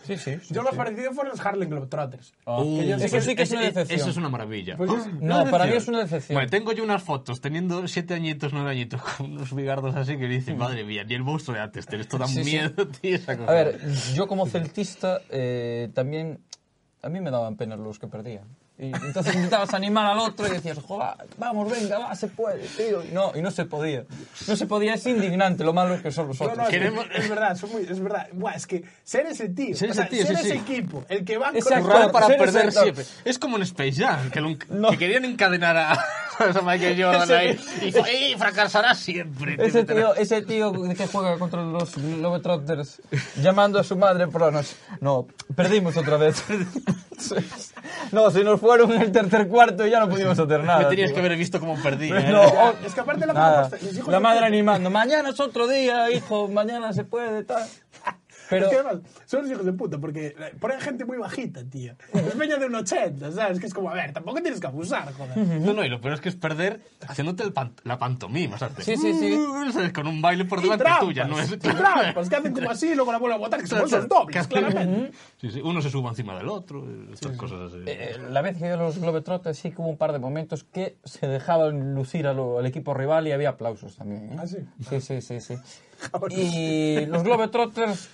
[SPEAKER 3] Sí, sí. sí,
[SPEAKER 1] Yo lo
[SPEAKER 3] sí.
[SPEAKER 1] más parecido fueron los Harlem Globetrotters.
[SPEAKER 2] Uh,
[SPEAKER 1] yo sé
[SPEAKER 3] Eso
[SPEAKER 1] que-
[SPEAKER 3] sí que es una
[SPEAKER 2] ese-
[SPEAKER 3] decepción.
[SPEAKER 2] Eso es una maravilla.
[SPEAKER 1] Pues-
[SPEAKER 2] Ah,
[SPEAKER 3] No,
[SPEAKER 2] es
[SPEAKER 3] para mí es una decepción.
[SPEAKER 2] Bueno, tengo yo unas fotos teniendo siete añitos, nueve añitos, con unos bigardos así que dicen, madre mía, ni el monstruo de antes, te- esto da
[SPEAKER 3] Mm. Sí, sí.
[SPEAKER 2] miedo, <laughs> tío. esa cosa".
[SPEAKER 3] A ver, yo como celtista eh, también... A mí me daban pena los que perdían. Y entonces intentabas animar al otro y decías, joder, vamos, venga, va, se puede, tío. Y no, y no se podía. No se podía, es indignante. Lo malo es que son los
[SPEAKER 1] No,
[SPEAKER 3] otros.
[SPEAKER 1] no, es,
[SPEAKER 2] Queremos-
[SPEAKER 1] es verdad, son muy- es verdad. Buah, es que ser ese tío,
[SPEAKER 2] Ser
[SPEAKER 1] o
[SPEAKER 2] ese
[SPEAKER 1] sea,
[SPEAKER 2] tío,
[SPEAKER 1] ser
[SPEAKER 2] sí,
[SPEAKER 1] ese
[SPEAKER 2] sí.
[SPEAKER 1] equipo, el que va a
[SPEAKER 3] Ese
[SPEAKER 1] correr-
[SPEAKER 3] actor,
[SPEAKER 2] Currar para
[SPEAKER 3] ser
[SPEAKER 2] perder
[SPEAKER 3] exacto.
[SPEAKER 2] siempre. Es como en Space Jam, que, lo-
[SPEAKER 3] No.
[SPEAKER 2] que querían encadenar a, <laughs> a Michael Jordan ahí. Y, fue, "Ey, fracasará siempre. te
[SPEAKER 3] Ese
[SPEAKER 2] meterás".
[SPEAKER 3] tío, ese tío que juega contra los Globetrotters llamando a su madre por la noche. No, perdimos otra vez. No, si nos fueron en el tercer cuarto ya no pudimos hacer nada.
[SPEAKER 2] Me tenías
[SPEAKER 3] tío.
[SPEAKER 2] que haber visto cómo perdí. ¿eh?
[SPEAKER 3] No, o-
[SPEAKER 1] oh, Es que aparte la
[SPEAKER 3] nada.
[SPEAKER 1] propuesta, les dijo
[SPEAKER 3] La
[SPEAKER 1] yo
[SPEAKER 3] madre
[SPEAKER 1] que-
[SPEAKER 3] animando. Mañana es otro día, hijo. Mañana se
[SPEAKER 1] <laughs>
[SPEAKER 3] puede, tal. Pero
[SPEAKER 1] Es que además, son los hijos de puta, porque eh, ponen gente muy bajita, tía. Es peña de un 80, ¿sabes? Que es como, a ver, tampoco tienes que abusar, joder.
[SPEAKER 2] No, no, y lo peor es que es perder haciéndote el pan- la pantomima. o sea,
[SPEAKER 3] Sí, sí, sí.
[SPEAKER 2] "Mm", <laughs> ¿sabes? Con un baile por
[SPEAKER 1] Y
[SPEAKER 2] delante
[SPEAKER 1] trampas,
[SPEAKER 2] tuya, ¿no? Es <laughs>
[SPEAKER 1] y trampas, que hacen como así y luego la vuelven a botar, que son esos dobles, claramente.
[SPEAKER 2] Sí, sí, uno se suba encima del otro, estas cosas así.
[SPEAKER 3] eh, la vez que yo los Globetrotters sí que hubo un par de momentos que se dejaban lucir a lo- al equipo rival y había aplausos también. ¿eh?
[SPEAKER 1] ¿Ah, sí?
[SPEAKER 3] Sí, sí,
[SPEAKER 1] <laughs>
[SPEAKER 3] sí, sí. Y los Globetrotters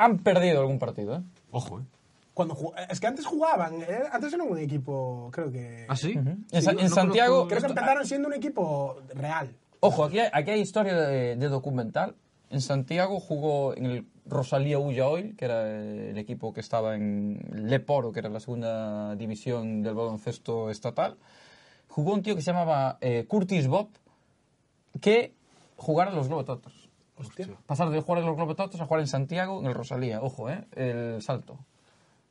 [SPEAKER 3] han perdido algún partido, ¿eh?
[SPEAKER 2] Ojo, ¿eh?
[SPEAKER 1] Cuando ju- es que antes jugaban, eh, antes era un equipo, creo que...
[SPEAKER 2] ¿Ah, sí?
[SPEAKER 3] En, Sa-
[SPEAKER 2] yo
[SPEAKER 3] en
[SPEAKER 2] no
[SPEAKER 3] Santiago,
[SPEAKER 1] Creo que empezaron siendo un equipo real.
[SPEAKER 3] ojo, aquí hay, aquí hay historia de, de documental. En Santiago jugó en el Rosalía Ulla Oil, que era el equipo que estaba en Leporo, que era la segunda división del baloncesto estatal. Jugó un tío que se llamaba eh, Curtis Bob, que jugara en los Globetrotters. Pasar de jugar en los Globetrotters a jugar en Santiago, en el Rosalía. Ojo, ¿eh? El salto.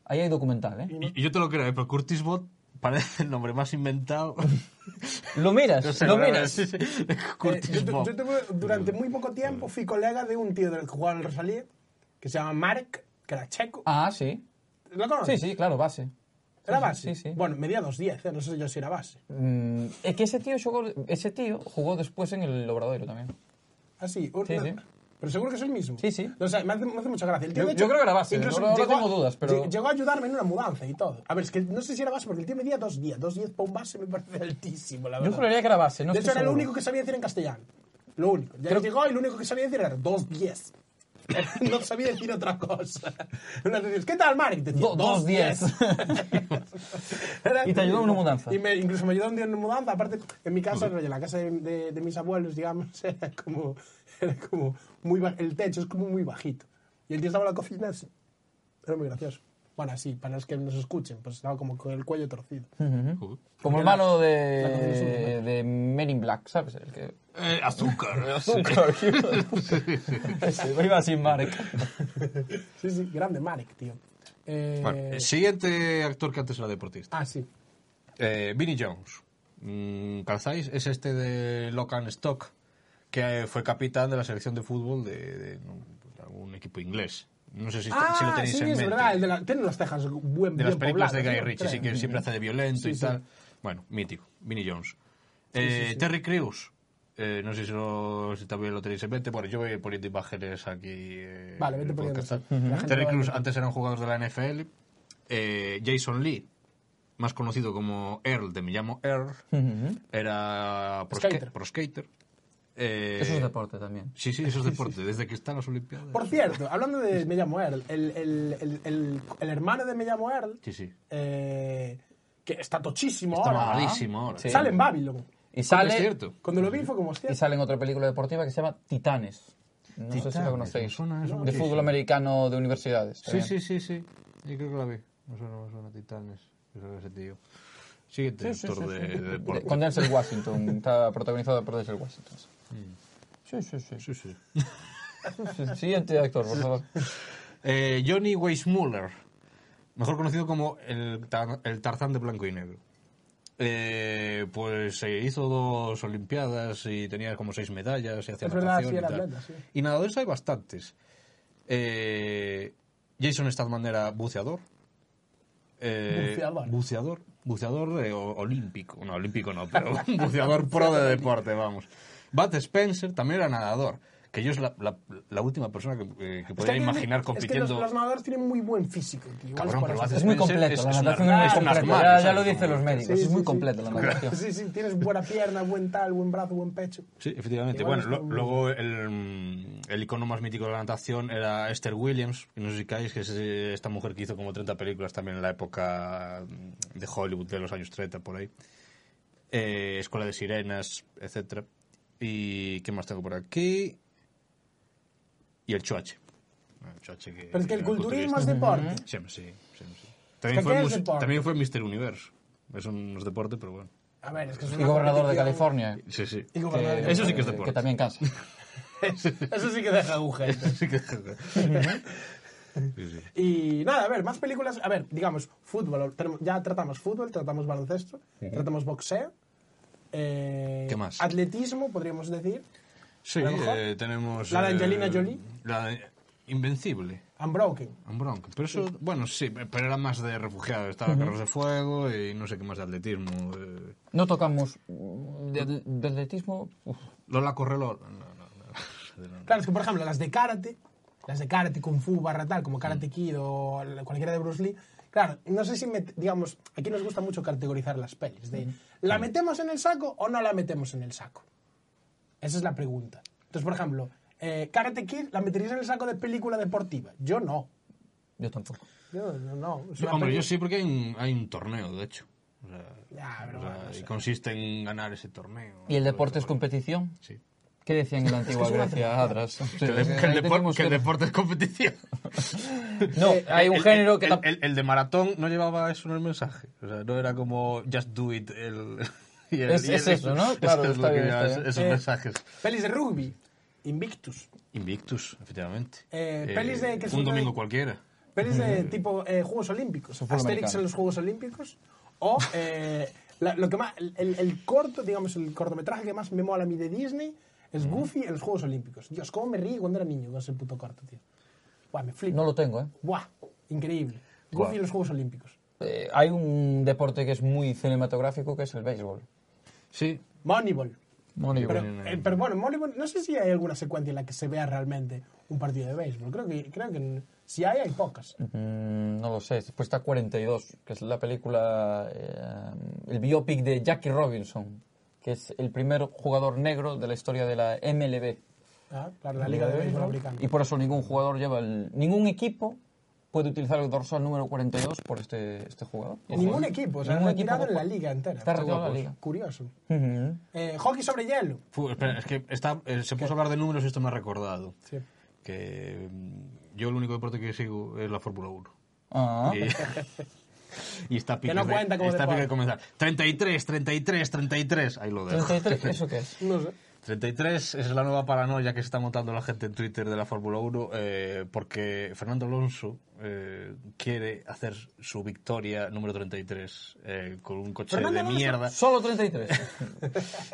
[SPEAKER 3] Ahí hay documental, ¿eh?
[SPEAKER 2] Y, y yo te lo creo, ¿eh? pero Curtis Bot parece el nombre más inventado.
[SPEAKER 3] Lo miras,
[SPEAKER 2] No sé,
[SPEAKER 3] lo
[SPEAKER 2] la verdad,
[SPEAKER 3] miras.
[SPEAKER 2] sí, sí.
[SPEAKER 1] Eh,
[SPEAKER 2] Curtis
[SPEAKER 1] yo, tu-
[SPEAKER 2] Bot.
[SPEAKER 1] yo tuve- durante muy poco tiempo fui colega de un tío del que jugaba en el Rosalía, que se llama Marek, que era checo.
[SPEAKER 3] Ah, sí.
[SPEAKER 1] ¿Lo conoces?
[SPEAKER 3] Sí, sí, claro, base.
[SPEAKER 1] ¿Era
[SPEAKER 3] Sí, sí,
[SPEAKER 1] base?
[SPEAKER 3] Sí, sí.
[SPEAKER 1] Bueno, medía 2'10, eh, no sé yo si era base.
[SPEAKER 3] Mm, es que ese tío, jugó, ese tío jugó después en el Obradoiro también.
[SPEAKER 1] Ah, sí. un-
[SPEAKER 3] Sí, sí.
[SPEAKER 1] Pero seguro que es el mismo.
[SPEAKER 3] Sí, sí.
[SPEAKER 1] O sea, me hace, me hace mucha gracia. El tío,
[SPEAKER 3] Yo-
[SPEAKER 1] de hecho,
[SPEAKER 3] yo creo que era base,
[SPEAKER 1] incluso
[SPEAKER 3] no- no
[SPEAKER 1] llegó a-
[SPEAKER 3] tengo dudas, pero-
[SPEAKER 1] lle- Llegó a ayudarme en una mudanza y todo. A ver, es que no sé si era base, porque el tío medía dos días. Dos días para un base me parece altísimo, la verdad.
[SPEAKER 3] Yo juraría que era base, no
[SPEAKER 1] de hecho,
[SPEAKER 3] estoy
[SPEAKER 1] era lo
[SPEAKER 3] seguro.
[SPEAKER 1] único que sabía decir en castellano. Lo único. Ya llegó y lo único que sabía decir era dos diez. <laughs> no sabía decir otra cosa. Una vez decías, ¿Qué tal, Marek? Decía,
[SPEAKER 3] Do- dos diez".
[SPEAKER 1] <laughs> Era-
[SPEAKER 3] Y te ayudó en una mudanza.
[SPEAKER 1] Y me- incluso me ayudó un día en una mudanza. Aparte, en mi casa, rollo, en la casa de, de- de mis abuelos, digamos, <laughs> era como, era como muy ba- el techo es como muy bajito. Y el tío estaba en la cocina así. Era muy gracioso. Bueno, así, para los que nos escuchen, pues estaba como con el cuello torcido.
[SPEAKER 3] Como hermano
[SPEAKER 1] la canción es
[SPEAKER 3] de, de Men in Black, ¿sabes? El que...
[SPEAKER 2] Eh,
[SPEAKER 1] <laughs>
[SPEAKER 2] azúcar.
[SPEAKER 3] Ese, iba sin Marek.
[SPEAKER 2] Eh,
[SPEAKER 1] Sí, sí, grande Marek, tío. Eh,
[SPEAKER 2] Bueno, el siguiente actor que antes era deportista.
[SPEAKER 1] Ah, sí.
[SPEAKER 2] Eh, Vinnie Jones. Mm, ¿Calzáis? Es este de Locan Stock, que eh, fue capitán de la selección de fútbol de, de algún equipo inglés. No sé si,
[SPEAKER 1] Ah,
[SPEAKER 2] si lo tenéis
[SPEAKER 1] sí,
[SPEAKER 2] en
[SPEAKER 1] es
[SPEAKER 2] mente.
[SPEAKER 1] verdad. El de la, tiene las tejas buen
[SPEAKER 2] de
[SPEAKER 1] bien
[SPEAKER 2] las películas de
[SPEAKER 1] pobladas,
[SPEAKER 2] Guy
[SPEAKER 1] ¿no?
[SPEAKER 2] Ritchie, sí,
[SPEAKER 1] Creo.
[SPEAKER 2] que siempre hace de violento
[SPEAKER 1] Sí,
[SPEAKER 2] y
[SPEAKER 1] sí.
[SPEAKER 2] tal. Bueno, mítico, Vinnie Jones. Eh, Terry Crews, eh, no sé si, lo- si también lo tenéis en mente. Bueno, yo voy poniendo imágenes aquí. eh,
[SPEAKER 1] Vale, vete
[SPEAKER 2] en el
[SPEAKER 1] poniendo,
[SPEAKER 2] podcast.
[SPEAKER 1] sí. Ujú. La gente
[SPEAKER 2] Terry
[SPEAKER 1] va
[SPEAKER 2] Crews
[SPEAKER 1] viendo.
[SPEAKER 2] antes era un jugador de la NFL. Eh, Jason Lee, más conocido como Earl, de Me llamo Earl, era pro ska-
[SPEAKER 1] Skater.
[SPEAKER 2] pro skater. Eh,
[SPEAKER 3] Eso es deporte también.
[SPEAKER 2] Sí, sí, eso es deporte. Desde que están las Olimpiadas.
[SPEAKER 1] Por cierto, hablando de Me llamo Earl, el, el, el, el, el hermano de Me llamo Earl,
[SPEAKER 2] Sí, sí.
[SPEAKER 1] eh, que está tochísimo
[SPEAKER 2] Está
[SPEAKER 1] ahora,
[SPEAKER 2] mamadísimo ahora.
[SPEAKER 3] Sí.
[SPEAKER 1] sale en Babylon.
[SPEAKER 3] Y
[SPEAKER 2] Es
[SPEAKER 3] sale,
[SPEAKER 2] cierto.
[SPEAKER 1] Cuando lo vi fue como, hostia,
[SPEAKER 3] y sale en otra película deportiva que se llama Titanes. No sé si
[SPEAKER 2] Titanes,
[SPEAKER 3] la
[SPEAKER 2] me
[SPEAKER 3] conocéis.
[SPEAKER 2] suena eso
[SPEAKER 3] de
[SPEAKER 2] muchísimo.
[SPEAKER 3] fútbol americano de universidades.
[SPEAKER 2] Sí,
[SPEAKER 3] también.
[SPEAKER 2] sí, sí, sí. Yo creo que la vi. Me suena, me suena Titanes. Yo creo que ese tío. Siguiente
[SPEAKER 3] Sí, sí,
[SPEAKER 2] actor
[SPEAKER 3] sí,
[SPEAKER 2] de,
[SPEAKER 3] sí.
[SPEAKER 2] de deporte.
[SPEAKER 3] Con Denzel Washington. Está protagonizada por Denzel Washington.
[SPEAKER 2] Mm.
[SPEAKER 3] Sí, sí, sí.
[SPEAKER 2] Sí, sí.
[SPEAKER 3] Sí, Siguiente actor, por favor.
[SPEAKER 2] Eh, Johnny Weissmuller, mejor conocido como el, tar- el Tarzán de Blanco y Negro. Eh, pues se hizo dos Olimpiadas y tenía como seis medallas y hacía
[SPEAKER 1] Es verdad,
[SPEAKER 2] natación
[SPEAKER 1] sí,
[SPEAKER 2] y
[SPEAKER 1] era
[SPEAKER 2] tal.
[SPEAKER 1] atleta, sí.
[SPEAKER 2] Y nadadores hay bastantes. Eh, Jason Statham era buceador. Eh,
[SPEAKER 1] Buceador.
[SPEAKER 2] Buceador. Buceador eh, o- olímpico. No, olímpico no, pero <laughs> un buceador pro de deporte, vamos. Bat Spencer también era nadador. Que yo es la, la- la última persona que, eh, que
[SPEAKER 1] Es
[SPEAKER 2] podría
[SPEAKER 1] que hay-
[SPEAKER 2] imaginar
[SPEAKER 1] es que
[SPEAKER 2] compitiendo.
[SPEAKER 1] los, los nadadores tienen muy buen físico, tío. Igual
[SPEAKER 2] Cabrón,
[SPEAKER 1] por
[SPEAKER 2] pero lo
[SPEAKER 1] eso.
[SPEAKER 2] haces
[SPEAKER 3] Es muy
[SPEAKER 2] Spencer
[SPEAKER 3] completo, la
[SPEAKER 2] es una-
[SPEAKER 3] natación es muy
[SPEAKER 2] es un
[SPEAKER 3] completa.
[SPEAKER 2] armario,
[SPEAKER 3] Ya, ya
[SPEAKER 2] ¿sabes?
[SPEAKER 3] lo dicen los médicos,
[SPEAKER 1] Sí,
[SPEAKER 3] es
[SPEAKER 1] sí,
[SPEAKER 3] muy
[SPEAKER 1] sí.
[SPEAKER 3] completa la natación.
[SPEAKER 1] Sí, sí, tienes buena pierna, buen tal, buen brazo, buen pecho.
[SPEAKER 2] Sí, efectivamente.
[SPEAKER 1] Igual
[SPEAKER 2] bueno,
[SPEAKER 1] es
[SPEAKER 2] lo-
[SPEAKER 1] un-
[SPEAKER 2] luego el, mm, el icono más mítico de la natación era Esther Williams, que no sé si caéis, que es eh, esta mujer que hizo como 30 películas también en la época mm, de Hollywood de los años 30, por ahí. Eh, Escuela de Sirenas, etcétera. ¿Y qué más tengo por aquí? Y el choache. El choache que-
[SPEAKER 1] Pero es que el
[SPEAKER 2] era
[SPEAKER 1] culturismo
[SPEAKER 2] culturista.
[SPEAKER 1] es deporte.
[SPEAKER 2] Siempre sí, siempre sí. También,
[SPEAKER 1] que
[SPEAKER 2] fue
[SPEAKER 1] ¿qué es
[SPEAKER 2] mus-
[SPEAKER 1] deporte?
[SPEAKER 2] también fue Mister Universo. Eso no es deporte, pero bueno.
[SPEAKER 1] A ver, es que es
[SPEAKER 3] Y
[SPEAKER 1] una
[SPEAKER 3] gobernador de
[SPEAKER 1] competición-
[SPEAKER 3] California. Eh,
[SPEAKER 2] Sí, sí.
[SPEAKER 1] Y gobernador de
[SPEAKER 3] que-
[SPEAKER 2] Eso sí que es deporte.
[SPEAKER 3] Que también cansa.
[SPEAKER 1] Eso sí que deja agujetas.
[SPEAKER 2] Sí que- Sí, sí.
[SPEAKER 1] Y nada, a ver, más películas. A ver, digamos, fútbol. tenemos- Ya tratamos fútbol, tratamos baloncesto, tratamos boxeo. eh,
[SPEAKER 2] ¿Qué más?
[SPEAKER 1] Atletismo, podríamos decir.
[SPEAKER 2] Sí,
[SPEAKER 1] A lo mejor.
[SPEAKER 2] eh, tenemos...
[SPEAKER 1] La de
[SPEAKER 2] eh,
[SPEAKER 1] Angelina Jolie.
[SPEAKER 2] La de Invencible.
[SPEAKER 1] Unbroken.
[SPEAKER 2] Un bronco. Pero eso, bueno, sí, pero era más de refugiado. Estaba Carros de Fuego y no sé qué más de atletismo. eh.
[SPEAKER 3] No tocamos mm, de, de atletismo. uf,
[SPEAKER 2] Lola Correló. No, no, no. No,
[SPEAKER 1] Claro, es que por ejemplo, las de karate, las de karate, kung fu, barra tal, como Karate Kid o la- cualquiera de Bruce Lee. Claro, no sé si, met- digamos, aquí nos gusta mucho categorizar las pelis. De, ¿La metemos en el saco o no la metemos en el saco? Esa es la pregunta. Entonces, por ejemplo, eh, Karate Kid, ¿la meterías en el saco de película deportiva? Yo no.
[SPEAKER 3] yo tampoco.
[SPEAKER 1] Yo no. no. Es
[SPEAKER 2] Yo-
[SPEAKER 1] una
[SPEAKER 2] hombre,
[SPEAKER 1] peli-
[SPEAKER 2] yo sí, porque hay un, hay un torneo, de hecho. O sea,
[SPEAKER 1] Ya, pero
[SPEAKER 2] o sea,
[SPEAKER 1] bueno, no
[SPEAKER 2] y
[SPEAKER 1] sé.
[SPEAKER 2] consiste en ganar ese torneo.
[SPEAKER 3] ¿Y el deporte es competición?
[SPEAKER 2] Sí.
[SPEAKER 3] ¿Qué decían en la antigua Grecia, Adras? Sí,
[SPEAKER 2] Que, el de-
[SPEAKER 3] ahí
[SPEAKER 2] que el depor-
[SPEAKER 3] decimos
[SPEAKER 2] que el
[SPEAKER 3] que-
[SPEAKER 2] deporte es competición.
[SPEAKER 3] No,
[SPEAKER 1] Eh,
[SPEAKER 3] hay un
[SPEAKER 2] El-
[SPEAKER 3] género que...
[SPEAKER 2] el,
[SPEAKER 3] tam-
[SPEAKER 2] el- el de maratón no llevaba eso en el mensaje. O sea, no era como just do it. El, <laughs> y el-
[SPEAKER 3] Es-
[SPEAKER 2] y el-
[SPEAKER 3] es
[SPEAKER 2] <laughs>
[SPEAKER 3] eso, ¿no? Claro,
[SPEAKER 2] es lo
[SPEAKER 3] está
[SPEAKER 2] que
[SPEAKER 3] bien,
[SPEAKER 2] llevaba
[SPEAKER 3] está bien.
[SPEAKER 2] esos
[SPEAKER 1] Eh,
[SPEAKER 2] mensajes.
[SPEAKER 1] Pelis de rugby, Invictus.
[SPEAKER 2] Invictus, efectivamente.
[SPEAKER 1] Eh, pelis de que
[SPEAKER 2] un
[SPEAKER 1] son de-
[SPEAKER 2] domingo cualquiera.
[SPEAKER 1] Pelis de tipo eh, Juegos Olímpicos.
[SPEAKER 3] Eso fue lo
[SPEAKER 1] Asterix
[SPEAKER 3] Mm. americano.
[SPEAKER 1] en los Juegos Olímpicos. O eh, la- lo que más, el, el- el corto, digamos, el cortometraje que más me mola a mí de Disney es
[SPEAKER 3] Mm.
[SPEAKER 1] Goofy en los Juegos Olímpicos. Dios, cómo me ríe cuando era niño con ese puto corto, tío. Buah, me flipo.
[SPEAKER 3] No lo tengo, ¿eh?
[SPEAKER 1] Buah, increíble. Goofy
[SPEAKER 2] Buah.
[SPEAKER 1] en los Juegos Olímpicos.
[SPEAKER 3] Eh, Hay un deporte que es muy cinematográfico, que es el béisbol.
[SPEAKER 2] Sí.
[SPEAKER 1] Moneyball. Pero,
[SPEAKER 2] Bueno,
[SPEAKER 1] eh, pero bueno, Moneyball, no sé si hay alguna secuencia en la que se vea realmente un partido de béisbol. Creo que, creo que n- si hay, hay pocas.
[SPEAKER 3] Mm, no lo sé. Después está 42, que es la película, eh, el biopic de Jackie Robinson, que es el primer jugador negro de la historia de la MLB.
[SPEAKER 1] Ah, claro, la Liga de Béisbol Americana.
[SPEAKER 3] Eh, Y por eso ningún jugador lleva el... Ningún equipo puede utilizar el dorsal número 42 por este, este jugador.
[SPEAKER 1] Ningún equipo, o sea,
[SPEAKER 3] Ningún
[SPEAKER 1] retirado
[SPEAKER 3] equipo
[SPEAKER 1] en la
[SPEAKER 3] juega.
[SPEAKER 1] liga entera.
[SPEAKER 3] Está retirado en la liga.
[SPEAKER 1] Curioso.
[SPEAKER 3] Ujú.
[SPEAKER 1] Eh, hockey sobre hielo.
[SPEAKER 2] Fu- espera, es que está- eh, se puso a hablar de números y esto me ha recordado.
[SPEAKER 1] Sí.
[SPEAKER 2] Que mm, yo el único deporte que sigo es la Fórmula 1. <laughs>
[SPEAKER 3] Ah. <laughs>
[SPEAKER 2] Y, y está a pique
[SPEAKER 1] no
[SPEAKER 2] de-
[SPEAKER 1] cuenta como
[SPEAKER 2] está a pique de
[SPEAKER 1] deporte.
[SPEAKER 2] comenzar. 33, 33, 33. Ahí lo dejo.
[SPEAKER 3] 33, ¿eso qué es?
[SPEAKER 1] No sé.
[SPEAKER 2] 33 es la nueva paranoia que se está montando la gente en Twitter de la Fórmula 1 eh, porque Fernando Alonso eh, quiere hacer su victoria número 33 eh, con un coche
[SPEAKER 1] Fernando
[SPEAKER 2] de
[SPEAKER 1] Alonso.
[SPEAKER 2] mierda.
[SPEAKER 3] Solo 33.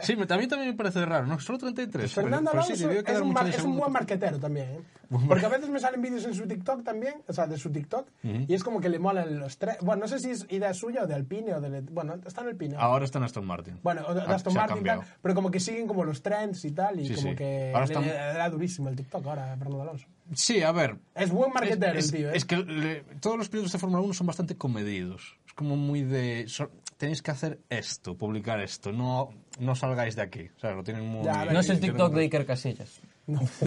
[SPEAKER 2] Sí, me- a mí también me parece raro, ¿no? Solo 33.
[SPEAKER 1] Fernando
[SPEAKER 2] pero- pero sí,
[SPEAKER 1] Alonso
[SPEAKER 2] debió
[SPEAKER 1] es,
[SPEAKER 2] quedar
[SPEAKER 1] un
[SPEAKER 2] mucho
[SPEAKER 1] mar-
[SPEAKER 2] de
[SPEAKER 1] es un
[SPEAKER 2] segundo.
[SPEAKER 1] buen marquetero también.
[SPEAKER 2] <laughs>
[SPEAKER 1] ¿eh? Porque a veces me salen vídeos en su TikTok también, o sea, de su TikTok, y es como que le molan los tres. Bueno, no sé si es idea suya o de Alpine o de. Bueno, está en Alpine.
[SPEAKER 2] Ahora está en Aston Martin.
[SPEAKER 1] Bueno, o de de
[SPEAKER 2] Ah,
[SPEAKER 1] Aston
[SPEAKER 2] se ha
[SPEAKER 1] Martin, y tal,
[SPEAKER 2] cambiado.
[SPEAKER 1] pero como que siguen como los trends y tal, y
[SPEAKER 2] Sí,
[SPEAKER 1] como
[SPEAKER 2] sí.
[SPEAKER 1] que
[SPEAKER 2] Ahora
[SPEAKER 1] le,
[SPEAKER 2] están-
[SPEAKER 1] le da durísimo el TikTok ahora a Fernando Alonso.
[SPEAKER 2] Sí, a ver.
[SPEAKER 1] Es buen marquetero
[SPEAKER 2] es,
[SPEAKER 1] el tío, ¿eh?
[SPEAKER 2] es que le- todos los pilotos de Fórmula 1 son bastante comedidos. Es como muy de... so- tenéis que hacer esto, publicar esto. No, no salgáis de aquí. O sea, lo tienen muy...
[SPEAKER 1] Ya, a ver.
[SPEAKER 3] No es el TikTok de Iker Casillas.
[SPEAKER 2] <laughs>
[SPEAKER 1] No. <laughs>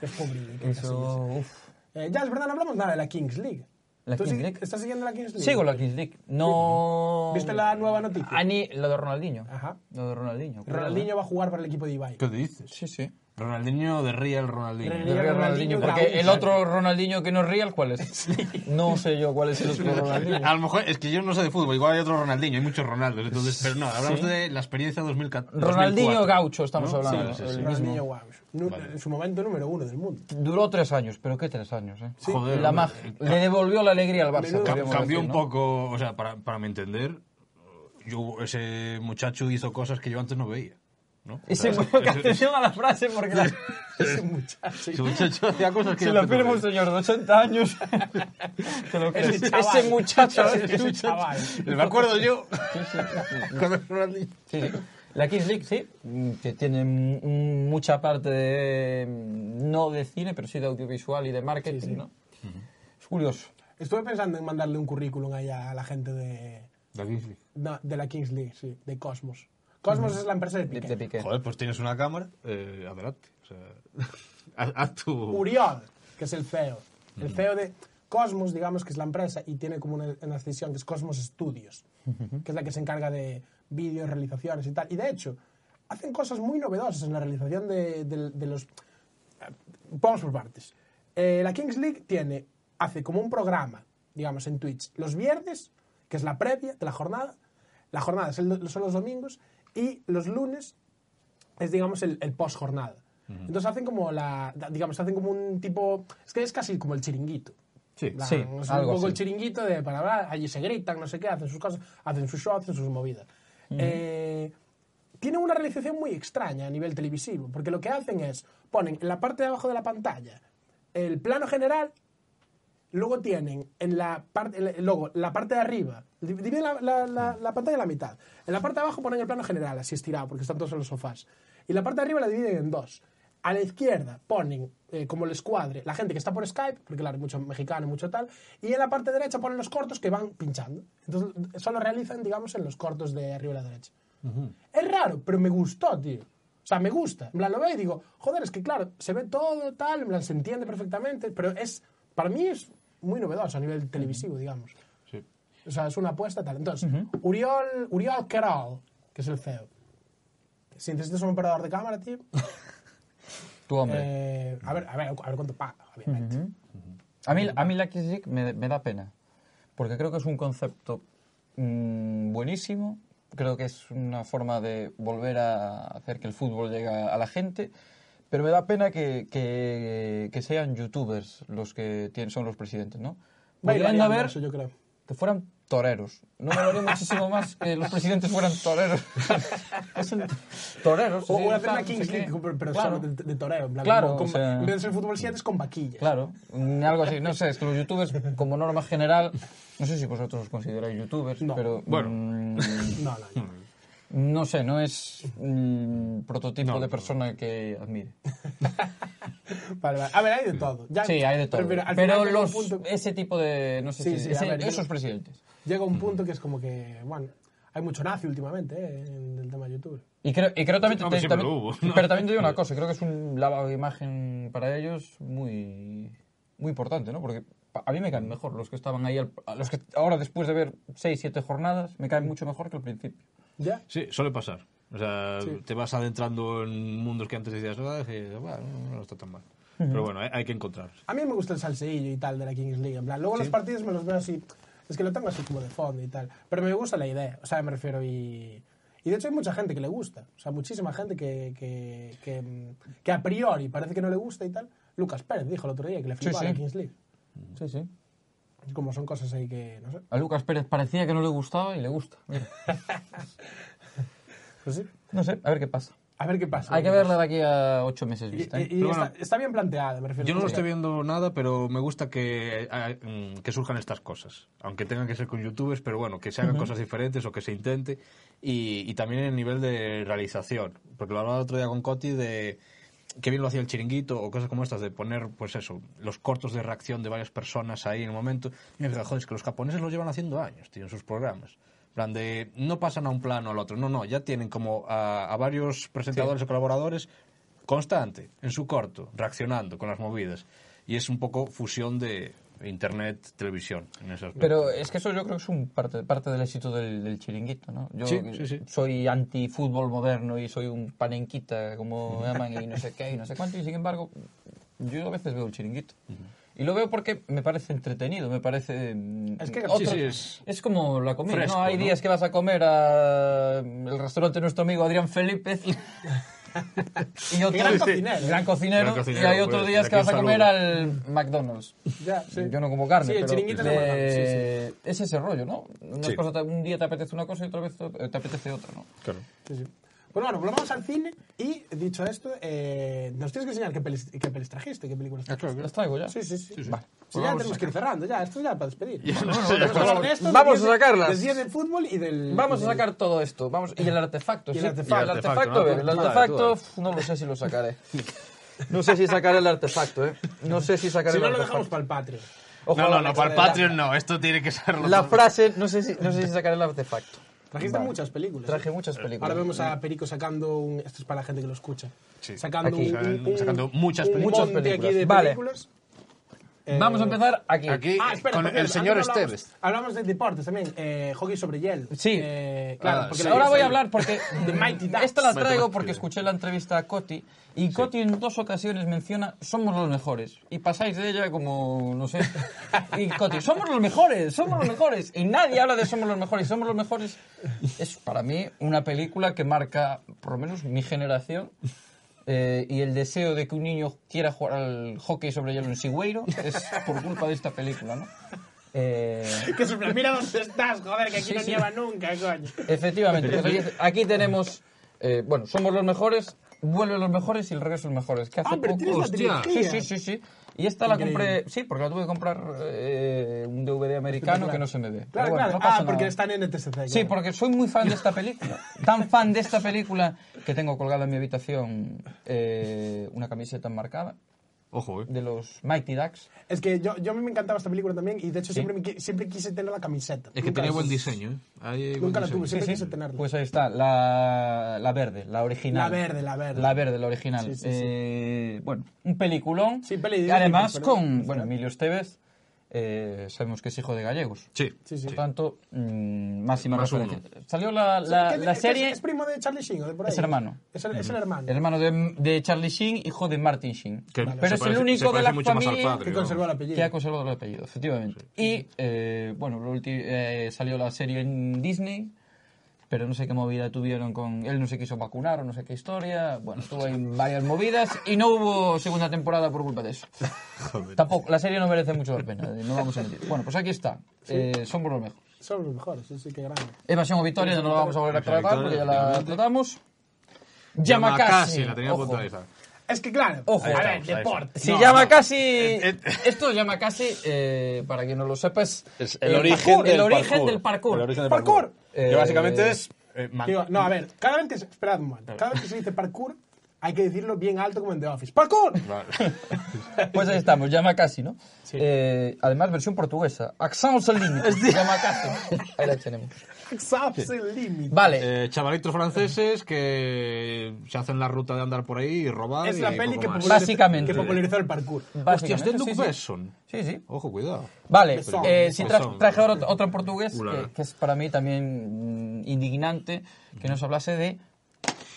[SPEAKER 1] Qué pobre, ¿eh? qué casillas.
[SPEAKER 3] Eso, uf.
[SPEAKER 1] Eh, ya, es verdad, no hablamos nada de la Kings League.
[SPEAKER 3] ¿La
[SPEAKER 1] ¿Tú
[SPEAKER 3] Kings
[SPEAKER 1] sí-
[SPEAKER 3] League?
[SPEAKER 1] ¿Estás siguiendo la Kings League?
[SPEAKER 3] Sigo la Kings League. No...
[SPEAKER 1] ¿Viste la nueva noticia?
[SPEAKER 3] Ah, ni lo de Ronaldinho.
[SPEAKER 1] Ajá.
[SPEAKER 3] Lo de Ronaldinho. cuidado,
[SPEAKER 1] Ronaldinho va a jugar para el equipo de Ibai.
[SPEAKER 2] ¿Qué dices?
[SPEAKER 3] ¿eh? Sí, sí.
[SPEAKER 2] Ronaldinho de Real Ronaldinho.
[SPEAKER 1] Real.
[SPEAKER 3] De Real
[SPEAKER 1] Ronaldinho
[SPEAKER 3] Ronaldinho,
[SPEAKER 1] Gaúcho.
[SPEAKER 3] porque el otro Ronaldinho que no es Real, ¿cuál es? No sé yo cuál es el otro Ronaldinho.
[SPEAKER 2] A lo mejor es que yo no sé de fútbol, igual hay otro Ronaldinho, hay muchos Ronaldos, entonces, pero no, hablamos de la experiencia 2014.
[SPEAKER 3] Ronaldinho Gaucho estamos
[SPEAKER 2] ¿No?
[SPEAKER 3] hablando.
[SPEAKER 2] Sí, sí, sí.
[SPEAKER 3] El mismo.
[SPEAKER 1] Ronaldinho, guau, nu- En su momento número uno del mundo. <laughs>
[SPEAKER 3] Duró tres años, pero qué tres años, ¿eh?
[SPEAKER 2] Joder,
[SPEAKER 3] la
[SPEAKER 2] hombre.
[SPEAKER 3] magia. Le devolvió la alegría al Barça.
[SPEAKER 1] Menudo.
[SPEAKER 2] Cam-
[SPEAKER 3] podríamos
[SPEAKER 2] cambió
[SPEAKER 3] decir,
[SPEAKER 2] un
[SPEAKER 3] ¿no?
[SPEAKER 2] poco, o sea, para, para mi entender, yo, ese muchacho hizo cosas que yo antes no veía. ¿no?
[SPEAKER 3] Y se
[SPEAKER 2] O sea, <laughs>
[SPEAKER 3] fue atención a la frase porque la-
[SPEAKER 1] Ese muchacho.
[SPEAKER 2] ese muchacho hacía cosas que
[SPEAKER 3] se
[SPEAKER 2] yo
[SPEAKER 3] lo
[SPEAKER 2] antes no
[SPEAKER 3] firma un
[SPEAKER 2] veía.
[SPEAKER 3] señor de 80 años. ¿Te lo crees?
[SPEAKER 1] Ese chaval.
[SPEAKER 3] Ese muchacho.
[SPEAKER 1] Ese chaval.
[SPEAKER 2] Me acuerdo
[SPEAKER 3] <laughs>
[SPEAKER 2] yo. Cuando Ronaldinho-
[SPEAKER 3] Sí, sí. La Kings League, sí, mm, que tiene mm, mucha parte de, mm, no de cine, pero sí de audiovisual y de marketing, ¿no? Es curioso.
[SPEAKER 1] Estuve pensando en mandarle un currículum ahí a la gente de,
[SPEAKER 2] La Kingsley.
[SPEAKER 1] no, de la Kings League, sí, de Cosmos. Cosmos es la empresa de
[SPEAKER 3] de,
[SPEAKER 1] Piqué.
[SPEAKER 3] de Piqué.
[SPEAKER 2] Joder, pues tienes una cámara, eh, adelante. O sea, <laughs> haz, haz tu...
[SPEAKER 1] Uriol, que es el CEO. El CEO de Cosmos, digamos, que es la empresa, y tiene como una, una decisión que es Cosmos Studios, que es la que se encarga de vídeos, realizaciones y tal. Y de hecho, hacen cosas muy novedosas en la realización de, de- de los... Vamos por partes. Eh, la Kings League tiene, hace como un programa, digamos, en Twitch, los viernes, que es la previa de la jornada, la jornada es el- son los domingos, y los lunes es digamos el, el post jornada. Entonces hacen como la, da- digamos, hacen como un tipo, es que es casi como el chiringuito.
[SPEAKER 2] Sí.
[SPEAKER 1] La-
[SPEAKER 3] Sí,
[SPEAKER 1] es un
[SPEAKER 3] algo
[SPEAKER 1] poco el
[SPEAKER 3] así.
[SPEAKER 1] chiringuito de para hablar, allí se gritan, no sé qué, hacen sus cosas, hacen su show, hacen sus movidas. Eh, tiene una realización muy extraña a nivel televisivo, porque lo que hacen es, ponen en la parte de abajo de la pantalla el plano general, luego tienen en la parte, el- luego la parte de arriba, di- dividen la, la- la- la pantalla en la mitad, en la parte de abajo ponen el plano general, así estirado, porque están todos en los sofás, y la parte de arriba la dividen en dos. A la izquierda ponen eh, como el escuadre, la gente que está por Skype, porque claro, hay mucho mexicano, mucho tal, y en la parte derecha ponen los cortos que van pinchando. Entonces, solo realizan, digamos, en los cortos de arriba a la derecha. Es raro, pero me gustó, tío. O sea, me gusta. En plan, lo veo y digo, joder, es que claro, se ve todo, tal, en plan, se entiende perfectamente, pero es, para mí es muy novedoso a nivel televisivo, digamos.
[SPEAKER 2] Sí.
[SPEAKER 1] O sea, es una apuesta tal. Entonces, Uriol, Uriol Querol, que es el CEO. Si necesitas un operador de cámara, tío,
[SPEAKER 3] Tu <laughs> hombre.
[SPEAKER 1] eh, a, ver, a, ver, a ver cuánto paga, obviamente.
[SPEAKER 3] A mí,
[SPEAKER 1] eh,
[SPEAKER 3] a mí la Kiss League me, me da pena, porque creo que es un concepto mm, buenísimo, creo que es una forma de volver a hacer que el fútbol llegue a la gente, pero me da pena que, que- que sean youtubers los que tienen, son los presidentes, ¿no?
[SPEAKER 1] Va a ir
[SPEAKER 3] Podrían
[SPEAKER 1] variando
[SPEAKER 3] haber
[SPEAKER 1] eso, yo creo.
[SPEAKER 3] que fueran toreros. No me molaría muchísimo más que los presidentes fueran toreros.
[SPEAKER 1] <laughs>
[SPEAKER 3] Es el- toreros.
[SPEAKER 1] O,
[SPEAKER 3] sí,
[SPEAKER 1] o hacer
[SPEAKER 3] tal,
[SPEAKER 1] la
[SPEAKER 3] no sé
[SPEAKER 1] Kings
[SPEAKER 3] qué.
[SPEAKER 1] League, pero, pero
[SPEAKER 3] Claro.
[SPEAKER 1] solo de, de torero. En plan,
[SPEAKER 3] Claro,
[SPEAKER 1] como con-
[SPEAKER 3] o sea-
[SPEAKER 1] en vez de ser fútbol 7 es con vaquillas.
[SPEAKER 3] Claro, mm, algo así. No sé, es que los youtubers, como norma general, no sé si vosotros os consideráis youtubers,
[SPEAKER 1] No.
[SPEAKER 3] pero.
[SPEAKER 2] Bueno.
[SPEAKER 3] mm,
[SPEAKER 1] No, no, no.
[SPEAKER 3] no sé, no es mm, prototipo de persona que admire.
[SPEAKER 1] Vale, vale. A ver, hay de todo. Ya-
[SPEAKER 3] Mm. Sí, hay de todo. Pero,
[SPEAKER 1] Pero, al final llega,
[SPEAKER 3] los,
[SPEAKER 1] un punto,
[SPEAKER 3] ese tipo de. No sé
[SPEAKER 1] Sí,
[SPEAKER 3] si-
[SPEAKER 1] sí, a
[SPEAKER 3] ese-
[SPEAKER 1] ver, yo-
[SPEAKER 3] esos presidentes.
[SPEAKER 1] llega un punto que es como que, bueno, hay mucho nazi últimamente eh, en el tema de YouTube.
[SPEAKER 3] Y creo, y creo también,
[SPEAKER 2] Hombre,
[SPEAKER 3] te-
[SPEAKER 2] siempre
[SPEAKER 3] también-
[SPEAKER 2] lo hubo, ¿no?
[SPEAKER 3] pero también te digo una cosa, creo que es un lavado de imagen para ellos muy, muy importante, ¿no? Porque pa- a mí me caen mejor los que estaban ahí, al- a los que ahora después de ver 6, 7 jornadas, me caen mucho mejor que al principio.
[SPEAKER 1] ¿Ya?
[SPEAKER 2] Sí, suele pasar. O sea, te vas adentrando en mundos que antes decías, "Ah, sí, bueno, no está tan mal. Pero bueno, hay, hay que encontrar.
[SPEAKER 1] A mí me gusta el salseillo y tal de la Kings League. En plan, luego los partidos me los veo así. Es que lo tengo así como de fondo y tal. Pero me gusta la idea. O sea, me refiero y. Y de hecho hay mucha gente que le gusta. O sea, muchísima gente que, que, que, mm, que a priori parece que no le gusta y tal. Lucas Pérez dijo el otro día que le flipaba
[SPEAKER 3] sí.
[SPEAKER 1] la Kings League.
[SPEAKER 3] Sí, sí.
[SPEAKER 1] Como son cosas ahí que, no sé.
[SPEAKER 3] A Lucas Pérez parecía que no le gustaba y le gusta. Mira.
[SPEAKER 1] Pues sí.
[SPEAKER 3] No sé, a ver qué pasa.
[SPEAKER 1] A ver qué pasa.
[SPEAKER 3] Hay que verla de aquí a 8 meses
[SPEAKER 1] Y,
[SPEAKER 3] vista. ¿eh?
[SPEAKER 1] y- y
[SPEAKER 2] Pero
[SPEAKER 1] está,
[SPEAKER 2] bueno,
[SPEAKER 1] está bien planteada, me refiero.
[SPEAKER 2] Yo no lo
[SPEAKER 1] Sí.
[SPEAKER 2] estoy viendo nada, pero me gusta que, eh, mm, que surjan estas cosas. Aunque tengan que ser con youtubers, pero bueno, que se hagan cosas diferentes o que se intente. Y, y también el nivel de realización. Porque lo hablaba el otro día con Coti de que bien lo hacía el chiringuito o cosas como estas de poner, pues eso, los cortos de reacción de varias personas ahí en el momento. Y me pensaba, joder, es que los japoneses los llevan haciendo años, tío, en sus programas. En plan de, no pasan a un plano al otro. No, no, ya tienen como a, a varios presentadores o colaboradores constante, en su corto, reaccionando con las movidas. Y es un poco fusión de internet, televisión, en ese aspecto.
[SPEAKER 3] Pero es que eso yo creo que es un parte, parte del éxito del, del chiringuito, ¿no? Yo
[SPEAKER 2] Sí, sí, sí.
[SPEAKER 3] soy anti-fútbol moderno y soy un
[SPEAKER 2] <laughs>
[SPEAKER 3] panenquita, como llaman, y no sé qué, y no sé cuánto, y sin embargo, yo a veces veo el chiringuito. Y lo veo porque me parece entretenido, me parece... mm,
[SPEAKER 1] Es que-
[SPEAKER 3] otro-
[SPEAKER 1] sí, sí,
[SPEAKER 2] es-
[SPEAKER 3] es como la comida,
[SPEAKER 2] Fresco,
[SPEAKER 3] ¿no? Hay
[SPEAKER 2] ¿no?
[SPEAKER 3] días que vas a comer al restaurante de nuestro amigo Adrián Felipe
[SPEAKER 1] <laughs>
[SPEAKER 3] y otro,
[SPEAKER 1] Gran cocinero. ¿eh?
[SPEAKER 3] gran cocinero,
[SPEAKER 2] Gran cocinero,
[SPEAKER 3] y hay otros
[SPEAKER 2] pues,
[SPEAKER 3] días que
[SPEAKER 2] aquí
[SPEAKER 3] vas a
[SPEAKER 2] un
[SPEAKER 3] comer
[SPEAKER 2] saludo.
[SPEAKER 3] al McDonald's.
[SPEAKER 1] Ya, sí.
[SPEAKER 3] Yo no como carne.
[SPEAKER 1] Sí, el
[SPEAKER 3] pero,
[SPEAKER 1] chiringuito es
[SPEAKER 3] eh,
[SPEAKER 1] demandante, sí, sí.
[SPEAKER 3] Es ese rollo, ¿no? Unas
[SPEAKER 2] Sí.
[SPEAKER 3] cosas te- un día te apetece una cosa y otra vez te te apetece otra, ¿no?
[SPEAKER 2] Claro.
[SPEAKER 1] Sí, sí. Pues bueno, volvamos al cine y, dicho esto, eh, nos tienes que enseñar qué pelis, qué pelis trajiste, qué películas trajiste.
[SPEAKER 3] Las traigo ya.
[SPEAKER 1] Sí, sí, sí.
[SPEAKER 3] Vale.
[SPEAKER 1] Sí, ya tenemos que ir cerrando, ya, esto ya para despedir. Bueno,
[SPEAKER 2] no
[SPEAKER 1] bueno,
[SPEAKER 2] sé,
[SPEAKER 1] tenemos que
[SPEAKER 2] ya.
[SPEAKER 1] hablar de esto,
[SPEAKER 3] Vamos
[SPEAKER 1] del
[SPEAKER 3] a
[SPEAKER 1] día-
[SPEAKER 3] sacarlas.
[SPEAKER 1] Del día del fútbol y del...
[SPEAKER 3] Vamos
[SPEAKER 1] y
[SPEAKER 3] a
[SPEAKER 1] del-
[SPEAKER 3] sacar todo esto. Vamos, y el artefacto.
[SPEAKER 1] Y el
[SPEAKER 3] sí.
[SPEAKER 1] artefacto.
[SPEAKER 3] El artefacto,
[SPEAKER 2] ¿no?
[SPEAKER 3] bien, el
[SPEAKER 2] Vale,
[SPEAKER 3] artefacto,
[SPEAKER 2] tú
[SPEAKER 3] f- no lo sé si lo sacaré. No sé si sacaré el artefacto, ¿eh? No sé si sacaré
[SPEAKER 1] Si
[SPEAKER 3] el
[SPEAKER 1] no, lo
[SPEAKER 3] artefacto.
[SPEAKER 1] dejamos para el Patreon.
[SPEAKER 3] Ojo,
[SPEAKER 2] No, no,
[SPEAKER 3] la-
[SPEAKER 2] no, para el
[SPEAKER 3] la-
[SPEAKER 2] Patreon no, esto tiene que serlo.
[SPEAKER 3] La
[SPEAKER 2] todo.
[SPEAKER 3] frase, no sé si, no sé si sacaré el artefacto.
[SPEAKER 1] Trajiste
[SPEAKER 3] Vale.
[SPEAKER 1] muchas películas.
[SPEAKER 3] Traje
[SPEAKER 1] ¿eh?
[SPEAKER 3] muchas películas.
[SPEAKER 1] Ahora vemos a Perico sacando un. Esto es para la gente que lo escucha.
[SPEAKER 6] Sí.
[SPEAKER 1] Sacando,
[SPEAKER 3] Aquí.
[SPEAKER 1] un- un- un-
[SPEAKER 6] Sacando muchas
[SPEAKER 1] un
[SPEAKER 6] películas.
[SPEAKER 1] monte aquí
[SPEAKER 3] Muchas
[SPEAKER 1] de
[SPEAKER 3] películas. Vale.
[SPEAKER 1] películas. Eh,
[SPEAKER 3] Vamos a empezar aquí.
[SPEAKER 6] Aquí,
[SPEAKER 1] Ah, espera,
[SPEAKER 6] con
[SPEAKER 1] por
[SPEAKER 6] el
[SPEAKER 1] cierto,
[SPEAKER 6] señor
[SPEAKER 1] antes hablamos-
[SPEAKER 6] Esteves.
[SPEAKER 1] Hablamos de deportes también. Eh, hockey sobre hielo.
[SPEAKER 3] Sí.
[SPEAKER 1] Eh, claro,
[SPEAKER 6] Ah,
[SPEAKER 1] porque
[SPEAKER 6] sí,
[SPEAKER 1] la-
[SPEAKER 3] Ahora voy
[SPEAKER 6] sí.
[SPEAKER 3] a hablar
[SPEAKER 6] <laughs>
[SPEAKER 3] porque
[SPEAKER 1] The Mighty Ducks.
[SPEAKER 3] esta la
[SPEAKER 6] Mighty
[SPEAKER 3] traigo
[SPEAKER 6] Ducks,
[SPEAKER 3] porque
[SPEAKER 6] sí.
[SPEAKER 3] escuché la entrevista a Coti y Coti en dos ocasiones menciona somos los mejores y pasáis de ella como no sé y Coti somos los mejores somos los mejores y nadie habla de somos los mejores somos los mejores es para mí una película que marca por lo menos mi generación eh, y el deseo de que un niño quiera jugar al hockey sobre hielo en Sigüeiro es por culpa de esta película ¿no? Eh,
[SPEAKER 1] Que sopla, mira dónde estás, joder, que aquí
[SPEAKER 3] Sí,
[SPEAKER 1] no
[SPEAKER 3] sí.
[SPEAKER 1] nieva nunca, coño.
[SPEAKER 3] Efectivamente. pues aquí, aquí tenemos. eh, bueno, somos los mejores, vuelven los mejores y el regreso los mejores. Que hace
[SPEAKER 1] Ah, pero
[SPEAKER 3] poco-
[SPEAKER 1] tienes la
[SPEAKER 2] Hostia.
[SPEAKER 1] trilogía.
[SPEAKER 3] Sí, sí, sí, sí. Y esta la
[SPEAKER 1] Increíble.
[SPEAKER 3] compré. Sí, porque la tuve que comprar eh, un DVD americano que no se me ve. Pero
[SPEAKER 1] Claro,
[SPEAKER 3] bueno,
[SPEAKER 1] claro.
[SPEAKER 3] no pasa
[SPEAKER 1] ah, porque
[SPEAKER 3] nada.
[SPEAKER 1] están en NTSC. Claro.
[SPEAKER 3] Sí, porque soy muy fan de esta película. Tan fan de esta película que tengo colgada en mi habitación eh, una camiseta enmarcada
[SPEAKER 6] Ojo, eh.
[SPEAKER 3] de los Mighty Ducks.
[SPEAKER 1] Es que yo, yo me encantaba esta película también y de hecho siempre, me qui- siempre quise tener la camiseta.
[SPEAKER 2] Es que
[SPEAKER 1] Nunca-
[SPEAKER 2] tenía buen diseño, ¿eh? Ahí hay buen
[SPEAKER 1] Nunca la
[SPEAKER 2] diseño.
[SPEAKER 1] tuve, siempre quise tenerla.
[SPEAKER 3] Pues ahí está, la, la verde, la original.
[SPEAKER 1] La verde, la verde.
[SPEAKER 3] La verde, la original.
[SPEAKER 1] Sí, sí, sí.
[SPEAKER 3] Eh, bueno, un peliculón.
[SPEAKER 1] Sí, peli
[SPEAKER 3] y
[SPEAKER 1] de
[SPEAKER 3] además
[SPEAKER 1] Disney, pero-
[SPEAKER 3] con, bueno, Emilio Estevez, eh, sabemos que es hijo de gallegos.
[SPEAKER 6] Sí.
[SPEAKER 1] sí, sí.
[SPEAKER 3] Por tanto, mm, máxima
[SPEAKER 6] Más
[SPEAKER 3] referencia. Salió la, la,
[SPEAKER 1] ¿Qué-
[SPEAKER 3] la
[SPEAKER 1] qué-
[SPEAKER 3] serie...
[SPEAKER 1] Es, es primo de Charlie Sheen o de por ahí.
[SPEAKER 3] Es hermano.
[SPEAKER 1] Es el, es el hermano.
[SPEAKER 3] Hermano de, de Charlie Sheen, hijo de Martin Sheen.
[SPEAKER 6] Que
[SPEAKER 3] Pero
[SPEAKER 6] se
[SPEAKER 3] es el
[SPEAKER 6] parece- se
[SPEAKER 3] único de
[SPEAKER 6] parece
[SPEAKER 3] la
[SPEAKER 6] mucho más al
[SPEAKER 3] familia
[SPEAKER 6] padre.
[SPEAKER 1] Que conservó el apellido.
[SPEAKER 3] que ha conservado el apellido, efectivamente. Y, eh, bueno, lo ulti- eh, salió la serie en Disney, pero no sé qué movida tuvieron con... Él no se quiso vacunar o no sé qué historia. Bueno, estuvo en varias movidas y no hubo segunda temporada por culpa de eso. Tampoco, la serie no merece mucho la pena, eh, no vamos a mentir. Bueno, pues aquí está. Eh, somos los mejores.
[SPEAKER 1] Son los mejores, sí, sí, qué grande.
[SPEAKER 3] Evasión o victoria, ya no la vamos a volver a
[SPEAKER 6] Evasión o
[SPEAKER 3] tratar porque ya
[SPEAKER 6] victoria,
[SPEAKER 3] la
[SPEAKER 6] efectivamente.
[SPEAKER 3] tratamos.
[SPEAKER 6] Yamakasi,
[SPEAKER 3] Yamakasi.
[SPEAKER 6] la tenía
[SPEAKER 3] ojo.
[SPEAKER 6] puntualizada.
[SPEAKER 1] Es que claro,
[SPEAKER 3] Ojo.
[SPEAKER 1] a
[SPEAKER 6] Ahí
[SPEAKER 1] ver,
[SPEAKER 6] estamos, ahí
[SPEAKER 1] deporte.
[SPEAKER 3] Si
[SPEAKER 1] No,
[SPEAKER 3] llama
[SPEAKER 1] no.
[SPEAKER 3] casi.
[SPEAKER 6] eh,
[SPEAKER 3] esto llama casi, eh, para quien no lo sepa, es.
[SPEAKER 6] Es
[SPEAKER 3] eh, parkour, el origen del parkour.
[SPEAKER 6] El origen del
[SPEAKER 1] Parkour.
[SPEAKER 6] parkour. Que
[SPEAKER 3] Eh,
[SPEAKER 6] básicamente es... eh, man-
[SPEAKER 1] Digo,
[SPEAKER 2] <laughs>
[SPEAKER 1] no, a ver, cada vez que se, esperad un momento. Cada vez que se dice parkour, hay que decirlo bien alto como en The Office. ¡Parkour!
[SPEAKER 3] Pues ahí estamos, llama casi, ¿no? Eh, además, versión portuguesa. Axamos al
[SPEAKER 6] <laughs>
[SPEAKER 3] límite. llama casi. Ahí la tenemos.
[SPEAKER 1] Exhaust el límite.
[SPEAKER 3] Vale.
[SPEAKER 6] Eh, chavalitos franceses que se hacen la ruta de andar por ahí y robar.
[SPEAKER 1] Es
[SPEAKER 6] y
[SPEAKER 1] la peli que
[SPEAKER 6] poco más.
[SPEAKER 1] popularizó, ¿eh?
[SPEAKER 3] Básicamente.
[SPEAKER 1] que popularizó el parkour.
[SPEAKER 3] básicamente,
[SPEAKER 6] Hostia, este es
[SPEAKER 3] ¿eh? sí,
[SPEAKER 6] Luke
[SPEAKER 3] sí.
[SPEAKER 6] Besson.
[SPEAKER 3] Sí, sí.
[SPEAKER 6] Ojo, cuidado.
[SPEAKER 3] Vale,
[SPEAKER 6] Este
[SPEAKER 1] Besson,
[SPEAKER 3] eh, sí tra-
[SPEAKER 6] Besson.
[SPEAKER 3] traje ahora ot- otro portugués,
[SPEAKER 6] Ulala.
[SPEAKER 3] que, que es para mí también mm, indignante, que nos hablase de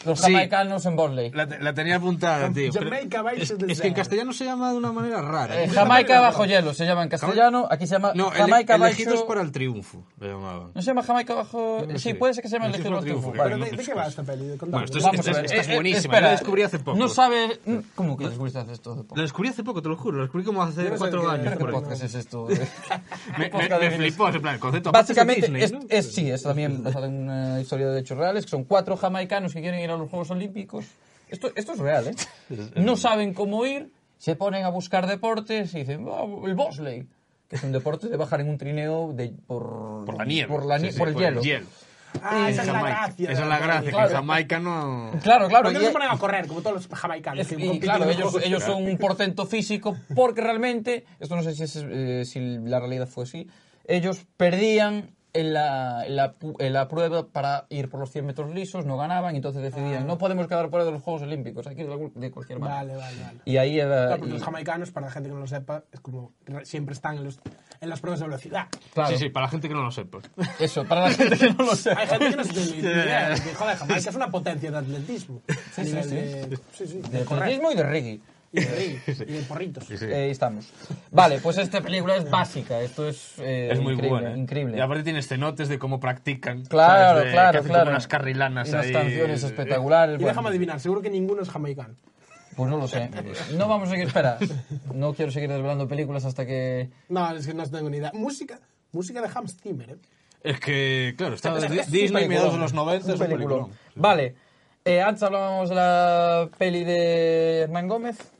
[SPEAKER 3] los
[SPEAKER 6] Sí.
[SPEAKER 3] jamaicanos en Borley.
[SPEAKER 6] La, te- la tenía apuntada, tío. pero
[SPEAKER 1] Jamaica Vice
[SPEAKER 6] es,
[SPEAKER 1] to the
[SPEAKER 6] es que en
[SPEAKER 1] Zen.
[SPEAKER 6] castellano se llama de una manera rara.
[SPEAKER 3] Eh, Jamaica bajo hielo se llama en castellano, aquí se llama
[SPEAKER 6] no, ele-
[SPEAKER 3] Jamaica
[SPEAKER 6] elegidos
[SPEAKER 3] bajo...
[SPEAKER 6] para el triunfo, lo llamaban.
[SPEAKER 3] ¿No se llama Jamaica bajo...?
[SPEAKER 6] No lo
[SPEAKER 3] sí,
[SPEAKER 6] sé.
[SPEAKER 3] puede ser que se llame
[SPEAKER 6] No sé
[SPEAKER 3] Elegido
[SPEAKER 6] si
[SPEAKER 3] bajo
[SPEAKER 6] fue triunfo,
[SPEAKER 3] triunfo.
[SPEAKER 6] claro.
[SPEAKER 1] Pero
[SPEAKER 6] no
[SPEAKER 1] ¿de, de qué
[SPEAKER 6] sé
[SPEAKER 1] va
[SPEAKER 6] cuál.
[SPEAKER 1] esta peli? Contame.
[SPEAKER 6] Bueno, esto es-
[SPEAKER 3] Vamos a ver.
[SPEAKER 6] esta es
[SPEAKER 3] eh, eh,
[SPEAKER 6] buenísima,
[SPEAKER 3] espera,
[SPEAKER 6] la descubrí hace poco.
[SPEAKER 3] No sabes... ¿Cómo que descubriste hace esto hace poco?
[SPEAKER 6] Lo descubrí hace poco, te lo juro. Lo descubrí como hace
[SPEAKER 1] Yo no sé
[SPEAKER 6] cuatro
[SPEAKER 1] qué- este
[SPEAKER 6] años.
[SPEAKER 3] ¿Qué
[SPEAKER 6] por ahí.
[SPEAKER 3] podcast es
[SPEAKER 6] <laughs>
[SPEAKER 3] esto? Este
[SPEAKER 6] Me, me-
[SPEAKER 3] podcast
[SPEAKER 6] me
[SPEAKER 3] de-
[SPEAKER 6] flipó, en plan, el concepto. aparte es de
[SPEAKER 3] Básicamente,
[SPEAKER 6] Disney,
[SPEAKER 3] es,
[SPEAKER 6] ¿no?
[SPEAKER 3] es- sí, es también basado en una historia de hechos reales, que son cuatro jamaicanos que quieren ir a los Juegos Olímpicos. Esto, esto es
[SPEAKER 6] <laughs>
[SPEAKER 3] real, ¿eh? No saben cómo ir, se ponen a buscar deportes y dicen, "Oh, el bobsleigh, que es un deporte de bajar en un trineo de, por,
[SPEAKER 6] Por la nieve.
[SPEAKER 3] Por, la
[SPEAKER 6] Sí,
[SPEAKER 3] nie-
[SPEAKER 6] sí,
[SPEAKER 3] por el hielo.
[SPEAKER 1] Ah, esa es la
[SPEAKER 6] Jamaica.
[SPEAKER 1] gracia.
[SPEAKER 6] Esa es la gracia, que
[SPEAKER 3] Claro.
[SPEAKER 6] en Jamaica no...
[SPEAKER 3] Claro, claro.
[SPEAKER 1] ¿Por qué
[SPEAKER 3] y-
[SPEAKER 1] no se ponen a correr como todos los jamaicanos?
[SPEAKER 3] Es-
[SPEAKER 1] que
[SPEAKER 3] y
[SPEAKER 1] compiten
[SPEAKER 3] claro,
[SPEAKER 1] en
[SPEAKER 3] ellos,
[SPEAKER 1] juegos?
[SPEAKER 3] ellos son un portento físico porque realmente, esto no sé si, es, eh, si la realidad fue así, ellos perdían en la, en la pu- en la prueba para ir por los 100 metros lisos, no ganaban, y entonces decidían, no podemos quedar fuera de los Juegos Olímpicos, aquí de, algún- de cualquier manera.
[SPEAKER 1] Ah. Vale, vale, vale.
[SPEAKER 3] Y ahí era...
[SPEAKER 1] Claro, porque
[SPEAKER 3] y-
[SPEAKER 1] los jamaicanos, para la gente que no lo sepa, es como re- siempre están en, los, en las pruebas de velocidad.
[SPEAKER 3] claro,
[SPEAKER 6] Sí, sí, para la gente que no lo sepa.
[SPEAKER 3] eso, para la gente que
[SPEAKER 1] <laughs>
[SPEAKER 3] no lo sepa.
[SPEAKER 1] Hay gente que no se tiene ni idea. porque, joder, Jamaica es una potencia de atletismo. A
[SPEAKER 3] sí,
[SPEAKER 1] nivel
[SPEAKER 3] sí.
[SPEAKER 1] De, sí, sí,
[SPEAKER 3] De
[SPEAKER 1] de correr.
[SPEAKER 3] atletismo y de reggae.
[SPEAKER 1] Y de, ring, y de porritos.
[SPEAKER 6] Sí.
[SPEAKER 3] Eh, ahí estamos. Vale, pues esta película es básica, esto es... eh,
[SPEAKER 6] Es muy
[SPEAKER 3] increíble,
[SPEAKER 6] buena. ¿eh?
[SPEAKER 3] Increíble.
[SPEAKER 6] Y aparte tiene cenotes de cómo practican.
[SPEAKER 3] Claro,
[SPEAKER 6] ¿sabes? De- que
[SPEAKER 3] claro,
[SPEAKER 6] hacen como
[SPEAKER 3] claro.
[SPEAKER 6] unas carrilanas
[SPEAKER 3] Y unas
[SPEAKER 6] ahí. Eh,
[SPEAKER 3] canciones espectaculares.
[SPEAKER 1] Y
[SPEAKER 3] bueno.
[SPEAKER 1] déjame adivinar, seguro que ninguno es jamaicano.
[SPEAKER 3] Pues no lo
[SPEAKER 6] <laughs>
[SPEAKER 3] sé. No vamos a seguir, espera. No quiero seguir desvelando películas hasta que...
[SPEAKER 1] No, es que no tengo ni idea. Música, música de Hans Zimmer, ¿eh?
[SPEAKER 6] Es que, claro, está
[SPEAKER 3] Es- es Ah, un
[SPEAKER 6] Disney mediados de
[SPEAKER 3] peliculón.
[SPEAKER 6] los 90 es un
[SPEAKER 3] peliculón.
[SPEAKER 6] peliculón.
[SPEAKER 3] Vale. Eh, antes hablábamos de la peli de Hernán Gómez.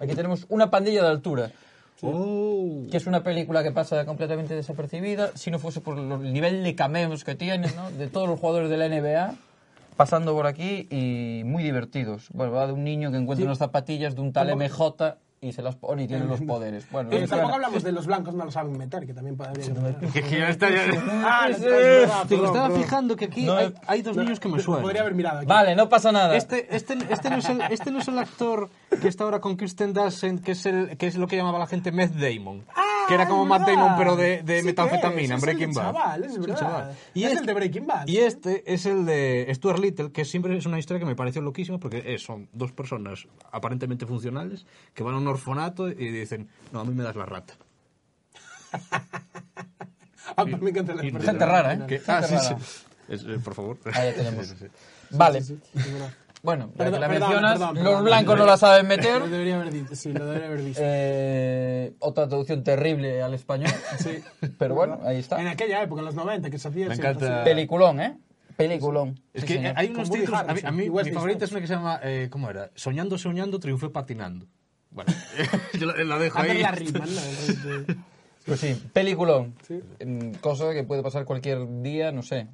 [SPEAKER 3] Aquí tenemos Una pandilla de altura. Oh. Que es una película que pasa completamente desapercibida, si no fuese por lo- el nivel de cameos que tiene, ¿no? De todos los jugadores de la NBA pasando por aquí y muy divertidos. Bueno, va de un niño que encuentra unas zapatillas de un tal MJ y se las pone y tiene los poderes. Bueno,
[SPEAKER 1] Eh,
[SPEAKER 3] no sé,
[SPEAKER 1] tampoco
[SPEAKER 3] bueno.
[SPEAKER 1] hablamos de los blancos no lo saben meter, que también podría
[SPEAKER 6] Que, que ya está, <laughs> ya-
[SPEAKER 1] Ah, no,
[SPEAKER 3] Sí,
[SPEAKER 1] no, no, no,
[SPEAKER 2] Te
[SPEAKER 1] perdón,
[SPEAKER 2] estaba
[SPEAKER 1] perdón.
[SPEAKER 2] fijando que aquí
[SPEAKER 3] No,
[SPEAKER 2] hay,
[SPEAKER 3] eh,
[SPEAKER 2] hay dos niños que me suenan.
[SPEAKER 1] Podría haber mirado aquí.
[SPEAKER 3] Vale, no pasa nada.
[SPEAKER 2] Este, este, este, no es el, este no es el actor que está ahora con Kirsten Dunst, que es, el, que es lo que llamaba la gente Meth Damon. que
[SPEAKER 3] Ah,
[SPEAKER 2] era
[SPEAKER 1] Ah, es
[SPEAKER 2] como Matt
[SPEAKER 1] verdad.
[SPEAKER 2] Damon, pero de, de
[SPEAKER 1] Sí que es,
[SPEAKER 2] metanfetamina, en
[SPEAKER 1] es
[SPEAKER 2] Breaking
[SPEAKER 1] el
[SPEAKER 2] Bad.
[SPEAKER 1] chaval, es
[SPEAKER 2] un
[SPEAKER 1] verdad.
[SPEAKER 2] Y
[SPEAKER 1] Es
[SPEAKER 2] este-
[SPEAKER 1] el de Breaking Bad.
[SPEAKER 2] Y este es el de Stuart Little, que siempre es una historia que me pareció loquísima porque eh, son dos personas aparentemente funcionales que van a un orfanato y dicen, no, a mí me das la rata.
[SPEAKER 1] Ah, pues me encantan las
[SPEAKER 2] Y-
[SPEAKER 1] personas.
[SPEAKER 3] Gente rara, ¿eh?
[SPEAKER 2] Que-
[SPEAKER 3] Gente
[SPEAKER 2] ah, sí, sí.
[SPEAKER 3] rara.
[SPEAKER 2] Es, eh, por favor.
[SPEAKER 3] Ahí la
[SPEAKER 2] <laughs>
[SPEAKER 3] tenemos.
[SPEAKER 1] Sí,
[SPEAKER 3] Vale.
[SPEAKER 1] sí, sí, es verdad.
[SPEAKER 3] Bueno, ya que
[SPEAKER 1] Perdón,
[SPEAKER 3] la
[SPEAKER 1] perdón,
[SPEAKER 3] mencionas,
[SPEAKER 1] perdón,
[SPEAKER 3] los
[SPEAKER 1] perdón.
[SPEAKER 3] blancos no la
[SPEAKER 1] <laughs>
[SPEAKER 3] saben meter.
[SPEAKER 1] Lo debería haber dicho, sí, lo debería haber visto.
[SPEAKER 3] Eh, otra traducción terrible al español.
[SPEAKER 1] <laughs> Sí.
[SPEAKER 3] Pero bueno, ahí
[SPEAKER 1] En
[SPEAKER 3] está.
[SPEAKER 1] aquella época, en los 90, que se hacía
[SPEAKER 2] Me
[SPEAKER 1] así,
[SPEAKER 2] encanta.
[SPEAKER 1] entonces-
[SPEAKER 3] Peliculón, ¿eh? Peliculón.
[SPEAKER 2] Es
[SPEAKER 3] Sí,
[SPEAKER 2] que
[SPEAKER 3] señor.
[SPEAKER 2] hay unos
[SPEAKER 1] Con Woody
[SPEAKER 2] títulos. A mí, a mí
[SPEAKER 1] Harrelson y
[SPEAKER 2] mi
[SPEAKER 1] Wesley
[SPEAKER 2] favorita es
[SPEAKER 1] Snipes.
[SPEAKER 2] una que se llama. eh, ¿Cómo era? Soñando, soñando, triunfé patinando. Bueno, <laughs> yo la, la dejo
[SPEAKER 1] A ver
[SPEAKER 2] ahí.
[SPEAKER 1] la rima,
[SPEAKER 6] <laughs>
[SPEAKER 1] ¿no? Este,
[SPEAKER 3] Pues sí, peliculón.
[SPEAKER 1] Sí.
[SPEAKER 3] Mm, Cosa que puede pasar cualquier día, no sé.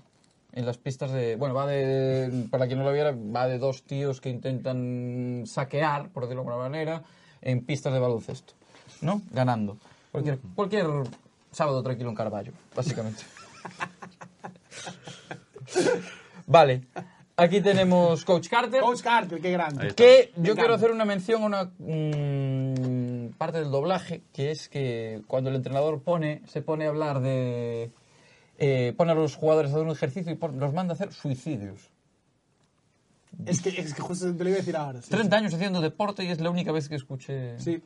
[SPEAKER 3] En las pistas de. Bueno, va de. Para quien no lo viera, va de dos tíos que intentan saquear, por decirlo de alguna manera, en pistas de baloncesto. ¿No? Ganando. Cualquier, cualquier sábado tranquilo en Carballo, básicamente.
[SPEAKER 1] <laughs>
[SPEAKER 3] vale. Aquí tenemos Coach Carter.
[SPEAKER 1] Coach Carter, qué grande.
[SPEAKER 3] Que
[SPEAKER 1] Me
[SPEAKER 3] yo quiero
[SPEAKER 1] encanta.
[SPEAKER 3] hacer una mención a una mm, parte del doblaje, que es que cuando el entrenador pone, se pone a hablar de. eh, pone a los jugadores a hacer un ejercicio y pon- los manda a hacer suicidios.
[SPEAKER 1] Es que, es que justo te lo iba a decir ahora. sí,
[SPEAKER 3] 30 años haciendo deporte y es la única vez que escuché.
[SPEAKER 1] Sí.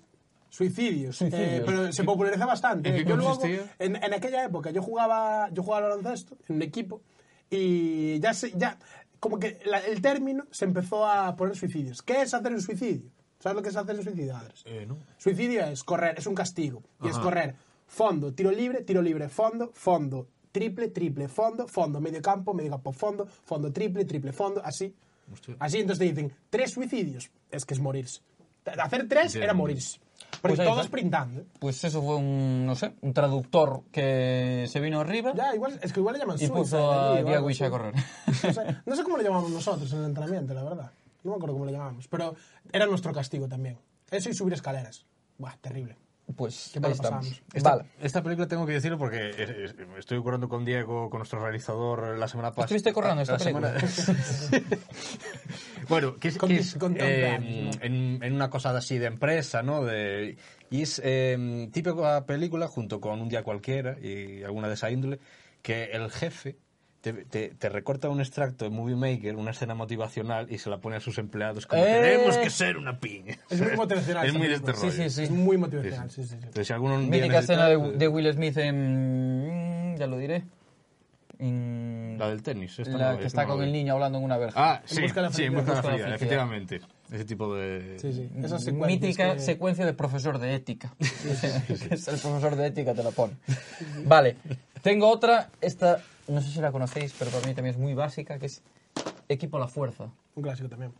[SPEAKER 1] Suicidios.
[SPEAKER 3] Suicidios.
[SPEAKER 1] Eh, pero se populariza bastante.
[SPEAKER 6] ¿En qué
[SPEAKER 1] Yo luego,
[SPEAKER 6] consistía?
[SPEAKER 1] en, en aquella época yo jugaba, yo jugaba al baloncesto en un equipo y ya se, ya como que la- el término se empezó a poner suicidios. ¿Qué es hacer un suicidio? ¿Sabes lo que es hacer un suicidio, Andrés?
[SPEAKER 6] Eh, no.
[SPEAKER 1] Suicidio es correr, es un castigo. Y es correr fondo, tiro libre, tiro libre, fondo, fondo, triple, triple, fondo, fondo, medio campo, medio campo, fondo, fondo, triple, triple, fondo, así. Así entonces te dicen, tres suicidios, es que es morirse. T- Hacer tres era morirse. Porque
[SPEAKER 3] Pues ahí
[SPEAKER 1] todos
[SPEAKER 3] está.
[SPEAKER 1] sprintando. ¿eh?
[SPEAKER 3] Pues eso fue un, no sé, un traductor que se vino arriba
[SPEAKER 1] Ya, igual, es que igual le llaman
[SPEAKER 3] y
[SPEAKER 1] suicide
[SPEAKER 3] puso a
[SPEAKER 1] allí o algo
[SPEAKER 3] Diawish a
[SPEAKER 1] así.
[SPEAKER 3] correr.
[SPEAKER 1] No sé, no sé cómo lo llamamos nosotros en el entrenamiento, la verdad. No me acuerdo cómo lo llamamos, pero era nuestro castigo también. Eso y subir escaleras. Buah, terrible.
[SPEAKER 3] Pues
[SPEAKER 1] Qué mal
[SPEAKER 3] ahí
[SPEAKER 1] lo
[SPEAKER 3] estamos.
[SPEAKER 1] pasamos.
[SPEAKER 2] Esta,
[SPEAKER 3] Vale.
[SPEAKER 2] esta película tengo que decirlo porque es- es- estoy currando con Diego, con nuestro realizador, eh, la semana pasada.
[SPEAKER 3] ¿Estuviste currando esta
[SPEAKER 2] La semana- <laughs> bueno, que es,
[SPEAKER 1] Con
[SPEAKER 2] que
[SPEAKER 1] dis-
[SPEAKER 2] es,
[SPEAKER 1] con
[SPEAKER 2] eh,
[SPEAKER 1] disfraz,
[SPEAKER 2] en, en una cosa así de empresa, ¿no? De, y es eh, típica película junto con Un día cualquiera y alguna de esa índole, que el jefe te, te- te recorta un extracto de Movie Maker, una escena motivacional, y se la pone a sus empleados como
[SPEAKER 3] ¡Eh!
[SPEAKER 2] tenemos que ser una piña.
[SPEAKER 1] Es muy motivacional.
[SPEAKER 2] <laughs> Es muy de
[SPEAKER 1] esa
[SPEAKER 2] este
[SPEAKER 1] película.
[SPEAKER 2] rollo.
[SPEAKER 3] Sí, sí, sí.
[SPEAKER 1] Es muy motivacional, sí, sí, sí.
[SPEAKER 2] Entonces, si alguno un día
[SPEAKER 3] Mítica escena
[SPEAKER 2] necesita-
[SPEAKER 3] de, de Will Smith en. mm, Ya lo diré. En-
[SPEAKER 2] La del tenis. esta
[SPEAKER 3] la
[SPEAKER 2] no,
[SPEAKER 3] que
[SPEAKER 2] esta
[SPEAKER 3] está
[SPEAKER 2] no la
[SPEAKER 3] con
[SPEAKER 2] vi.
[SPEAKER 3] el niño hablando en una verja.
[SPEAKER 6] Ah, sí,
[SPEAKER 1] busca de la
[SPEAKER 6] sí, en
[SPEAKER 1] felicidad.
[SPEAKER 6] busca de la
[SPEAKER 3] Busca de la
[SPEAKER 6] felicidad,
[SPEAKER 3] felicidad.
[SPEAKER 6] efectivamente. Ese tipo de...
[SPEAKER 1] Sí, sí. Esas secuencias
[SPEAKER 3] Mm, Mítica
[SPEAKER 1] que-
[SPEAKER 3] secuencia de profesor de ética. Que es el profesor de ética te la pone. Vale, tengo otra. Esta, no sé si la conocéis, pero para mí también es muy básica, que es Equipo a la Fuerza.
[SPEAKER 1] Un clásico también.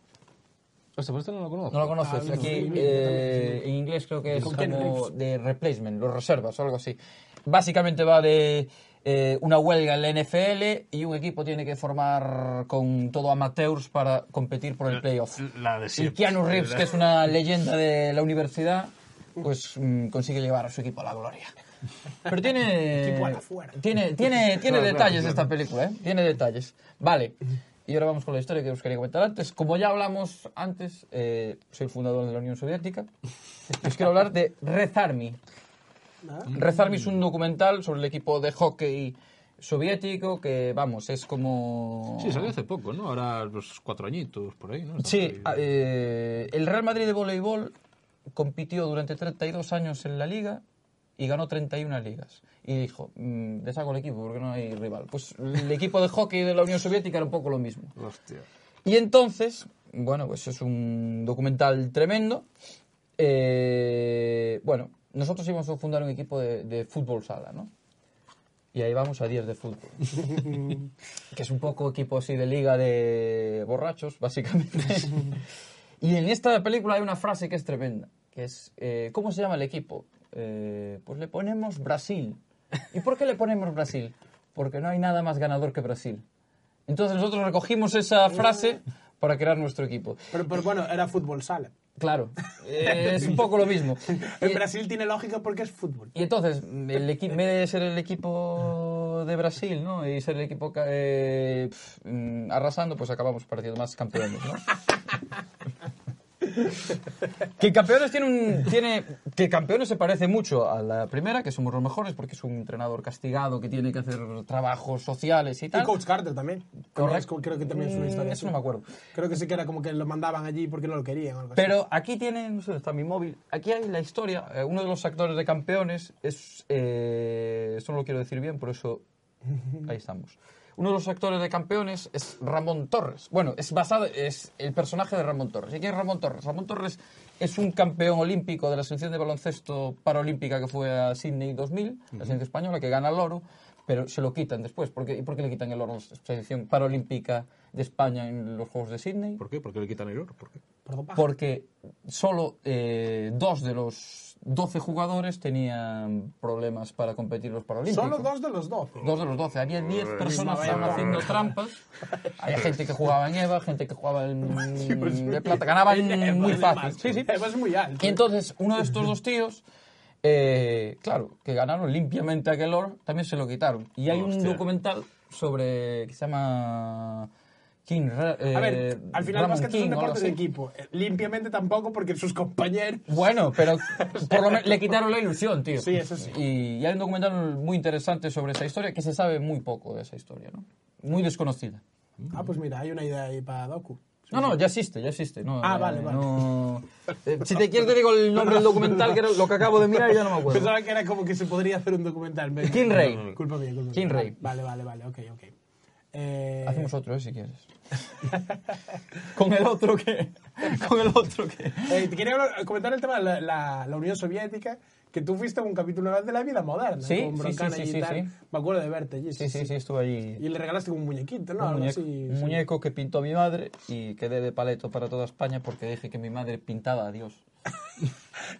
[SPEAKER 2] Hostia, pues esta no la conozco.
[SPEAKER 3] No lo conoces.
[SPEAKER 1] Ah,
[SPEAKER 3] Aquí
[SPEAKER 1] sí,
[SPEAKER 3] eh, en inglés creo que es
[SPEAKER 1] Con Ken
[SPEAKER 3] como
[SPEAKER 1] Reeves.
[SPEAKER 3] de replacement, los reservas o algo así. Básicamente va de eh, una huelga en la NFL y un equipo tiene que formar con todo amateurs para competir por el playoff.
[SPEAKER 6] La de
[SPEAKER 3] Y
[SPEAKER 6] siempre.
[SPEAKER 3] Keanu Reeves, que es una leyenda de la universidad, pues mm, consigue llevar a su equipo a la gloria. Pero tiene.
[SPEAKER 1] Equipo a la fuera.
[SPEAKER 3] Tiene, tiene, tiene detalles esta película, ¿eh? Tiene detalles. Vale. Y ahora vamos con la historia que os quería comentar antes. Como ya hablamos antes, eh, soy el fundador de la Unión Soviética. Os quiero hablar de Red Army.
[SPEAKER 1] Ah.
[SPEAKER 3] Red Army es un documental sobre el equipo de hockey soviético que, vamos, es como.
[SPEAKER 6] Sí, salió hace poco, ¿no? Ahora los cuatro añitos, por ahí, ¿no?
[SPEAKER 3] Sí, a- eh, el Real Madrid de voleibol compitió durante 32 años en la liga y ganó 31 ligas. Y dijo, mm, le saco el equipo porque no hay rival. Pues el equipo de hockey de la Unión Soviética era un poco lo mismo.
[SPEAKER 6] Hostia.
[SPEAKER 3] Y entonces, bueno, pues es un documental tremendo. Eh, bueno, nosotros íbamos a fundar un equipo de, de fútbol sala, ¿no? Y ahí vamos a 10 de fútbol. que es un poco equipo así de liga de borrachos, básicamente. y en esta película hay una frase que es tremenda, que es, eh, ¿cómo se llama el equipo? Eh, pues le ponemos Brasil. ¿Y por qué le ponemos Brasil? Porque no hay nada más ganador que Brasil. Entonces nosotros recogimos esa frase para crear nuestro equipo.
[SPEAKER 1] Pero, pero bueno, era fútbol sala.
[SPEAKER 3] Claro, eh, es un poco lo mismo.
[SPEAKER 1] En
[SPEAKER 3] Y-
[SPEAKER 1] Brasil tiene lógica porque es fútbol.
[SPEAKER 3] Y entonces, el equipo, en vez de ser el equipo de Brasil, ¿no? Y ser el equipo ca- eh, pf, mm, arrasando, pues acabamos partiendo más campeones, ¿no? que campeones tiene un. Tiene, que campeones se parece mucho a la primera, que somos los mejores, porque es un entrenador castigado que tiene que hacer trabajos sociales y tal.
[SPEAKER 1] Y Coach Carter también.
[SPEAKER 3] Correcto.
[SPEAKER 1] Creo que también es una
[SPEAKER 3] Mm,
[SPEAKER 1] historia.
[SPEAKER 3] eso
[SPEAKER 1] así.
[SPEAKER 3] no me acuerdo.
[SPEAKER 1] Creo que sí que era como que lo mandaban allí porque no lo querían. o algo así.
[SPEAKER 3] Pero aquí tienen, no sé, está mi móvil. Aquí hay la historia. eh, uno de los actores de campeones es. eh, esto no lo quiero decir bien,
[SPEAKER 1] <laughs>
[SPEAKER 3] por eso. Ahí estamos. Uno de los actores de campeones es Ramón Torres. Bueno, es basado. Es el personaje de Ramón Torres. ¿Y quién es Ramón Torres? Ramón Torres es un campeón olímpico de la selección de baloncesto paralímpica que fue a Sydney 2000, la selección española, que gana el oro. Pero se lo quitan después. ¿Por qué, ¿Y por qué le quitan el oro a la selección paralímpica de España en los Juegos de Sydney?
[SPEAKER 6] ¿Por qué? ¿Por qué le quitan el oro? ¿Por qué?
[SPEAKER 1] Perdón, paja.
[SPEAKER 3] porque solo eh, dos de los 12 jugadores tenían problemas para competir los Paralímpicos.
[SPEAKER 1] Solo dos de los dos.
[SPEAKER 3] Dos de los 12. Había 10 personas que estaban
[SPEAKER 1] vaina.
[SPEAKER 3] haciendo trampas. Había gente que jugaba en EVA, gente que jugaba
[SPEAKER 1] <laughs>
[SPEAKER 3] en de plata. Ganaban muy fácil. Sí, sí.
[SPEAKER 1] Es muy alto.
[SPEAKER 3] Y entonces, uno de estos dos tíos, eh, claro, que ganaron limpiamente aquel oro, también se lo quitaron. Y hay un
[SPEAKER 6] Hostia.
[SPEAKER 3] documental sobre. que se llama. King, Ra-
[SPEAKER 1] A
[SPEAKER 3] eh,
[SPEAKER 1] ver, al final
[SPEAKER 3] Ramon
[SPEAKER 1] más que es
[SPEAKER 3] King
[SPEAKER 1] un
[SPEAKER 3] o algo
[SPEAKER 1] deporte de
[SPEAKER 3] así.
[SPEAKER 1] equipo. Eh, Limpiamente tampoco porque sus compañeros...
[SPEAKER 3] Bueno, pero por lo menos le quitaron la ilusión, tío.
[SPEAKER 1] Sí, eso sí.
[SPEAKER 3] Y, y hay un documental muy interesante sobre esa historia que se sabe muy poco de esa historia, ¿no? Muy desconocida.
[SPEAKER 1] Ah, pues mira, hay una idea ahí para Doku.
[SPEAKER 3] No, no, ya existe, ya existe. No,
[SPEAKER 1] Ah,
[SPEAKER 3] eh,
[SPEAKER 1] vale, vale.
[SPEAKER 3] no- Eh, si te quieres te digo el nombre del documental, que era lo que acabo de mirar y ya no me acuerdo.
[SPEAKER 1] Pensaba que era como que se podría hacer un documental. Me-
[SPEAKER 3] King Ray.
[SPEAKER 1] Culpa mía, culpa mía.
[SPEAKER 3] King Ray.
[SPEAKER 1] Vale, vale, vale, ok, ok. Eh,
[SPEAKER 3] Hacemos otro, eh, si
[SPEAKER 1] <laughs>
[SPEAKER 3] quieres. con el otro que... Con el otro que...
[SPEAKER 1] eh, te quería hablar- comentar el tema de la, la- la Unión Soviética, que tú fuiste a un capítulo una vez de la vida moderna.
[SPEAKER 3] Sí,
[SPEAKER 1] con
[SPEAKER 3] sí,
[SPEAKER 1] Broncano
[SPEAKER 3] sí, sí,
[SPEAKER 1] allí y
[SPEAKER 3] sí,
[SPEAKER 1] tal.
[SPEAKER 3] sí.
[SPEAKER 1] Me acuerdo de verte allí.
[SPEAKER 3] Sí, sí, sí, estuve allí.
[SPEAKER 1] Y le regalaste un muñequito, ¿no?
[SPEAKER 3] un
[SPEAKER 1] Algo
[SPEAKER 3] muñeco,
[SPEAKER 1] así,
[SPEAKER 3] un
[SPEAKER 1] sí.
[SPEAKER 3] muñeco que pintó mi madre y quedé de paleto para toda España porque dije que mi madre pintaba
[SPEAKER 1] <laughs>
[SPEAKER 3] a Dios.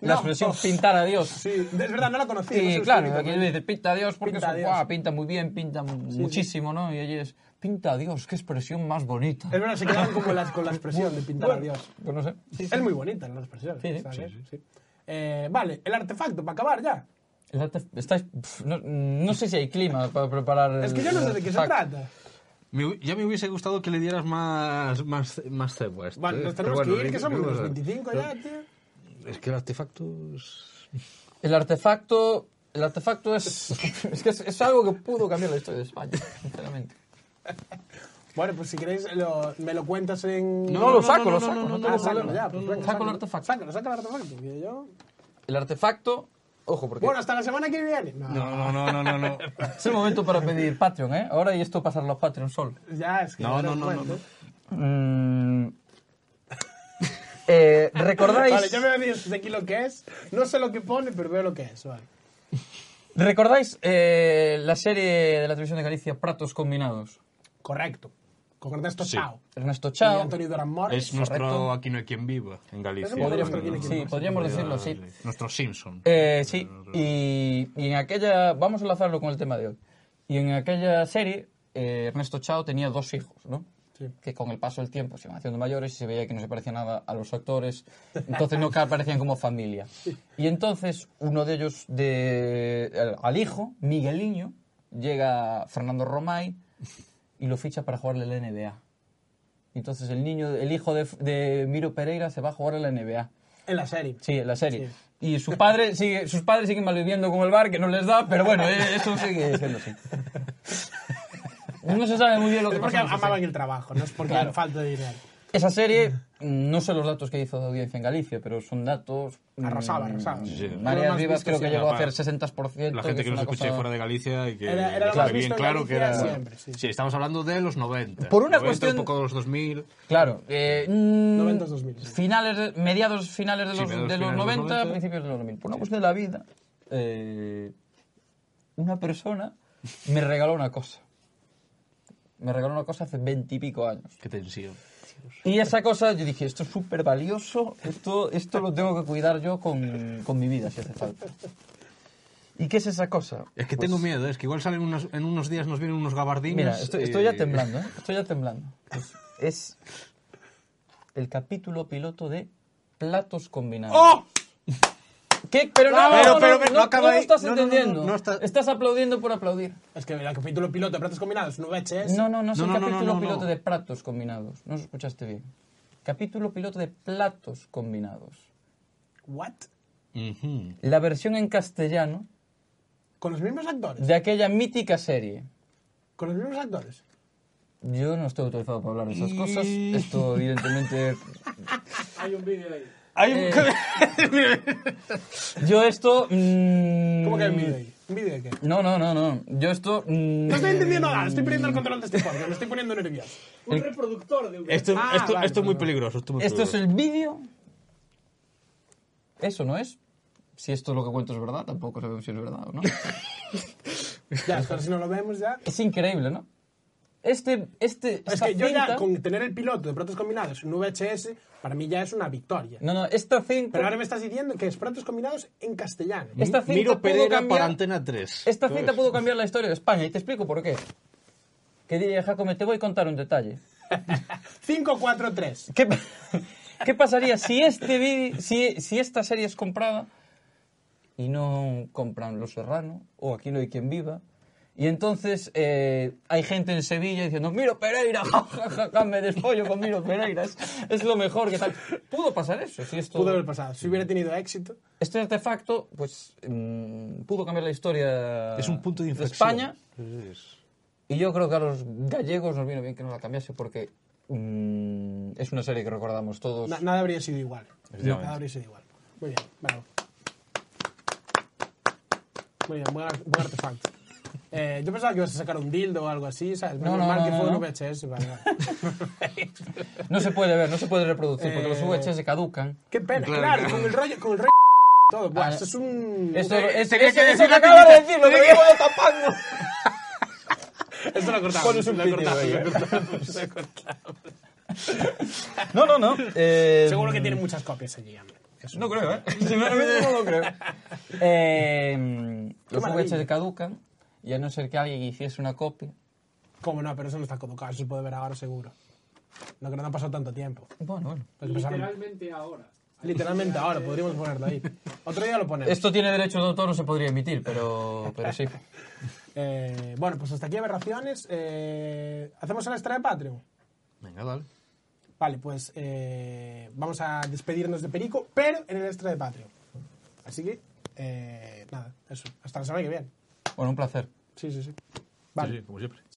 [SPEAKER 3] la
[SPEAKER 1] No.
[SPEAKER 3] expresión pintar a Dios.
[SPEAKER 1] Sí, es verdad, no la conocí. no sé
[SPEAKER 3] Sí,
[SPEAKER 1] usted
[SPEAKER 3] claro,
[SPEAKER 1] ahorita,
[SPEAKER 3] aquí
[SPEAKER 1] pero-
[SPEAKER 3] dice pinta a Dios porque
[SPEAKER 1] Pinta a
[SPEAKER 3] eso,
[SPEAKER 1] Dios.
[SPEAKER 3] guau, pinta muy bien, pinta mu- muchísimo, ¿no? Y allí es, pinta a Dios, qué expresión más bonita.
[SPEAKER 1] Es verdad, se quedan como las, con la expresión de pintar a Dios.
[SPEAKER 3] Pues no sé. Sí, sí.
[SPEAKER 1] Es muy bonita la expresión.
[SPEAKER 3] Sí, sí.
[SPEAKER 1] ¿sabes? Sí. Eh, vale, el artefacto, para acabar ya.
[SPEAKER 3] El arte- estáis- pf, no, no sé si hay clima para preparar.
[SPEAKER 1] Es que
[SPEAKER 3] el-
[SPEAKER 1] yo no sé de qué se
[SPEAKER 3] Sac-
[SPEAKER 1] trata.
[SPEAKER 6] Me hu- ya me hubiese gustado que le dieras más, más, más cebo a esto,
[SPEAKER 1] Vale,
[SPEAKER 6] ¿eh?
[SPEAKER 1] nos
[SPEAKER 6] Pero
[SPEAKER 1] tenemos
[SPEAKER 6] bueno,
[SPEAKER 1] que ir, que
[SPEAKER 6] ¿qué-
[SPEAKER 1] somos
[SPEAKER 6] qué
[SPEAKER 1] los
[SPEAKER 6] cosa?
[SPEAKER 1] 25 ya, tío.
[SPEAKER 6] Es que el artefacto es...
[SPEAKER 3] El artefacto. El artefacto es. <laughs> es que es, es algo que pudo cambiar la historia de España, sinceramente.
[SPEAKER 1] Bueno, pues si queréis, lo- me lo cuentas en.
[SPEAKER 3] No, lo saco, lo saco, no tengo
[SPEAKER 1] Ah, sácalo
[SPEAKER 3] problema.
[SPEAKER 1] ya. pues venga,
[SPEAKER 3] Saco el
[SPEAKER 1] sácalo.
[SPEAKER 3] artefacto.
[SPEAKER 1] Sácalo, saca el artefacto. que yo-
[SPEAKER 3] El artefacto. Ojo, porque.
[SPEAKER 1] Bueno, hasta la semana que viene. No,
[SPEAKER 6] No, no, no, no, no.
[SPEAKER 3] Es el momento para pedir Patreon, ¿eh? Ahora y esto pasarlo a Patreon solo.
[SPEAKER 1] ya es que.
[SPEAKER 6] No,
[SPEAKER 1] ya
[SPEAKER 6] no,
[SPEAKER 1] lo
[SPEAKER 6] no,
[SPEAKER 1] cuento.
[SPEAKER 6] no, no.
[SPEAKER 3] Mm. Eh, ¿Recordáis?
[SPEAKER 1] Vale, ya me dices aquí lo que es. No sé lo que pone, pero veo lo que es. Vale.
[SPEAKER 3] ¿Recordáis eh, la serie de la televisión de Galicia, Pratos Combinados?
[SPEAKER 1] Correcto. Con Ernesto
[SPEAKER 6] Sí.
[SPEAKER 1] Chao.
[SPEAKER 3] Ernesto
[SPEAKER 1] Y
[SPEAKER 3] Chao.
[SPEAKER 1] Antonio Durán Mores.
[SPEAKER 6] Es nuestro
[SPEAKER 3] correcto.
[SPEAKER 6] Aquí no hay quien viva en Galicia.
[SPEAKER 1] Eso podríamos-
[SPEAKER 6] Bueno,
[SPEAKER 1] Aquí no hay
[SPEAKER 3] Sí,
[SPEAKER 1] quien
[SPEAKER 3] podríamos decirlo así.
[SPEAKER 6] Nuestro Simpson.
[SPEAKER 3] Eh, sí, y, y en aquella. Vamos a enlazarlo con el tema de hoy. Y en aquella serie, eh, Ernesto Chao tenía dos hijos, ¿no?
[SPEAKER 1] Sí.
[SPEAKER 3] Que con el paso del tiempo se iban haciendo mayores y se veía que no se parecía nada a los actores. Entonces no ca- parecían como familia. Y entonces uno de ellos, de, al- al hijo, Migueliño, llega Fernando Romay y lo ficha para jugarle la NBA. Entonces el niño, el hijo de, de Miro Pereira se va a jugar a la NBA.
[SPEAKER 1] En la serie.
[SPEAKER 3] Sí, en la serie. Y su padre sigue, sus padres siguen malviviendo con el bar, que no les da, pero bueno, eh, eso sigue siendo <laughs> así. No se sabe muy bien lo que
[SPEAKER 1] Es porque
[SPEAKER 3] pasa. en esa
[SPEAKER 1] amaban
[SPEAKER 3] serie.
[SPEAKER 1] el trabajo, no es porque
[SPEAKER 3] Claro.
[SPEAKER 1] era falta de dinero.
[SPEAKER 3] Esa serie, mm, no sé los datos que hizo de audiencia en Galicia, pero son datos... mm,
[SPEAKER 1] Arrasaba, arrasaba. Era
[SPEAKER 3] María
[SPEAKER 1] más
[SPEAKER 3] Rivas
[SPEAKER 1] visto
[SPEAKER 3] creo que
[SPEAKER 1] siempre.
[SPEAKER 3] llegó a hacer
[SPEAKER 6] Para
[SPEAKER 3] 60%.
[SPEAKER 6] La gente
[SPEAKER 3] es
[SPEAKER 6] que nos
[SPEAKER 3] una
[SPEAKER 6] escucha
[SPEAKER 3] cosa-
[SPEAKER 6] ahí fuera de Galicia y que
[SPEAKER 1] Era- era lo
[SPEAKER 6] sabe
[SPEAKER 1] más
[SPEAKER 6] bien
[SPEAKER 1] visto en
[SPEAKER 6] claro que era...
[SPEAKER 1] Galicia siempre, sí.
[SPEAKER 6] estamos hablando de los 90.
[SPEAKER 3] Por una
[SPEAKER 6] 90,
[SPEAKER 3] cuestión-
[SPEAKER 6] un poco de los 2000.
[SPEAKER 3] Claro. Eh, mm,
[SPEAKER 1] 90 es 2000, sí.
[SPEAKER 3] Finales, de- mediados finales de
[SPEAKER 6] Sí,
[SPEAKER 3] los,
[SPEAKER 6] mediados
[SPEAKER 3] de los
[SPEAKER 6] finales de los
[SPEAKER 3] 90,
[SPEAKER 6] 90.
[SPEAKER 3] principios de los 2000. Por una cuestión pues de la vida, eh, una persona me regaló una cosa. Me regaló una cosa hace veintipico años.
[SPEAKER 6] Qué tensión.
[SPEAKER 3] Y esa cosa, yo dije, esto es súper valioso, esto, esto lo tengo que cuidar yo con, con mi vida, si hace falta. ¿Y qué es esa cosa?
[SPEAKER 6] Es que tengo miedo, ¿eh? es que igual salen unos, en unos días nos vienen unos gabardines.
[SPEAKER 3] Pues Mira, estoy,
[SPEAKER 6] y-
[SPEAKER 3] estoy ya temblando,
[SPEAKER 6] <laughs>
[SPEAKER 3] Pues, ¿eh? Estoy ya temblando. Es, es el capítulo piloto de platos combinados.
[SPEAKER 6] ¡Oh!
[SPEAKER 3] ¿Qué? Pero no,
[SPEAKER 6] Pero,
[SPEAKER 3] no,
[SPEAKER 6] pero,
[SPEAKER 3] no,
[SPEAKER 6] pero,
[SPEAKER 3] no,
[SPEAKER 6] no acaba
[SPEAKER 3] no lo
[SPEAKER 6] ahí.
[SPEAKER 3] estás
[SPEAKER 6] No, no, no,
[SPEAKER 3] entendiendo.
[SPEAKER 6] no, no está-
[SPEAKER 3] Estás aplaudiendo por aplaudir.
[SPEAKER 1] Es que el capítulo piloto de platos combinados, no veches.
[SPEAKER 3] No, no, no es
[SPEAKER 6] No,
[SPEAKER 3] el
[SPEAKER 6] no, no, no,
[SPEAKER 3] capítulo
[SPEAKER 6] no, no.
[SPEAKER 3] piloto de platos combinados. No os escuchaste bien. Capítulo piloto de platos combinados.
[SPEAKER 1] What?
[SPEAKER 2] Ujú.
[SPEAKER 3] La versión en castellano
[SPEAKER 1] Con los mismos actores.
[SPEAKER 3] de aquella mítica serie.
[SPEAKER 1] Con los mismos actores.
[SPEAKER 3] Yo no estoy autorizado para hablar de esas cosas. Esto, evidentemente.
[SPEAKER 5] Hay un vídeo ahí.
[SPEAKER 6] Hay
[SPEAKER 3] <laughs>
[SPEAKER 6] un...
[SPEAKER 3] eh, yo esto. mm,
[SPEAKER 1] ¿Cómo que hay un vídeo ahí? ¿Un vídeo de qué?
[SPEAKER 3] No, no, no, no. Yo esto. mm,
[SPEAKER 1] No estoy entendiendo nada, estoy perdiendo el control de este podcast, me estoy poniendo nervioso.
[SPEAKER 5] Un reproductor de un
[SPEAKER 6] Esto,
[SPEAKER 1] Ah,
[SPEAKER 6] esto,
[SPEAKER 1] vale,
[SPEAKER 6] esto es muy
[SPEAKER 1] perdón.
[SPEAKER 6] peligroso. Esto, es muy
[SPEAKER 3] Esto es
[SPEAKER 6] peligroso.
[SPEAKER 3] el vídeo. Eso no es. Si esto es lo que cuento es verdad, tampoco sabemos si es verdad o no.
[SPEAKER 1] Ya, pero si no lo vemos ya.
[SPEAKER 3] es increíble, ¿no? Este, este,
[SPEAKER 1] Es
[SPEAKER 3] esta
[SPEAKER 1] que yo ya
[SPEAKER 3] cinta-
[SPEAKER 1] con tener el piloto de platos combinados en VHS, para mí ya es una victoria.
[SPEAKER 3] No, no, esta cinta...
[SPEAKER 1] Pero ahora me estás diciendo que es platos combinados en castellano.
[SPEAKER 3] esta cinta
[SPEAKER 6] Miro
[SPEAKER 3] pudo
[SPEAKER 6] Pereira
[SPEAKER 3] cambiar-
[SPEAKER 6] para Antena 3.
[SPEAKER 3] Esta cinta pudo cambiar la historia de España y te explico por qué. Que diría Jacome, te voy a contar un detalle.
[SPEAKER 1] 5-4-3.
[SPEAKER 3] ¿Qué, pa- <laughs> qué pasaría si, este vi- si, si esta serie es comprada y no compran Los Serrano o Aquí no hay quien viva? Y entonces eh, hay gente en Sevilla diciendo, Miro Pereira, <laughs> ja, ja, ja, ja, me despollo con Miro Pereira, es, es lo mejor que tal. Pudo pasar eso, si esto...
[SPEAKER 1] Pudo haber pasado. Si hubiera tenido éxito.
[SPEAKER 3] Este artefacto, pues, mm, pudo cambiar la historia
[SPEAKER 2] Es un punto de inflexión.
[SPEAKER 3] España.
[SPEAKER 2] Sí, sí, sí.
[SPEAKER 3] Y yo creo que a los gallegos nos vino bien que no la cambiase porque mm, es una serie que recordamos todos.
[SPEAKER 1] na- nada habría sido igual.
[SPEAKER 2] Efectivamente.
[SPEAKER 1] Nada habría sido igual. Muy bien, bravo. Muy bien, buen, ar- buen <laughs> artefacto. Eh, yo pensaba que ibas a sacar un dildo o algo así, ¿sabes?
[SPEAKER 3] No,
[SPEAKER 1] Menos
[SPEAKER 3] no,
[SPEAKER 1] mal
[SPEAKER 3] no,
[SPEAKER 1] que
[SPEAKER 3] no,
[SPEAKER 1] fue
[SPEAKER 3] no.
[SPEAKER 1] un VHS. Vale, <laughs> vale.
[SPEAKER 3] No se puede ver, no se puede reproducir porque
[SPEAKER 1] Eh,
[SPEAKER 3] los VHS se caducan.
[SPEAKER 1] Qué pena, claro,
[SPEAKER 6] Claro, claro.
[SPEAKER 1] con el rollo, con el rollo <laughs> todo. Buah, esto es un.
[SPEAKER 3] Eso, es,
[SPEAKER 6] tenía
[SPEAKER 3] eso- eso
[SPEAKER 6] que decir
[SPEAKER 3] que
[SPEAKER 6] la
[SPEAKER 3] acabas de
[SPEAKER 6] mitad.
[SPEAKER 3] decirlo, pero yo voy <laughs> tapando.
[SPEAKER 1] Esto lo cortamos.
[SPEAKER 3] Pones un
[SPEAKER 1] lo
[SPEAKER 3] pitido
[SPEAKER 1] cortamos,
[SPEAKER 3] ahí.
[SPEAKER 1] lo cortamos, lo cortamos.
[SPEAKER 3] No, no, no. eh,
[SPEAKER 1] <laughs> Seguro que tiene muchas copias allí, hombre. Eso.
[SPEAKER 3] No creo, <laughs> ¿eh? Sinceramente no lo creo. Eh, los VHS
[SPEAKER 1] maravilla.
[SPEAKER 3] se caducan y a no ser que alguien hiciese una copia.
[SPEAKER 1] ¿Cómo no? Pero eso no está caducado, eso se puede ver ahora seguro. Lo que no ha pasado tanto tiempo.
[SPEAKER 3] Bueno, bueno.
[SPEAKER 1] Lo que pasaron-
[SPEAKER 5] Literalmente ahora.
[SPEAKER 1] Literalmente ahora, podríamos ponerlo ahí. Otro día lo ponemos.
[SPEAKER 3] Esto tiene derecho de autor, no se podría emitir, pero, pero sí.
[SPEAKER 1] Eh, bueno, pues hasta aquí aberraciones. Eh, ¿Hacemos una extra de Patreon?
[SPEAKER 6] Venga, dale.
[SPEAKER 1] Vale, pues eh, vamos a despedirnos de Perico, pero en el extra de Patreon. Así que, eh, nada, eso. Hasta la semana que viene.
[SPEAKER 3] Bueno, un placer.
[SPEAKER 1] Sí, sí, sí. Vale.
[SPEAKER 6] Sí, sí, como siempre.